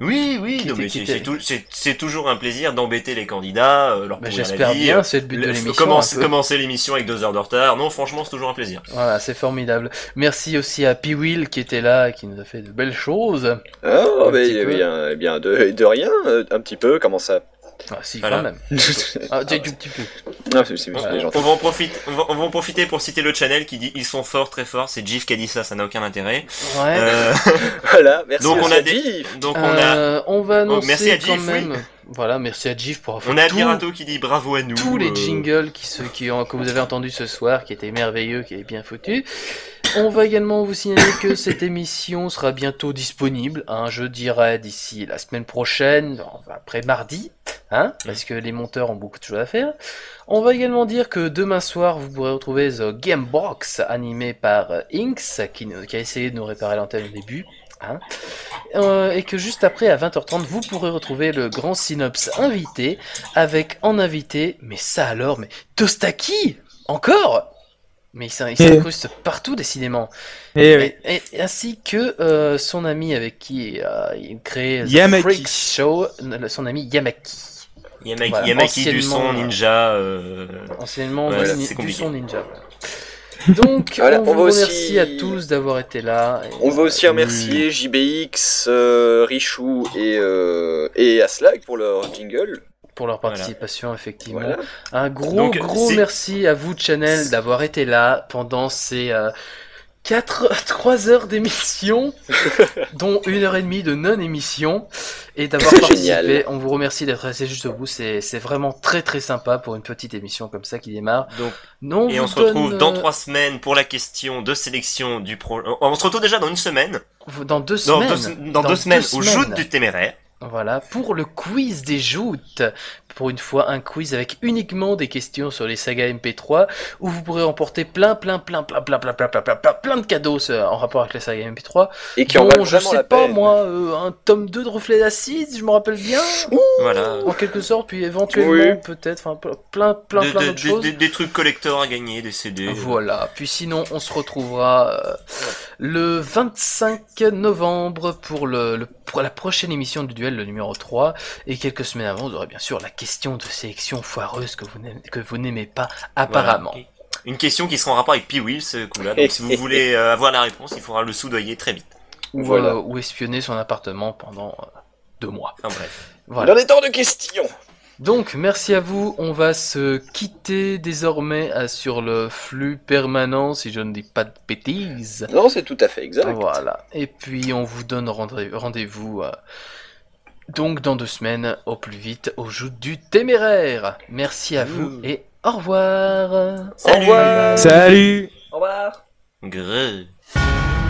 Speaker 3: Oui, oui,
Speaker 2: Qui
Speaker 3: non,
Speaker 2: était-
Speaker 3: mais
Speaker 2: qui
Speaker 3: c'est-
Speaker 2: était-
Speaker 3: c'est tou- c'est c'est toujours un plaisir d'embêter les candidats, euh, leur
Speaker 2: Bah,
Speaker 3: pourrir
Speaker 2: j'espère
Speaker 3: la vie.
Speaker 2: bien,
Speaker 3: euh,
Speaker 2: c'est le but de
Speaker 3: le-
Speaker 2: l'émission,
Speaker 3: Commencer,
Speaker 2: un peu.
Speaker 3: commencer l'émission avec deux heures de retard, non, franchement, c'est toujours un plaisir.
Speaker 2: Voilà, c'est formidable. Merci aussi à Piwil qui était là et qui nous a fait de belles choses.
Speaker 4: Oh,
Speaker 2: Un
Speaker 4: mais
Speaker 2: petit
Speaker 4: eh
Speaker 2: peu.
Speaker 4: bien, eh bien de, de rien, euh, un petit peu, comment ça
Speaker 2: Ah, si,
Speaker 3: Voilà.
Speaker 2: quand même. Ah, du, du petit peu.
Speaker 4: Ah, c'est- c'est-
Speaker 3: On,
Speaker 4: c'est gentil.
Speaker 3: on va en profiter, on va, on va en profiter pour citer le channel qui dit ils sont forts, très forts. C'est Jif qui a dit ça, ça n'a aucun intérêt.
Speaker 2: Ouais.
Speaker 4: Voilà, merci,
Speaker 3: Euh, Donc on
Speaker 4: merci
Speaker 3: a
Speaker 4: à
Speaker 3: des-
Speaker 4: Jif.
Speaker 3: donc on a,
Speaker 2: Euh, on, va
Speaker 3: Oh,
Speaker 2: annoncer
Speaker 3: merci à
Speaker 2: quand
Speaker 3: Jif, oui.
Speaker 2: même. Voilà, merci à Jif pour avoir
Speaker 3: on a
Speaker 2: tout-
Speaker 3: Birato qui dit bravo à nous.
Speaker 2: tous les
Speaker 3: euh,
Speaker 2: jingles qui, se- qui ont, que vous avez entendus ce soir, qui étaient merveilleux, qui étaient bien foutus. On va également vous signaler que cette émission sera bientôt disponible, hein, je dirais d'ici la semaine prochaine, enfin, après mardi, hein, parce que les monteurs ont beaucoup de choses à faire. On va également dire que demain soir, vous pourrez retrouver The Game Box, animé par euh, Inks, qui, nous- qui a essayé de nous réparer l'antenne au début. hein. Euh, et que juste après, à 20h30, vous pourrez retrouver le grand synopsis invité, avec en invité, mais ça alors, mais Tostaki Encore mais il s'in- il
Speaker 6: Eh.
Speaker 2: s'incruste partout, décidément.
Speaker 6: Eh oui.
Speaker 2: Et- et- ainsi que euh, son ami avec qui euh, il crée The
Speaker 6: Yamaki.
Speaker 2: Freak Show, le- son ami Yamaki.
Speaker 3: Yamaki,
Speaker 2: Voilà,
Speaker 3: Yamaki du son
Speaker 2: anciennement-
Speaker 3: ninja. euh,
Speaker 2: Anciennement
Speaker 3: voilà,
Speaker 2: du,
Speaker 3: c'est
Speaker 2: du
Speaker 3: compliqué.
Speaker 2: son ninja. Donc,
Speaker 4: Voilà,
Speaker 2: on,
Speaker 4: on
Speaker 2: vous
Speaker 4: va aussi-
Speaker 2: remercie à tous d'avoir été là. et-
Speaker 4: On va aussi remercier JBX, euh, Richou et, euh, et Aslag pour leur jingle.
Speaker 2: pour leur participation, effectivement.
Speaker 4: Voilà.
Speaker 2: Un gros,
Speaker 4: Donc,
Speaker 2: gros
Speaker 4: c'est-
Speaker 2: merci à vous, Channel, d'avoir été là pendant ces 4, 3 heures d'émission, dont une heure et demie de non-émission, et d'avoir
Speaker 4: C'est
Speaker 2: participé.
Speaker 4: génial.
Speaker 2: On vous remercie d'être resté jusqu'au bout. C'est c'est vraiment très, très sympa pour une petite émission comme ça qui démarre.
Speaker 3: Donc,
Speaker 2: non,
Speaker 3: et on se retrouve
Speaker 2: euh,
Speaker 3: dans trois semaines pour la question de sélection du pro. euh, On se retrouve déjà dans une semaine.
Speaker 2: Dans deux
Speaker 3: Dans
Speaker 2: semaines.
Speaker 3: deux- dans deux semaines, aux
Speaker 2: semaines.
Speaker 3: joutes du téméraire.
Speaker 2: Voilà, pour le quiz des joutes. Pour une fois, un quiz avec uniquement des questions sur les sagas MP3, où vous pourrez emporter plein, plein, plein, plein, plein, plein, plein, plein, plein, plein, plein de cadeaux euh, en rapport avec les sagas MP3.
Speaker 4: Et qui en
Speaker 2: dont,
Speaker 4: valent
Speaker 2: je
Speaker 4: vraiment
Speaker 2: sais
Speaker 4: la
Speaker 2: pas,
Speaker 4: peine.
Speaker 2: moi, euh, un tome 2 de Reflet d'Assises, je me rappelle bien.
Speaker 3: Voilà.
Speaker 2: En quelque sorte, puis éventuellement,
Speaker 3: Oui.
Speaker 2: peut-être, enfin, plein, plein,
Speaker 3: De-
Speaker 2: plein
Speaker 3: de-
Speaker 2: d'autres
Speaker 3: de-
Speaker 2: choses.
Speaker 3: de- des trucs collector à gagner, des CD. euh,
Speaker 2: Voilà, puis sinon on se retrouvera euh, le 25 novembre pour, le, le- pour la prochaine émission du duel, le numéro 3. Et quelques semaines avant, vous aurez bien sûr la question de sélection foireuse que vous n'aimez- que vous n'aimez pas apparemment.
Speaker 3: Voilà. Une question qui sera en rapport avec Pee-Will ce coup-là. Donc si vous voulez euh, avoir la réponse, il faudra le soudoyer très vite.
Speaker 2: Ou,
Speaker 3: Voilà.
Speaker 2: euh, ou espionner son appartement pendant euh, deux mois.
Speaker 3: Enfin bref.
Speaker 2: Voilà.
Speaker 4: Dans les temps de questions
Speaker 2: Donc, merci à vous. On va se quitter désormais euh, sur le flux permanent, si je ne dis pas de bêtises.
Speaker 4: Non, c'est tout à fait exact.
Speaker 2: Voilà. Et puis, on vous donne rendez- rendez-vous euh, donc dans deux semaines, au plus vite, au jout du téméraire. Merci à vous et au revoir.
Speaker 3: Salut.
Speaker 2: Salut.
Speaker 3: Grrr.